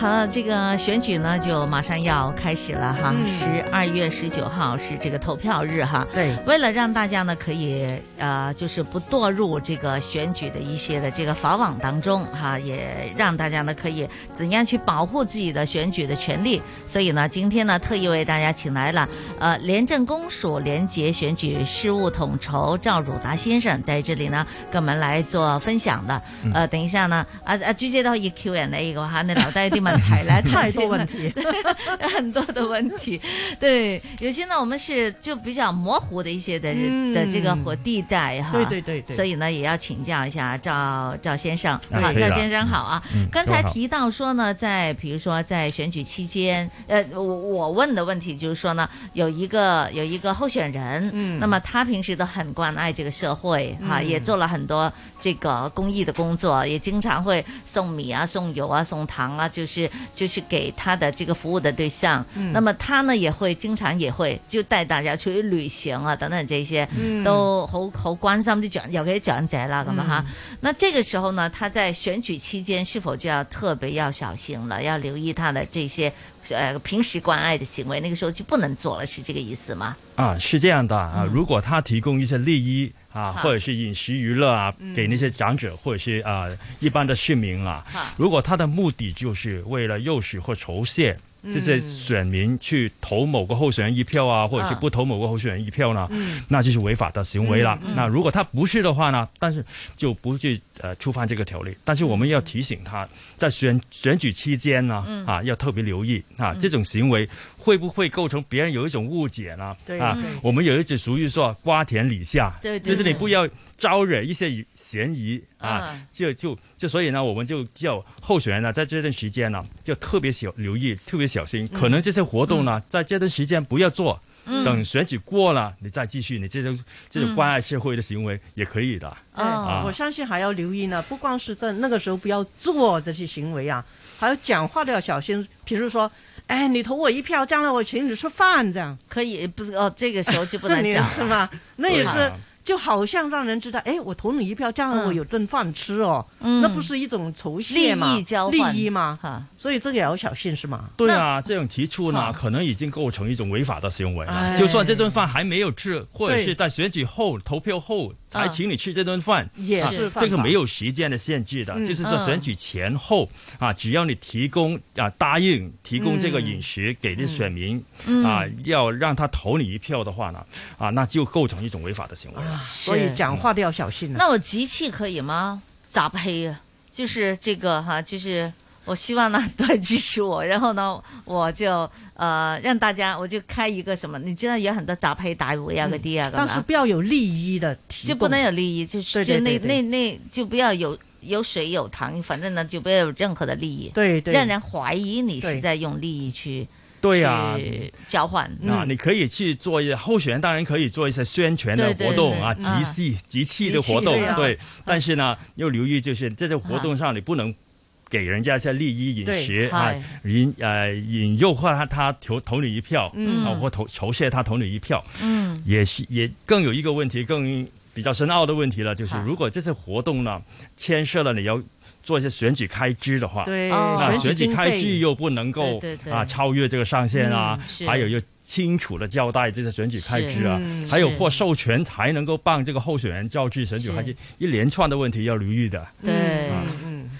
Speaker 8: 好了，这个选举呢就马上要开始了哈，十二、月十九号是这个投票日哈。
Speaker 1: 对，
Speaker 8: 为了让大家呢可以呃，就是不堕入这个选举的一些的这个法网当中哈，也让大家呢可以怎样去保护自己的选举的权利。所以呢，今天呢特意为大家请来了呃廉政公署廉洁选举事务统筹赵汝达先生在这里呢跟我们来做分享的。呃，等一下呢，啊啊，朱姐都可以 Q&A 嘅哈，你留低啲问题来
Speaker 1: 太多问题，
Speaker 8: 对 很多的问题，对，有些呢我们是就比较模糊的一些的、
Speaker 1: 嗯
Speaker 8: 的这个活地带哈，
Speaker 1: 对对对对
Speaker 8: 所以呢也要请教一下赵赵先生，
Speaker 1: 哎
Speaker 8: 好，
Speaker 1: 可以了
Speaker 8: 赵先生好啊，
Speaker 1: 嗯嗯
Speaker 8: 刚才
Speaker 1: 都好
Speaker 8: 提到说呢，在比如说在选举期间，呃，我我问的问题就是说呢，有一个有一个候选人，
Speaker 6: 嗯
Speaker 8: 那么他平时都很关爱这个社会哈，
Speaker 6: 嗯
Speaker 8: 也做了很多这个公益的工作，也经常会送米啊、送油啊、送糖啊，就是就是给他的这个服务的对象。
Speaker 6: 嗯
Speaker 8: 那么他呢也会经常也会就带大家出去旅行啊等等这些，
Speaker 6: 嗯
Speaker 8: 都好好关心啲长，尤其啲長者啦咁啊哈。那这个时候呢，他在选举期间是否就要特别要小心了，要留意他的这些呃平时关爱的行为，那个时候就不能做了，是这个意思吗？
Speaker 2: 啊，是这样的啊，
Speaker 9: 嗯
Speaker 2: 如果他提供一些利益啊，
Speaker 8: 好
Speaker 2: 或者是饮食娱乐啊
Speaker 8: 嗯，
Speaker 2: 给那些长者或者是啊一般的市民啊
Speaker 8: 好，
Speaker 2: 如果他的目的就是为了诱使或酬谢。这些
Speaker 9: 嗯
Speaker 2: 选民去投某个候选人一票啊，或者是
Speaker 9: 啊
Speaker 2: 不投某个候选人一票呢，
Speaker 9: 嗯
Speaker 2: 那就是违法的行为了。
Speaker 9: 嗯嗯
Speaker 2: 那如果他不是的话呢，但是就不去呃触犯这个条例。但是我们要提醒他，在选选举期间呢，
Speaker 9: 嗯
Speaker 2: 啊要特别留意啊，这种行为会不会构成别人有一种误解呢？
Speaker 9: 对
Speaker 2: 啊
Speaker 9: 嗯，
Speaker 2: 我们有一句俗语说“瓜田李下”，
Speaker 9: 对对
Speaker 2: 就是你
Speaker 9: 对
Speaker 2: 不要招惹一些嫌疑啊
Speaker 9: 嗯，
Speaker 2: 就就就所以呢，我们就叫候选人呢，在这段时间呢，就特别小留意，特别小心，
Speaker 9: 嗯
Speaker 2: 可能这些活动呢，在这段时间不要做。
Speaker 8: 嗯
Speaker 2: 等选举过了，你再继续，你这种这种
Speaker 1: 嗯
Speaker 2: 关爱社会的行为也可以的。
Speaker 1: 对
Speaker 9: 嗯
Speaker 8: 哎
Speaker 2: 啊
Speaker 1: 我相信还要留意呢，不光是在那个时候不要做这些行为啊，还有讲话都要小心。比如说，哎，你投我一票，将来我请你吃饭，这样
Speaker 8: 可以不哦，这个时 候就不能讲了
Speaker 1: 是吗？那也
Speaker 8: 对
Speaker 1: 是
Speaker 8: 啊。
Speaker 1: 就好像让人知道，哎，我投你一票，将来我有顿饭吃哦，
Speaker 8: 嗯
Speaker 1: 那不是一种酬谢嘛，
Speaker 8: 利益交
Speaker 1: 利
Speaker 8: 换
Speaker 1: 益嘛
Speaker 8: 哈，
Speaker 1: 所以这个也要小心，是吗？
Speaker 2: 对啊，这种提出呢，可能已经构成一种违法的行为
Speaker 1: 哎
Speaker 2: 了。就算这顿饭还没有吃，或者
Speaker 1: 对
Speaker 2: 是在选举后、投票后才
Speaker 1: 啊
Speaker 2: 请你吃这顿饭，
Speaker 1: 也
Speaker 2: 啊
Speaker 1: 是犯
Speaker 2: 这个
Speaker 1: 法
Speaker 2: 没有时间的限制的
Speaker 1: 嗯，
Speaker 2: 就是说选举前后啊，只要你提供啊答应提供这个饮食给这选民
Speaker 1: 嗯
Speaker 2: 啊，要让他投你一票的话呢，啊，那就构成一种违法的行为了。
Speaker 1: 所以讲话都要小心啊。
Speaker 8: 那我集气可以吗？杂黑啊，就是这个哈，就是我希望呢大家支持我，然后呢，我就呃让大家我就开一个什么，你知道有很多杂黑大会啊嗰啲啊，
Speaker 1: 但是不要有利益的提供，
Speaker 8: 就不能有利益，就是
Speaker 1: 对对
Speaker 8: 就那
Speaker 1: 对对
Speaker 8: 那那就不要有有水有糖，反正呢就不要有任何的利益，
Speaker 1: 对对
Speaker 8: 让人怀疑你
Speaker 2: 对
Speaker 8: 是在用利益去
Speaker 2: 对
Speaker 1: 啊
Speaker 2: 呀
Speaker 8: 去交换
Speaker 1: 嗯
Speaker 2: 那啊你可以去做一些候选人，当然可以做一些宣传的活动啊，
Speaker 8: 对
Speaker 2: 集
Speaker 8: 对对
Speaker 2: 气
Speaker 8: 啊
Speaker 2: 集气的活动
Speaker 8: 集气，对
Speaker 2: 对
Speaker 8: 啊。
Speaker 2: 但是呢，又留意就是在这活动上，你不能给人家一些利益饮食
Speaker 8: 对
Speaker 2: 啊
Speaker 8: 嗨，
Speaker 2: 引呃引诱或他他投投你一票，
Speaker 8: 嗯
Speaker 2: 啊或投酬谢他投你一票，
Speaker 8: 嗯
Speaker 2: 也是也更有一个问题，更比较深奥的问题了，就是
Speaker 8: 好
Speaker 2: 如果这些活动呢牵涉了你要做一些选举开支的话，
Speaker 1: 对
Speaker 2: 那
Speaker 1: 选举
Speaker 2: 选举
Speaker 1: 经
Speaker 2: 开
Speaker 1: 费
Speaker 2: 支又不能够
Speaker 1: 对对对
Speaker 2: 啊超越这个上限啊
Speaker 1: 嗯是，
Speaker 2: 还有又清楚的交代这些选举开支啊
Speaker 1: 是嗯，
Speaker 2: 还有
Speaker 1: 是
Speaker 2: 或授权才能够办这个候选人召集选举开支
Speaker 8: 是，
Speaker 2: 一连串的问题要留意的。
Speaker 8: 对，
Speaker 2: 啊
Speaker 1: 嗯，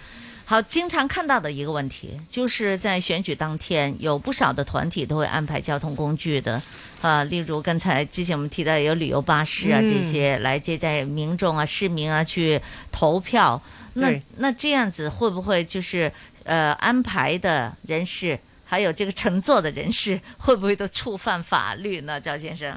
Speaker 8: 好，经常看到的一个问题，就是在选举当天，有不少的团体都会安排交通工具的，啊，例如刚才之前我们提到有旅游巴士啊
Speaker 6: 嗯
Speaker 8: 这些来接载民众啊、市民啊去投票。那
Speaker 6: 对
Speaker 8: 那这样子会不会就是呃安排的人士，还有这个乘坐的人士，会不会都触犯法律呢？赵先生，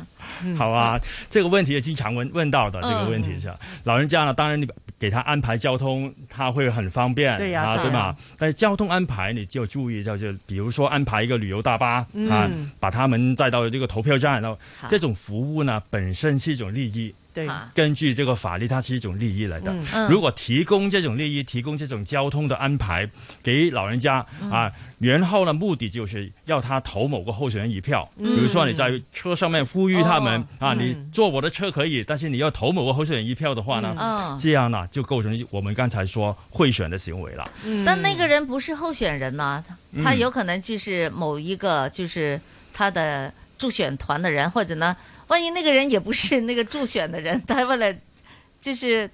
Speaker 2: 好啊，这个问题也经常问问到的，这个问题是吧老人家呢，当然你给他安排交通，他会很方便，
Speaker 9: 对呀
Speaker 2: 啊，
Speaker 9: 对
Speaker 2: 对
Speaker 9: 呀
Speaker 2: 吧？但是交通安排你就注意到，就比如说安排一个旅游大巴、
Speaker 9: 嗯
Speaker 2: 啊，把他们载到这个投票站，然后
Speaker 9: 好
Speaker 2: 这种服务呢本身是一种利益。
Speaker 1: 对，
Speaker 2: 根据这个法律，它是一种利益来的
Speaker 1: 嗯。嗯
Speaker 2: 如果提供这种利益，提供这种交通的安排给老人家啊，然后呢，目的就是要他投某个候选人一票。
Speaker 6: 嗯
Speaker 2: 比如说你在车上面呼吁他们
Speaker 6: 哦
Speaker 2: 啊，
Speaker 6: 嗯
Speaker 2: 你坐我的车可以，但是你要投某个候选人一票的话
Speaker 8: 嗯
Speaker 2: 呢
Speaker 8: 哦，
Speaker 2: 这样呢就构成我们刚才说贿选的行为了。
Speaker 8: 但那个人不是候选人呢、
Speaker 2: 嗯
Speaker 8: 他有可能就是某一个就是他的助选团的人，或者呢，万一那个人也不是那个助选的人，他为了就是。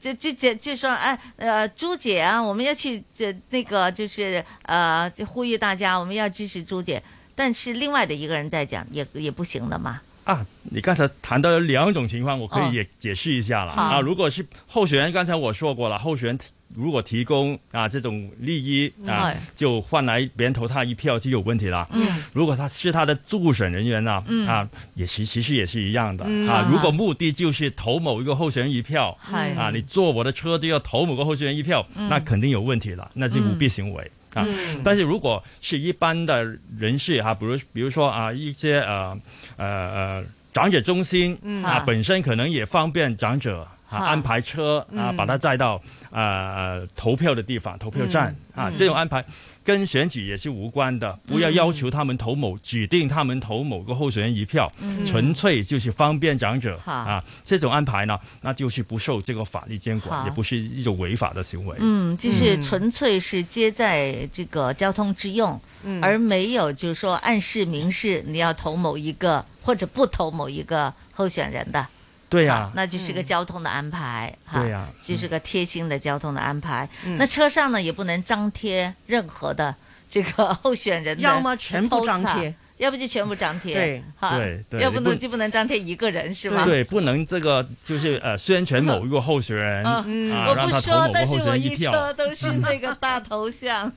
Speaker 8: 就就就就说哎呃朱姐啊，我们要去这那个就是呃就呼吁大家我们要支持朱姐，但是另外的一个人在讲也也不行的嘛。
Speaker 2: 啊，你刚才谈到有两种情况，我可
Speaker 8: 哦
Speaker 2: 以也解释一下了、
Speaker 8: 好
Speaker 2: 啊。如果是候选人，刚才我说过了，候选人如果提供啊这种利益啊
Speaker 6: 嗯，
Speaker 2: 就换来别人投他一票就有问题了。
Speaker 6: 嗯
Speaker 2: 如果他是他的助选人员呢、
Speaker 6: 嗯
Speaker 2: 啊，也其其实也是一样的、
Speaker 6: 嗯
Speaker 2: 啊
Speaker 6: 啊。
Speaker 2: 如果目的就是投某一个候选人一票，
Speaker 6: 嗯
Speaker 2: 啊，你坐我的车就要投某个候选人一票，
Speaker 6: 嗯
Speaker 2: 那肯定有问题了，那就舞弊行为。啊
Speaker 6: 嗯，
Speaker 2: 但是如果是一般的人士哈、比如比如说啊，一些呃呃呃长者中心、
Speaker 6: 嗯
Speaker 2: 啊
Speaker 6: 啊，
Speaker 2: 本身可能也方便长者啊
Speaker 6: 啊
Speaker 2: 安排车啊，
Speaker 6: 嗯
Speaker 2: 把他载到呃投票的地方、投票站、
Speaker 6: 嗯
Speaker 2: 啊
Speaker 6: 嗯，
Speaker 2: 这种安排跟选举也是无关的，不要要求他们投某、指定他们投某个候选人一票，
Speaker 6: 嗯
Speaker 2: 纯粹就是方便长者
Speaker 8: 好
Speaker 2: 啊，这种安排呢，那就是不受这个法律监管，
Speaker 8: 好
Speaker 2: 也不是一种违法的行为。
Speaker 8: 嗯，就是纯粹是接在这个交通之用，
Speaker 1: 嗯
Speaker 8: 而没有就是说暗示明示你要投某一个或者不投某一个候选人的，
Speaker 2: 对呀、
Speaker 8: 那就是个交通的安排，哈
Speaker 2: 对呀
Speaker 9: 嗯
Speaker 8: 就是个贴心的交通的安排。
Speaker 1: 嗯
Speaker 8: 那车上呢也不能张贴任何的这个候选人的 poster，
Speaker 1: 要么全部张贴
Speaker 8: 要不就全部张贴，
Speaker 2: 对
Speaker 8: 哈
Speaker 2: 对对
Speaker 8: 要不
Speaker 2: 你
Speaker 8: 能
Speaker 2: 不
Speaker 8: 就不能张贴一个人是吗？
Speaker 2: 对，不能这个就是呃宣传某一个候选人啊，
Speaker 8: 嗯，我
Speaker 2: 让
Speaker 8: 不
Speaker 2: 他投
Speaker 8: 说，
Speaker 2: 某个
Speaker 8: 但是
Speaker 2: 候选
Speaker 8: 我
Speaker 2: 人一
Speaker 8: 一
Speaker 2: 票。
Speaker 8: 车都是那个大头 像，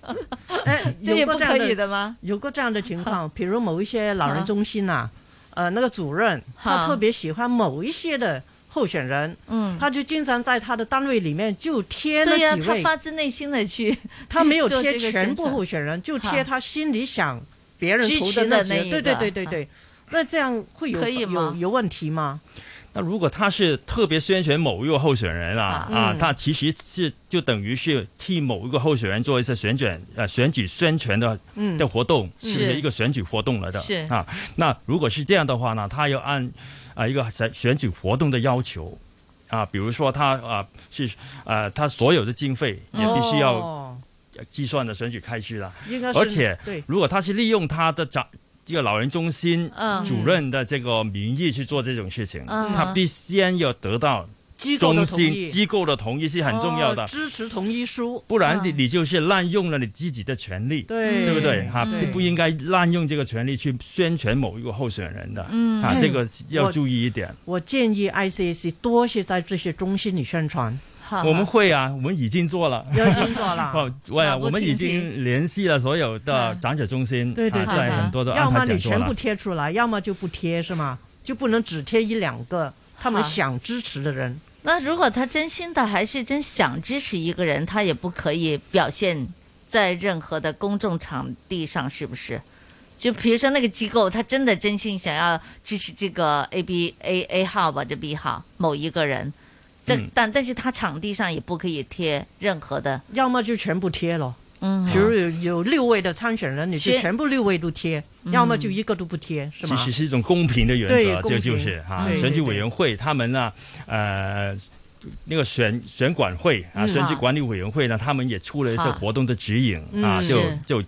Speaker 8: 这
Speaker 1: 哎 有
Speaker 8: 也
Speaker 1: 过
Speaker 8: 不
Speaker 1: 这样
Speaker 8: 可以的吗？
Speaker 1: 有过这样的情况，比如某一些老人中心呐、呃，那个主任他
Speaker 8: 哈
Speaker 1: 特别喜欢某一些的候选人，
Speaker 8: 嗯
Speaker 1: 他就经常在他的单位里面就贴那
Speaker 8: 对呀、
Speaker 1: 几
Speaker 8: 他
Speaker 1: 位，
Speaker 8: 发自内心的去，
Speaker 1: 他没有
Speaker 8: 去做
Speaker 1: 贴
Speaker 8: 这个
Speaker 1: 全部
Speaker 8: 宣传
Speaker 1: 候选人，就贴
Speaker 8: 哈
Speaker 1: 他心里想别人
Speaker 8: 支
Speaker 1: 投
Speaker 8: 持
Speaker 1: 那
Speaker 8: 的
Speaker 1: 几
Speaker 8: 那
Speaker 1: 个，
Speaker 8: 一
Speaker 1: 对对
Speaker 8: 个
Speaker 1: 对对对，那这样会有
Speaker 8: 可以
Speaker 1: 有
Speaker 8: 吗
Speaker 1: 有问题吗？
Speaker 2: 那如果他是特别宣传某一个候选人啊
Speaker 1: 啊
Speaker 2: 啊
Speaker 1: 嗯，
Speaker 2: 他其实是就等于是替某一个候选人做一些选选呃选举宣传的
Speaker 6: 嗯
Speaker 2: 的活动，
Speaker 6: 是
Speaker 2: 是不是一个选举活动来的？
Speaker 6: 是
Speaker 2: 啊，那如果是这样的话呢，他要按啊、一个选选举活动的要求。啊，比如说他啊是呃，他所有的经费也必须要
Speaker 1: 哦
Speaker 2: 计算的选举开支了，
Speaker 1: 应该是
Speaker 2: 而且
Speaker 1: 对
Speaker 2: 如果他是利用他的长这个老人中心
Speaker 1: 嗯
Speaker 2: 主任的这个名义去做这种事情，
Speaker 1: 嗯
Speaker 2: 他必先要得到
Speaker 1: 机构的
Speaker 2: 中
Speaker 1: 同意
Speaker 2: 心机构的同意是很重要的。
Speaker 1: 哦支持同意书，
Speaker 2: 不
Speaker 8: 嗯
Speaker 2: 然你
Speaker 1: 啊
Speaker 2: 你就是滥用了你自己的权利，
Speaker 1: 对
Speaker 2: 对不对？哈
Speaker 1: 对，
Speaker 2: 不应该滥用这个权利去宣传某一个候选人的，
Speaker 1: 嗯
Speaker 2: 啊，这个要
Speaker 1: 我
Speaker 2: 注意一点。
Speaker 1: 我建议 ICAC 多些在这些中心里宣传。
Speaker 2: 我们会啊，我们已经做了，
Speaker 1: 已经做了
Speaker 2: 哦我
Speaker 1: 马不
Speaker 2: 我们已
Speaker 1: 停蹄
Speaker 2: 经联系了所有的长者中心，
Speaker 1: 啊对对
Speaker 2: 啊
Speaker 1: 对，
Speaker 2: 在很多的
Speaker 1: 要
Speaker 2: 安
Speaker 1: 么
Speaker 2: 排
Speaker 1: 你
Speaker 2: 讲座
Speaker 1: 全
Speaker 2: 了
Speaker 1: 部。贴出来，要么就不贴是吗？就不能只贴一两个他们
Speaker 8: 好
Speaker 1: 想支持的人。
Speaker 8: 那如果他真心的还是真想支持一个人，他也不可以表现在任何的公众场地上，是不是？就比如说那个机构，他真的真心想要支持这个 A B A A 号或者 B 号某一个人，这、
Speaker 1: 嗯
Speaker 8: 但但是他场地上也不可以贴任何的，
Speaker 1: 要么就全部贴了。
Speaker 8: 嗯
Speaker 1: 比如有有六位的参选人，你就
Speaker 8: 选
Speaker 1: 全部六位都贴，要么就一个都不贴，是
Speaker 2: 其
Speaker 1: 吗？
Speaker 2: 实是一种公平的原
Speaker 1: 对
Speaker 2: 则，
Speaker 1: 公
Speaker 2: 这
Speaker 1: 平
Speaker 2: 就是啊，
Speaker 1: 对
Speaker 2: 选举
Speaker 1: 对
Speaker 2: 委员会他们呢，呃。那个选选管会啊，
Speaker 6: 嗯
Speaker 2: 选举管理委员会呢，他们也出了一些
Speaker 6: 好
Speaker 2: 活动的指引啊，
Speaker 6: 嗯
Speaker 2: 就是就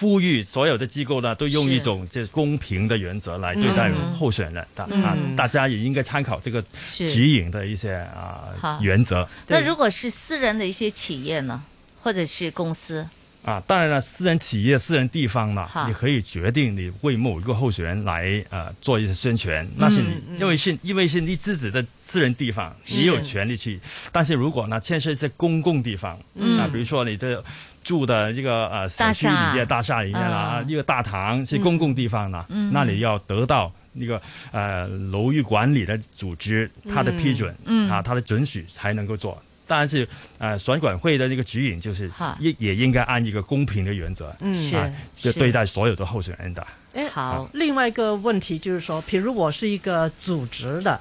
Speaker 2: 呼吁所有的机构呢，都用一种这公平的原则来对待
Speaker 6: 嗯
Speaker 2: 候选人的啊
Speaker 8: 嗯，
Speaker 2: 大家也应该参考这个
Speaker 8: 是
Speaker 2: 指引的一些啊
Speaker 8: 好
Speaker 2: 原则。
Speaker 8: 那如果是私人的一些企业呢，或者是公司，
Speaker 2: 啊，当然了，私人企业、私人地方呢
Speaker 8: 好，
Speaker 2: 你可以决定你为某一个候选人来呃做一些宣传，
Speaker 6: 嗯
Speaker 2: 那是你、因为是因为是你自己的私人地方，你有权利去。但是如果呢牵涉一些公共地方，
Speaker 6: 嗯
Speaker 2: 啊，比如说你的住的这个呃小区里面、
Speaker 6: 大厦
Speaker 2: 大厦里面啊，
Speaker 6: 嗯
Speaker 2: 一个大堂是公共地方呢，
Speaker 6: 嗯
Speaker 2: 那你要得到。那个呃，楼宇管理的组织，它的批准、
Speaker 6: 嗯嗯
Speaker 2: 啊，它的准许才能够做。当然是呃，选管会的那个指引就是
Speaker 8: 哈
Speaker 2: 也也应该按一个公平的原则，
Speaker 1: 嗯
Speaker 2: 啊，
Speaker 1: 是
Speaker 2: 就是对待所有的候选人的。
Speaker 1: 哎，
Speaker 2: 好
Speaker 1: 另外一个问题就是说，比如我是一个组织的，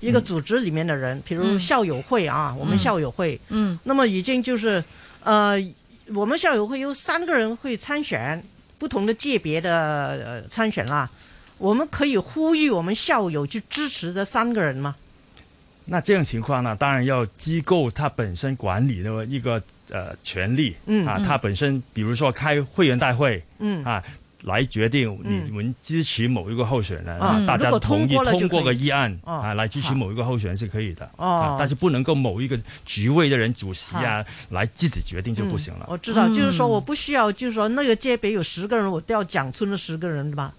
Speaker 1: 一
Speaker 2: 嗯
Speaker 1: 个组织里面的人，比如
Speaker 6: 嗯
Speaker 1: 校友会啊，我们
Speaker 6: 嗯
Speaker 1: 校友会，
Speaker 6: 嗯
Speaker 1: 那么已经就是呃，我们校友会有三个人会参选，不同的界别的、呃、参选啦。我们可以呼吁我们校友去支持这三个人吗？
Speaker 2: 那这种情况呢，当然要机构它本身管理的一个呃权利，
Speaker 1: 嗯
Speaker 2: 啊
Speaker 1: 嗯，
Speaker 2: 它本身比如说开会员大会，
Speaker 1: 嗯
Speaker 2: 啊。来决定
Speaker 1: 嗯
Speaker 2: 你们支持某一个候选人
Speaker 1: 啊
Speaker 2: 啊，大
Speaker 1: 如
Speaker 2: 家
Speaker 1: 果
Speaker 2: 同
Speaker 1: 通
Speaker 2: 意
Speaker 1: 过了就
Speaker 2: 通过
Speaker 1: 可以
Speaker 2: 个议案
Speaker 1: 哦
Speaker 2: 啊，来支持
Speaker 1: 好
Speaker 2: 某一个候选人是可以的
Speaker 1: 哦
Speaker 2: 啊，但是不能够某一个职位的人、主席啊
Speaker 1: 好
Speaker 2: 来自己决定就不行了
Speaker 1: 嗯。我知道，就是说我不需要，就是说那个界别有十个人，我都要讲出那十个人吧。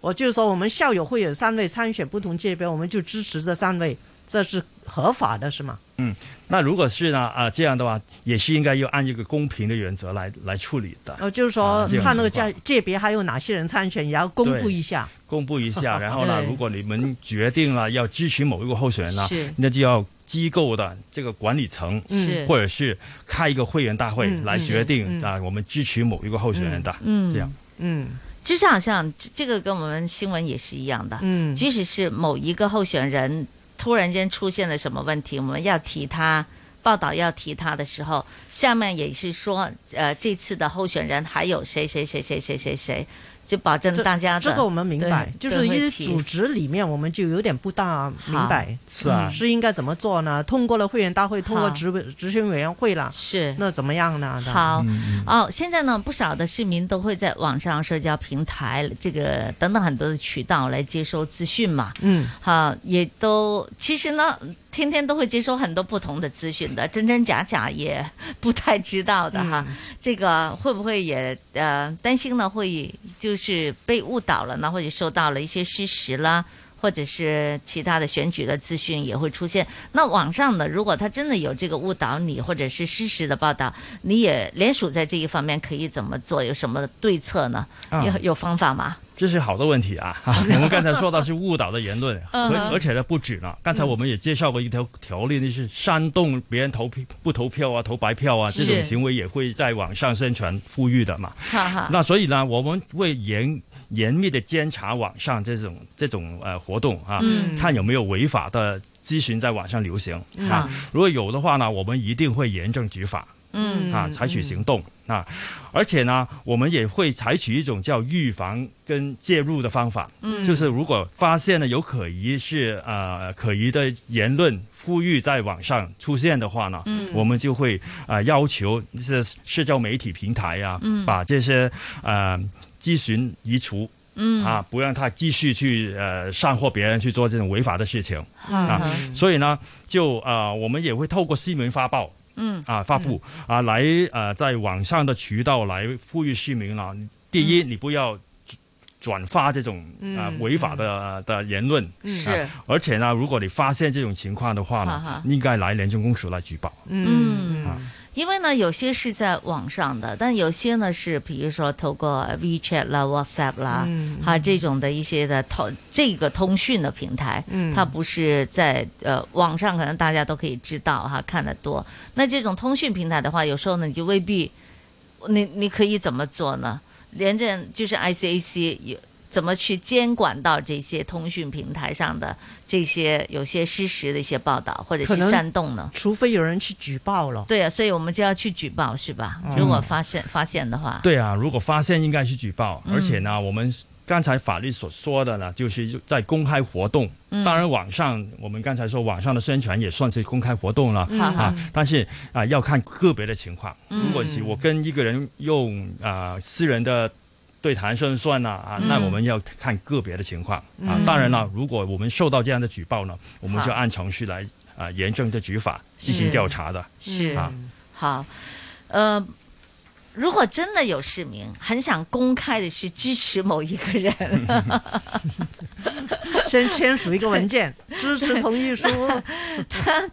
Speaker 1: 我就是说，我们校友会有三位参选不同界别，我们就支持这三位，这是合法的，是吗？
Speaker 2: 嗯，那如果是呢啊、这样的话，也是应该要按一个公平的原则来来处理的。
Speaker 1: 呃，就是说
Speaker 2: 啊这种
Speaker 1: 看那个
Speaker 2: 情况
Speaker 1: 界界别还有哪些人参选，也要公布
Speaker 2: 对
Speaker 1: 一下。
Speaker 2: 公布一 下，然后呢，
Speaker 1: 对
Speaker 2: 如果你们决定了要支持某一个候选人呢
Speaker 1: 是，
Speaker 2: 那就要机构的这个管理层
Speaker 1: 嗯是，
Speaker 2: 或者是开一个会员大会
Speaker 8: 嗯
Speaker 2: 来决定
Speaker 8: 是嗯
Speaker 2: 啊，我们支持某一个候选人的，
Speaker 8: 嗯嗯
Speaker 2: 这样。
Speaker 1: 嗯，
Speaker 8: 就像好像这这个跟我们新闻也是一样的，
Speaker 1: 嗯
Speaker 8: 即使是某一个候选人突然间出现了什么问题，我们要提他。报道要提他的时候，下面也是说，呃，这次的候选人还有谁谁谁谁谁谁谁，就保证
Speaker 1: 这
Speaker 8: 大家的
Speaker 1: 这个我们明白，
Speaker 8: 对
Speaker 1: 就是
Speaker 8: 对会
Speaker 1: 一
Speaker 8: 提
Speaker 1: 些组织里面我们就有点不大明白，
Speaker 8: 是啊
Speaker 1: 嗯是应该怎么做呢？通过了会员大会，通过
Speaker 8: 好
Speaker 1: 执委执行委员会了，
Speaker 8: 是
Speaker 1: 那怎么样呢？
Speaker 8: 好，哦，现在呢，不少的市民都会在网上、社交平台、这个等等很多的渠道来接收资讯嘛。
Speaker 1: 嗯，
Speaker 8: 好，也都其实呢，天天都会接收很多不同的资讯的，真真假假也不太知道的哈。这个会不会也呃担心呢？会就是被误导了呢，或者受到了一些失实啦？或者是其他的选举的资讯也会出现。那网上呢，如果他真的有这个误导你，或者是失实的报道，你也联署在这一方面可以怎么做？有什么对策呢？
Speaker 2: 啊
Speaker 8: 有有方法吗？
Speaker 2: 这是好的问题啊！ 啊我们刚才说到是误导的言论，啊
Speaker 8: 嗯
Speaker 2: 而而且呢不止呢。刚才我们也介绍过一条条例，那是煽动别人投票不投票啊、投白票啊这
Speaker 8: 是
Speaker 2: 种行为，也会在网上宣传呼吁的嘛。
Speaker 8: 哈哈，
Speaker 2: 那所以呢，我们会严严密的监察网上这种这种呃活动啊，
Speaker 9: 嗯
Speaker 2: 看有没有违法的咨询在网上流行啊
Speaker 9: 嗯。
Speaker 2: 如果有的话呢，我们一定会严正执法。
Speaker 9: 嗯
Speaker 2: 啊，采取行动啊，而且呢，我们也会采取一种叫预防跟介入的方法，
Speaker 9: 嗯
Speaker 2: 就是如果发现了有可疑是呃可疑的言论呼吁在网上出现的话呢，
Speaker 9: 嗯
Speaker 2: 我们就会呃要求这些社交媒体平台啊，
Speaker 9: 嗯
Speaker 2: 把这些呃咨询移除。
Speaker 9: 嗯
Speaker 2: 啊，不让他继续去呃散货别人去做这种违法的事情啊
Speaker 9: 嗯，
Speaker 2: 所以呢，就呃我们也会透过新闻发报，
Speaker 9: 嗯
Speaker 2: 啊发布啊来呃在网上的渠道来呼吁市民啊，第一、你不要转转发这种啊、
Speaker 9: 嗯
Speaker 2: 违法的的言论，
Speaker 9: 嗯
Speaker 2: 啊
Speaker 9: 是
Speaker 2: 而且呢，如果你发现这种情况的话呢，
Speaker 8: 哈哈
Speaker 2: 应该来廉政公署来举报，
Speaker 8: 嗯
Speaker 2: 啊
Speaker 8: 因为呢，有些是在网上的，但有些呢是，比如说透过 WeChat 啦、WhatsApp 啦，
Speaker 9: 嗯
Speaker 8: 哈、这种的一些的通这个通讯的平台，
Speaker 9: 嗯
Speaker 8: 它不是在呃网上，可能大家都可以知道哈，看得多。那这种通讯平台的话，有时候呢，你就未必，你你可以怎么做呢？廉政就是 ICAC 有。怎么去监管到这些通讯平台上的这些有些失实的一些报道，或者
Speaker 1: 可
Speaker 8: 是
Speaker 1: 能
Speaker 8: 煽动呢？
Speaker 1: 除非有人去举报了。
Speaker 8: 对啊，所以我们就要去举报，是吧？
Speaker 2: 嗯
Speaker 8: 如果发现发现的话，
Speaker 2: 对啊，如果发现应该去举报，
Speaker 8: 嗯
Speaker 2: 而且呢，我们刚才法律所说的呢，就是在公开活动。
Speaker 9: 嗯
Speaker 2: 当然，网上我们刚才说网上的宣传也算是公开活动了、
Speaker 9: 嗯
Speaker 2: 啊，但是啊、要看个别的情况。
Speaker 9: 嗯
Speaker 2: 如果是我跟一个人用啊、私人的。对谈算算呢啊，
Speaker 9: 嗯
Speaker 2: 那我们要看个别的情况、啊
Speaker 9: 嗯。
Speaker 2: 当然了，如果我们受到这样的举报呢，我们就
Speaker 8: 好
Speaker 2: 按程序来啊严正的执法，进
Speaker 8: 是
Speaker 2: 行调查的。
Speaker 8: 是
Speaker 1: 嗯
Speaker 2: 啊，
Speaker 8: 好，呃，如果真的有市民很想公开的去支持某一个人，
Speaker 1: 先签署一个文件支持同意 书，
Speaker 8: 他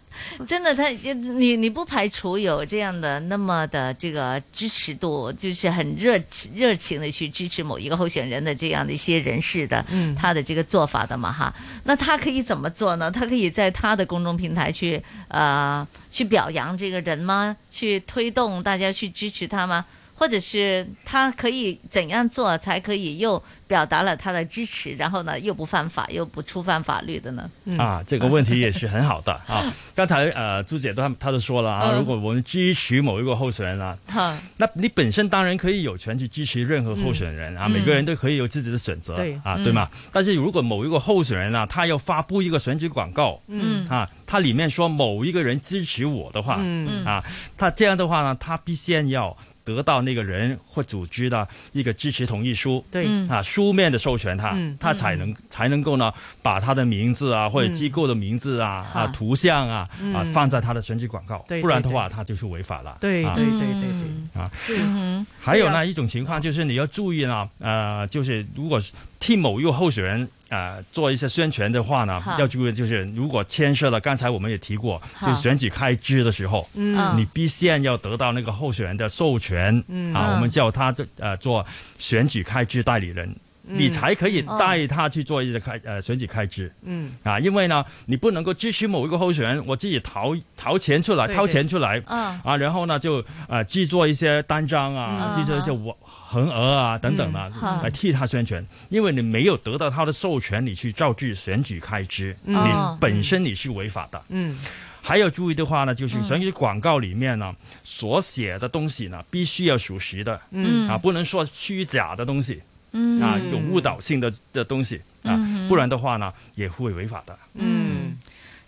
Speaker 8: 真的他你你不排除有这样的那么的这个支持度，就是很热情热情的去支持某一个候选人的这样的一些人士的，
Speaker 9: 嗯
Speaker 8: 他的这个做法的嘛哈。那他可以怎么做呢？他可以在他的公众平台去呃去表扬这个人吗？去推动大家去支持他吗？或者是他可以怎样做才可以又表达了他的支持，然后呢又不犯法又不触犯法律的呢？
Speaker 2: 啊，这个问题也是很好的啊。刚才呃，朱姐都她都说了啊，
Speaker 8: 嗯
Speaker 2: 如果我们支持某一个候选人啊，
Speaker 8: 哈，
Speaker 2: 那你本身当然可以有权去支持任何候选人啊，
Speaker 6: 嗯
Speaker 2: 每个人都可以有自己的选择
Speaker 6: 对
Speaker 2: 啊，
Speaker 6: 嗯
Speaker 2: 对吗？但是如果某一个候选人啊，他要发布一个选举广告，
Speaker 6: 嗯
Speaker 2: 啊，他里面说某一个人支持我的话，
Speaker 6: 嗯
Speaker 2: 啊，他这样的话呢，他必先要。得到那个人或组织的一个支持同意书，
Speaker 6: 对嗯
Speaker 2: 啊，书面的授权他，
Speaker 6: 嗯
Speaker 2: 他才能才能够呢，把他的名字啊或者
Speaker 6: 嗯
Speaker 2: 机构的名字啊、
Speaker 6: 好
Speaker 2: 啊图像啊、啊
Speaker 6: 嗯
Speaker 2: 放在他的选举广告，
Speaker 6: 对
Speaker 2: 不然的
Speaker 6: 对
Speaker 2: 话他就是违法了。
Speaker 6: 对
Speaker 2: 啊
Speaker 6: 对对对对
Speaker 2: 啊，
Speaker 8: 嗯
Speaker 2: 还有
Speaker 6: 啊
Speaker 2: 呢一种情况就是你要注意呢，呃，就是如果是替某一个候选人呃做一些宣传的话呢
Speaker 6: 好，
Speaker 2: 要注意就是如果牵涉了，刚才我们也提过，
Speaker 6: 好
Speaker 2: 就是选举开支的时候，
Speaker 6: 嗯
Speaker 2: 你必先要得到那个候选人的授权，
Speaker 6: 嗯
Speaker 2: 啊，
Speaker 6: 嗯
Speaker 2: 我们叫他做呃做选举开支代理人。
Speaker 6: 嗯
Speaker 2: 你才可以
Speaker 6: 嗯
Speaker 2: 带他去做一些开呃选举开支，
Speaker 6: 嗯
Speaker 2: 啊，因为呢，你不能够支持某一个候选人，我自己掏掏钱出来，
Speaker 6: 对
Speaker 2: 掏
Speaker 6: 对
Speaker 2: 钱出来，
Speaker 6: 嗯
Speaker 2: 啊，然后呢就呃制作一些单张啊，
Speaker 6: 嗯
Speaker 2: 制作一些我横额啊等等啊
Speaker 6: 嗯，好
Speaker 2: 来替他宣传，因为你没有得到他的授权，你去招致选举开支，
Speaker 6: 嗯
Speaker 2: 你
Speaker 6: 哦
Speaker 2: 本身你是违法的。
Speaker 6: 嗯
Speaker 2: 还要注意的话呢，就是
Speaker 6: 嗯
Speaker 2: 选举广告里面呢、所写的东西呢，必须要属实的，
Speaker 6: 嗯
Speaker 2: 啊，不能说虚假的东西，
Speaker 6: 嗯
Speaker 2: 啊，有误导性的的东西啊
Speaker 8: 嗯，哼
Speaker 2: 不然的话呢，也会违法的。
Speaker 8: 嗯，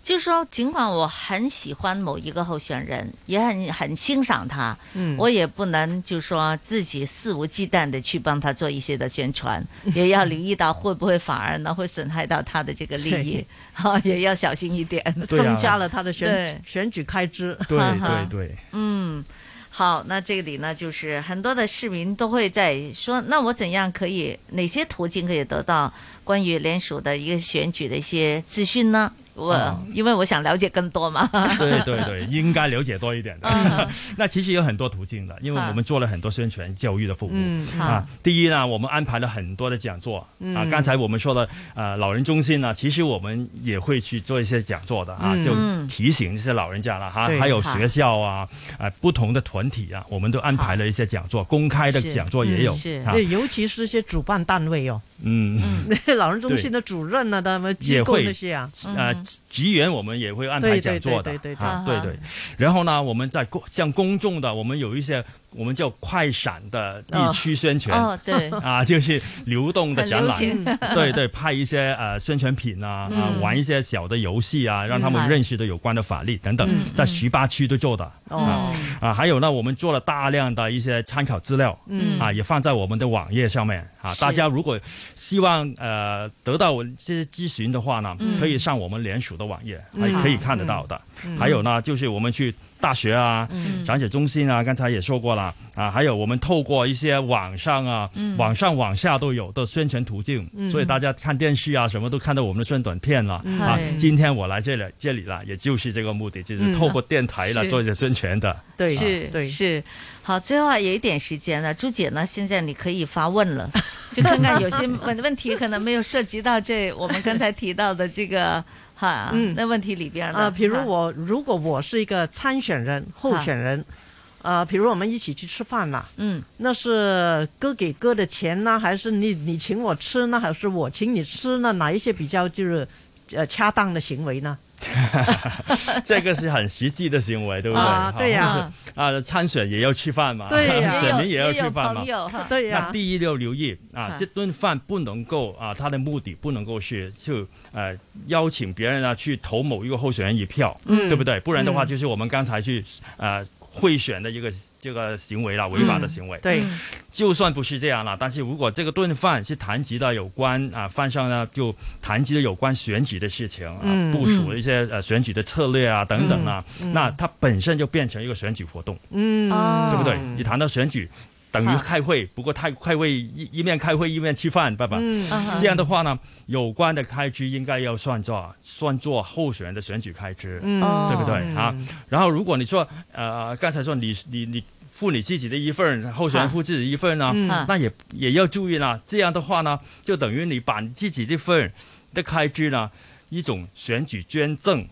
Speaker 8: 就是说，尽管我很喜欢某一个候选人，也很很欣赏他，
Speaker 6: 嗯
Speaker 8: 我也不能就说自己肆无忌惮的去帮他做一些的 宣传，也要留意到会不会反而呢会损害到他的这个利益
Speaker 1: 对，
Speaker 8: 哈，也要小心一点，
Speaker 2: 对啊增
Speaker 1: 加了他的选
Speaker 8: 对
Speaker 1: 选举开支。
Speaker 2: 对
Speaker 8: 哈哈
Speaker 2: 对对，
Speaker 8: 嗯，好，那这里呢，就是很多的市民都会在说，那我怎样可以哪些途径可以得到关于联署的一个选举的一些资讯呢？我、
Speaker 2: 啊
Speaker 8: 因为我想了解更多嘛。
Speaker 2: 对对 对，应该了解多一点
Speaker 6: 嗯
Speaker 2: 的。 那其实有很多途径的，因为我们做了很多宣传教育的服务、
Speaker 6: 嗯
Speaker 2: 啊
Speaker 6: 好。
Speaker 2: 第一呢，我们安排了很多的讲座、啊
Speaker 6: 嗯。
Speaker 2: 刚才我们说的呃老人中心呢，其实我们也会去做一些讲座的啊，
Speaker 6: 嗯
Speaker 2: 就提醒这些老人家了哈、
Speaker 6: 对
Speaker 2: 还有
Speaker 6: 好
Speaker 2: 学校啊，啊不同的团体啊，我们都安排了一些讲座，公开的讲座也有、
Speaker 6: 嗯
Speaker 8: 嗯
Speaker 2: 啊。
Speaker 1: 对，尤其是一些主办单位 哦，
Speaker 2: 嗯。
Speaker 1: 那老人中心的主任啊，他们机
Speaker 2: 也
Speaker 1: 构
Speaker 2: 会
Speaker 1: 那些啊，
Speaker 2: 呃，
Speaker 8: 嗯
Speaker 2: 职员我们也会安排
Speaker 1: 对对
Speaker 2: 讲座的，
Speaker 1: 对对对
Speaker 2: 啊，
Speaker 1: 对
Speaker 2: 对
Speaker 1: 对
Speaker 2: 对。然后呢，我们在公像公众的，我们有一些我们叫快闪的地区宣传，
Speaker 6: 哦哦对
Speaker 2: 啊，就是流动的展
Speaker 6: 很流行
Speaker 2: 览，嗯 对对，派一些呃宣传品啊，啊
Speaker 6: 嗯
Speaker 2: 玩一些小的游戏啊，让他
Speaker 6: 嗯
Speaker 2: 们认识到有关的法律等等
Speaker 6: 嗯，
Speaker 2: 在十八区都做的啊
Speaker 6: 哦
Speaker 2: 啊，还有呢，我们做了大量的一些参考资料，
Speaker 6: 嗯
Speaker 2: 啊，也放在我们的网页上面啊。
Speaker 6: 是
Speaker 2: 大家如果希望呃得到我这些咨询的话呢，
Speaker 6: 嗯
Speaker 2: 可以上我们联署的网页，
Speaker 6: 嗯
Speaker 2: 还可以看得到的。
Speaker 6: 嗯
Speaker 2: 还有呢，就是我们去大学啊、
Speaker 6: 嗯
Speaker 2: 长者中心啊，刚才也说过了啊，还有我们透过一些网上啊、
Speaker 6: 嗯
Speaker 2: 网上网下都有的宣传途径，
Speaker 6: 嗯
Speaker 2: 所以大家看电视啊，什么都看到我们的宣短片了、
Speaker 6: 嗯
Speaker 2: 啊
Speaker 6: 对。
Speaker 2: 今天我来这里这里了，也就是这个目的，就是
Speaker 8: 嗯
Speaker 2: 透过电台了、
Speaker 8: 是
Speaker 2: 做一些宣传的。啊
Speaker 8: 是是。好，最后还啊有一点时间了，朱姐呢，现在你可以发问了，就看看有些问问题可能没有涉及到这我们刚才提到的这个哈、
Speaker 1: 嗯
Speaker 8: 那问题里边了。
Speaker 1: 呃，比如
Speaker 8: 哈
Speaker 1: 我如果我是一个参选人、候选人，呃，比如我们一起去吃饭啦，
Speaker 8: 嗯，
Speaker 1: 那是哥给哥的钱呢，还是你你请我吃呢，还是我请你吃呢？哪一些比较就是呃恰当的行为呢？
Speaker 2: 这个是很实际的行为，对不对？
Speaker 1: 啊对呀
Speaker 2: 好就是啊，参选也要吃饭嘛，
Speaker 1: 对呀
Speaker 2: 选民也要吃饭嘛
Speaker 1: 也有也有朋友哈，对呀
Speaker 2: 那第一要留意啊
Speaker 1: 啊，
Speaker 2: 这顿饭不能够啊，他的目的不能够是就呃邀请别人啊去投某一个候选人一票，
Speaker 6: 嗯
Speaker 2: 对不对？不然的话，
Speaker 6: 嗯
Speaker 2: 就是我们刚才去呃贿选的一个这个行为啦，违法的行为。
Speaker 6: 对嗯
Speaker 2: 就算不是这样了，但是如果这个顿饭是谈及到有关啊饭上呢，就谈及了有关选举的事情啊，
Speaker 6: 嗯
Speaker 2: 部署一些呃选举的策略啊等等啊，
Speaker 6: 嗯嗯
Speaker 2: 那它本身就变成一个选举活动，
Speaker 1: 嗯哦
Speaker 2: 对不对？你谈到选举。等于
Speaker 6: 好
Speaker 2: 开会，不过太开会一一面开会一面吃饭，爸爸。
Speaker 6: 嗯嗯哼
Speaker 2: 这样的话呢，有关的开支应该要算作算作候选人的选举开支，
Speaker 6: 嗯哦
Speaker 2: 对不对啊？然后如果你说呃，刚才说你你你付你自己的一份，候选人
Speaker 6: 好
Speaker 2: 付自己一份呢，
Speaker 6: 嗯
Speaker 2: 那也也要注意啦。这样的话呢，就等于你把你自己这份的开支呢，一种选举捐赠，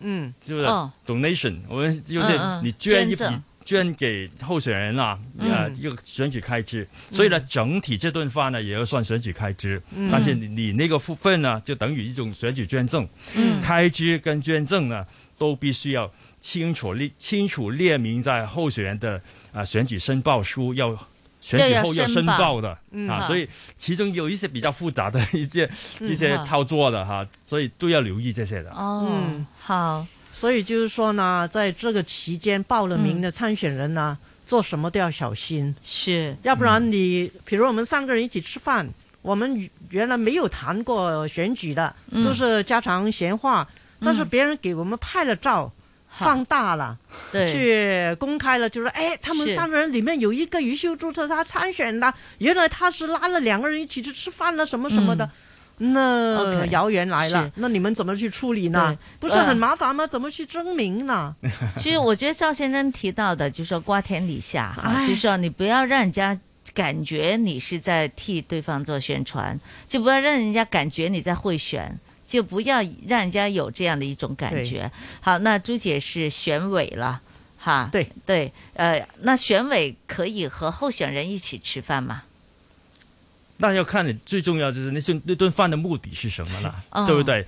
Speaker 1: 嗯，
Speaker 2: 是不是、
Speaker 6: 哦
Speaker 2: d o n a t i o n 我们就是
Speaker 6: 嗯嗯
Speaker 2: 你捐一笔。
Speaker 6: 捐赠
Speaker 2: 捐给候选人啊，
Speaker 6: 嗯
Speaker 2: 呃，一个选举开支，所以呢，整体这顿饭呢也要算选举开支，
Speaker 6: 嗯
Speaker 2: 但是你你那个部分呢，就等于一种选举捐赠，
Speaker 6: 嗯
Speaker 2: 开支跟捐赠呢都必须要清楚列清楚列明在候选人的啊、选举申报书要。选举后
Speaker 6: 就
Speaker 2: 要
Speaker 6: 要申
Speaker 2: 申
Speaker 6: 报
Speaker 2: 报的
Speaker 6: 嗯
Speaker 2: 啊，
Speaker 6: 好
Speaker 2: 所以其中有一些比较复杂的一些
Speaker 1: 嗯
Speaker 2: 一些
Speaker 1: 好
Speaker 2: 操作的哈，所以都要留意这些的。
Speaker 1: 嗯，
Speaker 8: 哦好。
Speaker 1: 所以就是说呢，在这个期间报了名的参选人呢，做什么都要小心，
Speaker 8: 嗯是，嗯
Speaker 1: 要不然你，比如我们三个人一起吃饭，我们原来没有谈过选举的，
Speaker 8: 嗯
Speaker 1: 都是家常闲话，但是别人给我们拍了照。放大了，
Speaker 8: 对
Speaker 1: 去公开了，就说哎，他们
Speaker 8: 是
Speaker 1: 三个人里面有一个余秀柱，他他参选的，原来他是拉了两个人一起去吃饭了，什么什么的，那
Speaker 8: 嗯 OK，
Speaker 1: 谣言来了
Speaker 8: 是，
Speaker 1: 那你们怎么去处理呢？不
Speaker 8: 对
Speaker 1: 是很
Speaker 8: 呃
Speaker 1: 麻烦吗？怎么去证明呢？
Speaker 8: 其实我觉得赵先生提到的，就是说瓜田李下哈，
Speaker 1: 哎
Speaker 8: 就是说你不要让人家感觉你是在替对方做宣传，就不要让人家感觉你在贿选。就不要让人家有这样的一种感觉
Speaker 9: 对。
Speaker 8: 好，那朱姐是选委了，哈，对对，呃，那选委可以和候选人一起吃饭吗？
Speaker 2: 那要看你最重要就是那顿那顿饭的目的是什么了，
Speaker 8: 嗯
Speaker 2: 对不对？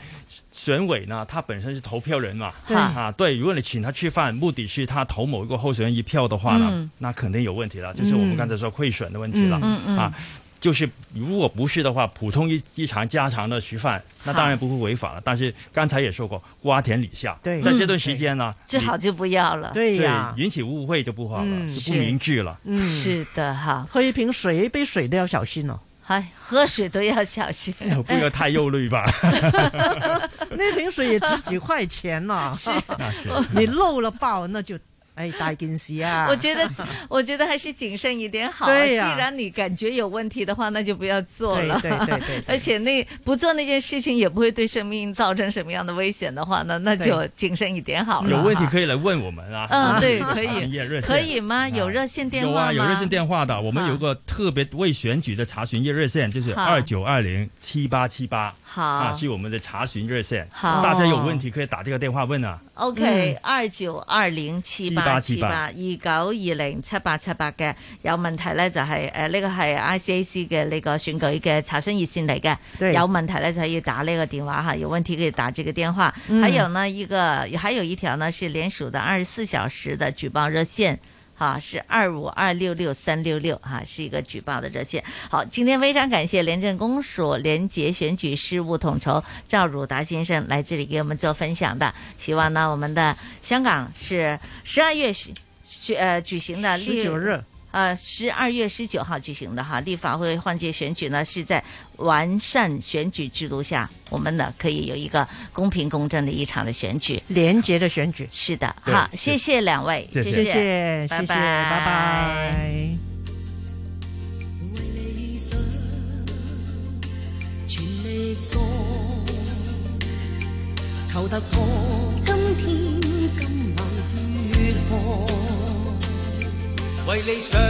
Speaker 2: 选委呢，他本身是投票人嘛，
Speaker 8: 对
Speaker 2: 啊，对。如果你请他吃饭，目的是他投某一个候选人一票的话呢，
Speaker 6: 嗯
Speaker 2: 那肯定有问题了，就是我们刚才说贿选的问题了、
Speaker 6: 嗯嗯嗯
Speaker 2: 啊。就是如果不是的话，普通一一场家常的吃饭，那当然不会违法了。但是刚才也说过，瓜田李下，
Speaker 8: 对
Speaker 2: 在这段时间呢，
Speaker 8: 最好就不要了。
Speaker 2: 对引起误会就不好了，
Speaker 1: 嗯
Speaker 2: 就不明 智了。
Speaker 1: 嗯，
Speaker 8: 是的哈，
Speaker 1: 喝一瓶水，一杯水都要小心哦。
Speaker 8: 哎，喝水都要小心。
Speaker 2: 哎不 要太忧虑吧。
Speaker 1: 那瓶水也值几块钱呢、
Speaker 8: 是
Speaker 1: 你漏了爆，那就哎大件事啊！
Speaker 8: 我觉得， 我觉得还是谨慎一点好。啊
Speaker 1: 对呀
Speaker 8: 既然你感觉有问题的话，那就不要做了。
Speaker 1: 对对对对对
Speaker 8: 而且那不做那件事情也不会对生命造成什么样的危险的话，那那就
Speaker 2: 对
Speaker 8: 谨慎一点好了。
Speaker 2: 有问题
Speaker 8: 哈。
Speaker 2: 可以来问我们啊。
Speaker 8: 嗯，对，
Speaker 2: 啊
Speaker 8: 可
Speaker 2: 营业热
Speaker 8: 以，
Speaker 2: 线
Speaker 8: 可以吗？有热线电话吗？
Speaker 2: 啊有啊，有热线电话的。我们有个特别为选举的查询热线，就是
Speaker 8: 好
Speaker 2: 二九二零七八七八，
Speaker 8: 好
Speaker 2: 啊，是我们的查询热线。
Speaker 8: 好
Speaker 2: 大家有问题可以打这个电话问啊。
Speaker 8: OK，二九二零嗯七八七八二九二零七八七八嘅有問題咧就係誒呢個係 ICAC 嘅呢個選舉嘅查詢熱線嚟嘅，
Speaker 9: 對
Speaker 8: 有問題咧就要打呢個電話哈，有問題可以打這個電話。
Speaker 9: 嗯
Speaker 8: 還有呢一個，還有一條呢是聯署的二十四小時的舉報熱線。哈，是二五二六六三六六哈，是一个举报的热线。好，今天非常感谢廉政公署廉洁选举事务统筹赵汝达先生来这里给我们做分享的。希望呢，我们的香港是十二月举举呃举行的立
Speaker 1: 19日。
Speaker 8: 呃，十二月十九号举行的哈立法会换届选举呢，是在完善选举制度下，我们呢可以有一个公平公正的一场的选举，
Speaker 1: 廉洁的选举
Speaker 8: 是的，
Speaker 1: 对
Speaker 8: 好，
Speaker 1: 是
Speaker 8: 谢谢两位，
Speaker 1: 谢谢
Speaker 8: 哎谢，
Speaker 1: 谢谢
Speaker 8: 拜
Speaker 1: 谢谢
Speaker 8: 拜，
Speaker 1: 拜拜。
Speaker 9: 理想，全力過，求突破。今天今晚如何？為理想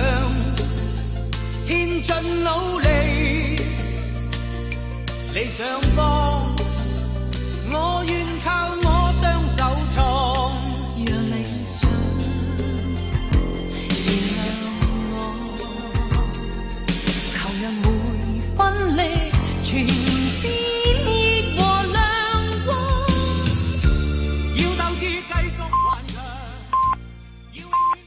Speaker 9: 獻盡努力，理想幫